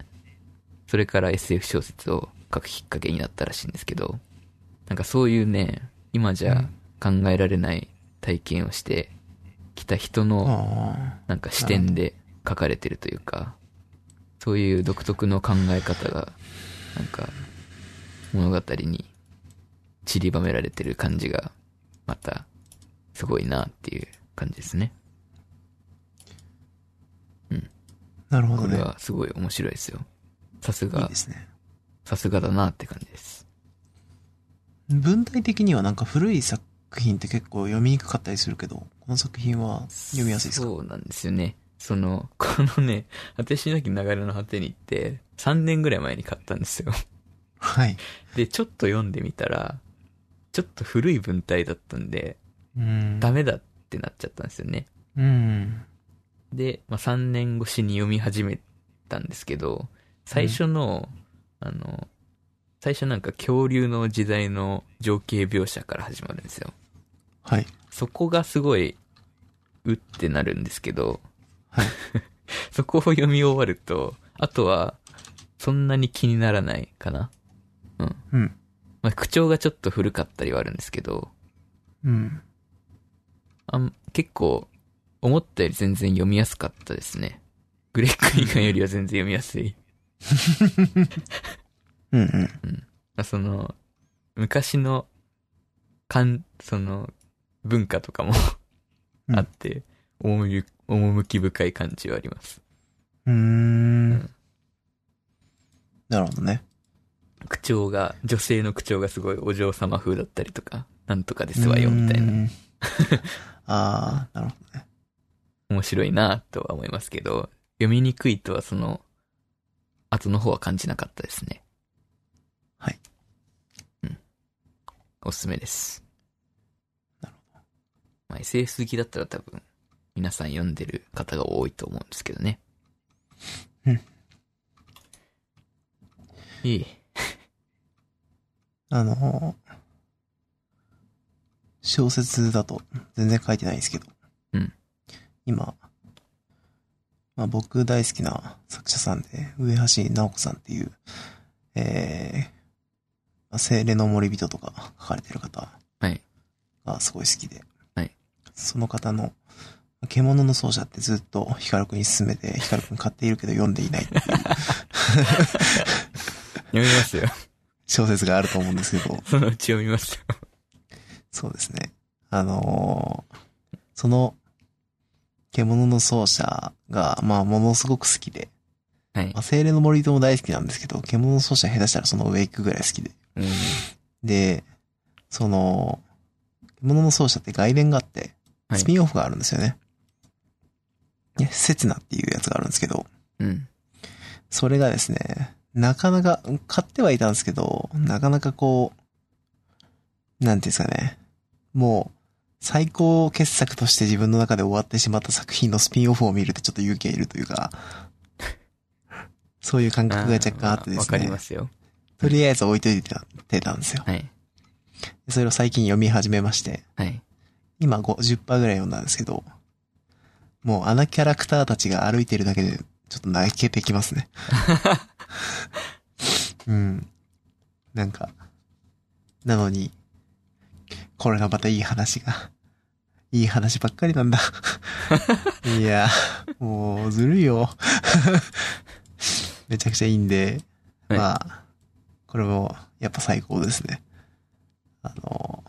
それから SF 小説を書くきっかけになったらしいんですけど、なんかそういうね、今じゃ考えられない体験をしてきた人の、
あ
なんか視点で書かれてるというか、そういう独特の考え方が、なんか、物語に散りばめられてる感じが、また、すごいなっていう感じですね。
あ、なるほ
こ
ど
れ
ね。
はすごい面白いですよ。さす
いい
が
で、すね。
さすがだなって感じです。
文体的にはなんか古い作品って結構読みにくかったりするけど、この作品は読みやすいですか
そうなんですよね。その、このね、果てしなき流れの果てにって、3年ぐらい前に買ったんですよ。
はい。
で、ちょっと読んでみたら、ちょっと古い文体だったんで、
うん。
ダメだってなっちゃったんですよね。
うん。
で、まあ、3年越しに読み始めたんですけど、最初の、あの、最初なんか恐竜の時代の情景描写から始まるんですよ。
はい。
そこがすごい、うってなるんですけど、
はい
そこを読み終わると、あとは、そんなに気にならないかな。うん。
うん。
まあ、口調がちょっと古かったりはあるんですけど、
うん。
あん結構、思ったより全然読みやすかったですね。グレッグ・イーガンよりは全然読みやすい。
うんうん。
まあその、昔の、かん、その、文化とかも
うん
あって、趣、趣深い感じはあります。
うーん。なるほどね。
口調が、女性の口調がすごいお嬢様風だったりとか、なんとかですわよ、みたいな。
な。ああ、なるほどね。
面白いなとは思いますけど、読みにくいとはその、後の方は感じなかったですね。
はい。
うん。おすすめです。
なる
ほど。まあ、SF 好きだったら多分、皆さん読んでる方が多いと思うんですけどね。
うん。
いい。
あのー、小説だと全然書いてないんですけど。
うん
今、まあ、僕大好きな作者さんで、上橋直子さんっていう、えー、精霊の森人とか書かれてる方
はい
がすごい好きで、
はい
その方の、獣の奏者ってずっと光くんに勧めて、光くん買っているけど読んでいないっていう
読みますよ。
小説があると思うんですけど、
そのうち読みますよ。
そうですね。あのーその、獣の奏者が、まあ、ものすごく好きで、
はい
まあ、。精霊の森とも大好きなんですけど、獣の奏者下手したらその上行くぐらい好きで。
うん。
で、その、獣の奏者って外伝があって、
はい
スピンオフがあるんですよね。ね、セツナっていうやつがあるんですけど、
うん。
それがですね、なかなか、買ってはいたんですけど、なかなかこう、なんていうんですかね、もう、最高傑作として自分の中で終わってしまった作品のスピンオフを見るってちょっと勇気がいるというか、そういう感覚が若干あってで
わ
す
かり
ね
ま。すよ。
とりあえず置いといてたてたんですよ。
はい。
それを最近読み始めまして、
はい。
今50%ぐらい読んだんですけど、もうあのキャラクターたちが歩いてるだけで、ちょっと泣けてきますね。うん。なんか、なのに、これがまたいい話が、いい話ばっかりなんだ。いや、も うずるいよ。めちゃくちゃいいんで、
はい
まあ、これも、やっぱ最高ですね。あの、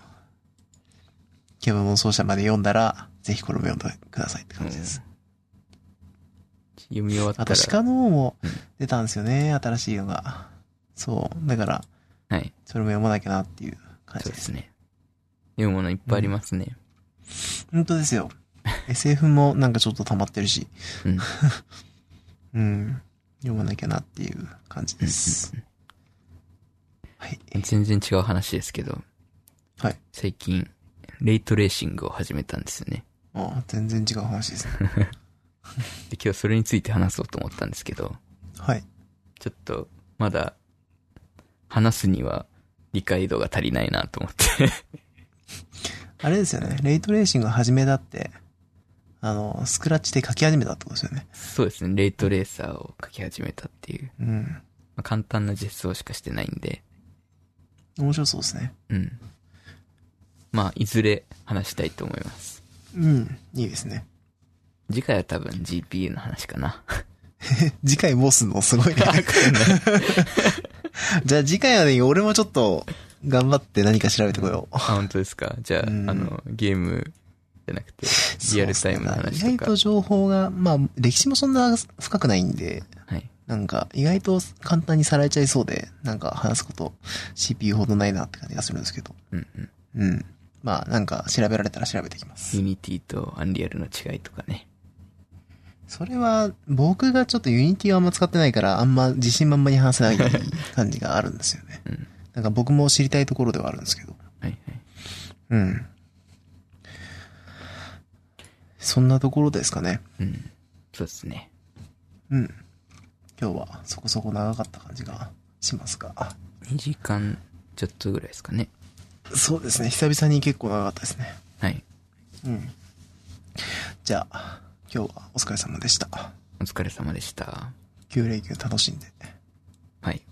ケムモン奏者まで読んだら、ぜひこれも読んでくださいって感じです。
読み終わった
あ
ら
と、。鹿の王も
うん
出たんですよね、新しいのが。そう。だから、
はい。
それも読まなきゃなっていう感
そ
じ
う
で
ですす
ね。
ね。読むものいっぱいありますね。
本当ですよ。SF もなんかちょっと溜まってるし。
うん。
うん。読まなきゃなっていう感じです。はい。
全然違う話ですけど。
はい。
最近、レイトレーシングを始めたんですよね。
あ全然違う話ですね。
で、今日それについて話そうと思ったんですけど、
はい。
ちょっと、まだ、話すには理解度が足りないなと思って。
あれですよね。レイトレーシング始めたって、あの、スクラッチで書き始めたってことですよね。
そうですね、レイトレーサーを書き始めたっていう。
うん。
まあ、簡単な実装しかしてないんで、
面白そうですね。
うん。まあ、いずれ話したいと思います。
うん。いいですね。
次回は多分 GPU の話かな。
次回もうすんのすごいね。 じゃあ次回はね、俺もちょっと、頑張って何か調べてこよう。
あ、本当ですかじゃあ、あ
うん
の、ゲームじゃなくて、リアルタイムの話
そうっすね意外
とか
と。情報が、まあ、歴史もそんな深くないんで、
はい。
なんか、意外と簡単にさられちゃいそうで、なんか話すこと、CPU ほどないなって感じがするんですけど。
うんうん。
うん。まあ、なんか、調べられたら調べてきます。
ユニティとアンリアルの違いとかね。
それは、僕がちょっと Unity をあんま使ってないから、あんま自信満々に話せない感じがあるんですよね。
うん
なんか僕も知りたいところではあるんですけど。
はいはい。
うん。そんなところですかね。
うん。そうですね。
うん。今日はそこそこ長かった感じがしますが。
2時間ちょっとぐらいですかね。
そうですね。久々に結構長かったですね。
はい。
うん。じゃあ、今日はお疲れ様でした。
お疲れ様でした。
9連休楽しんで。
はい。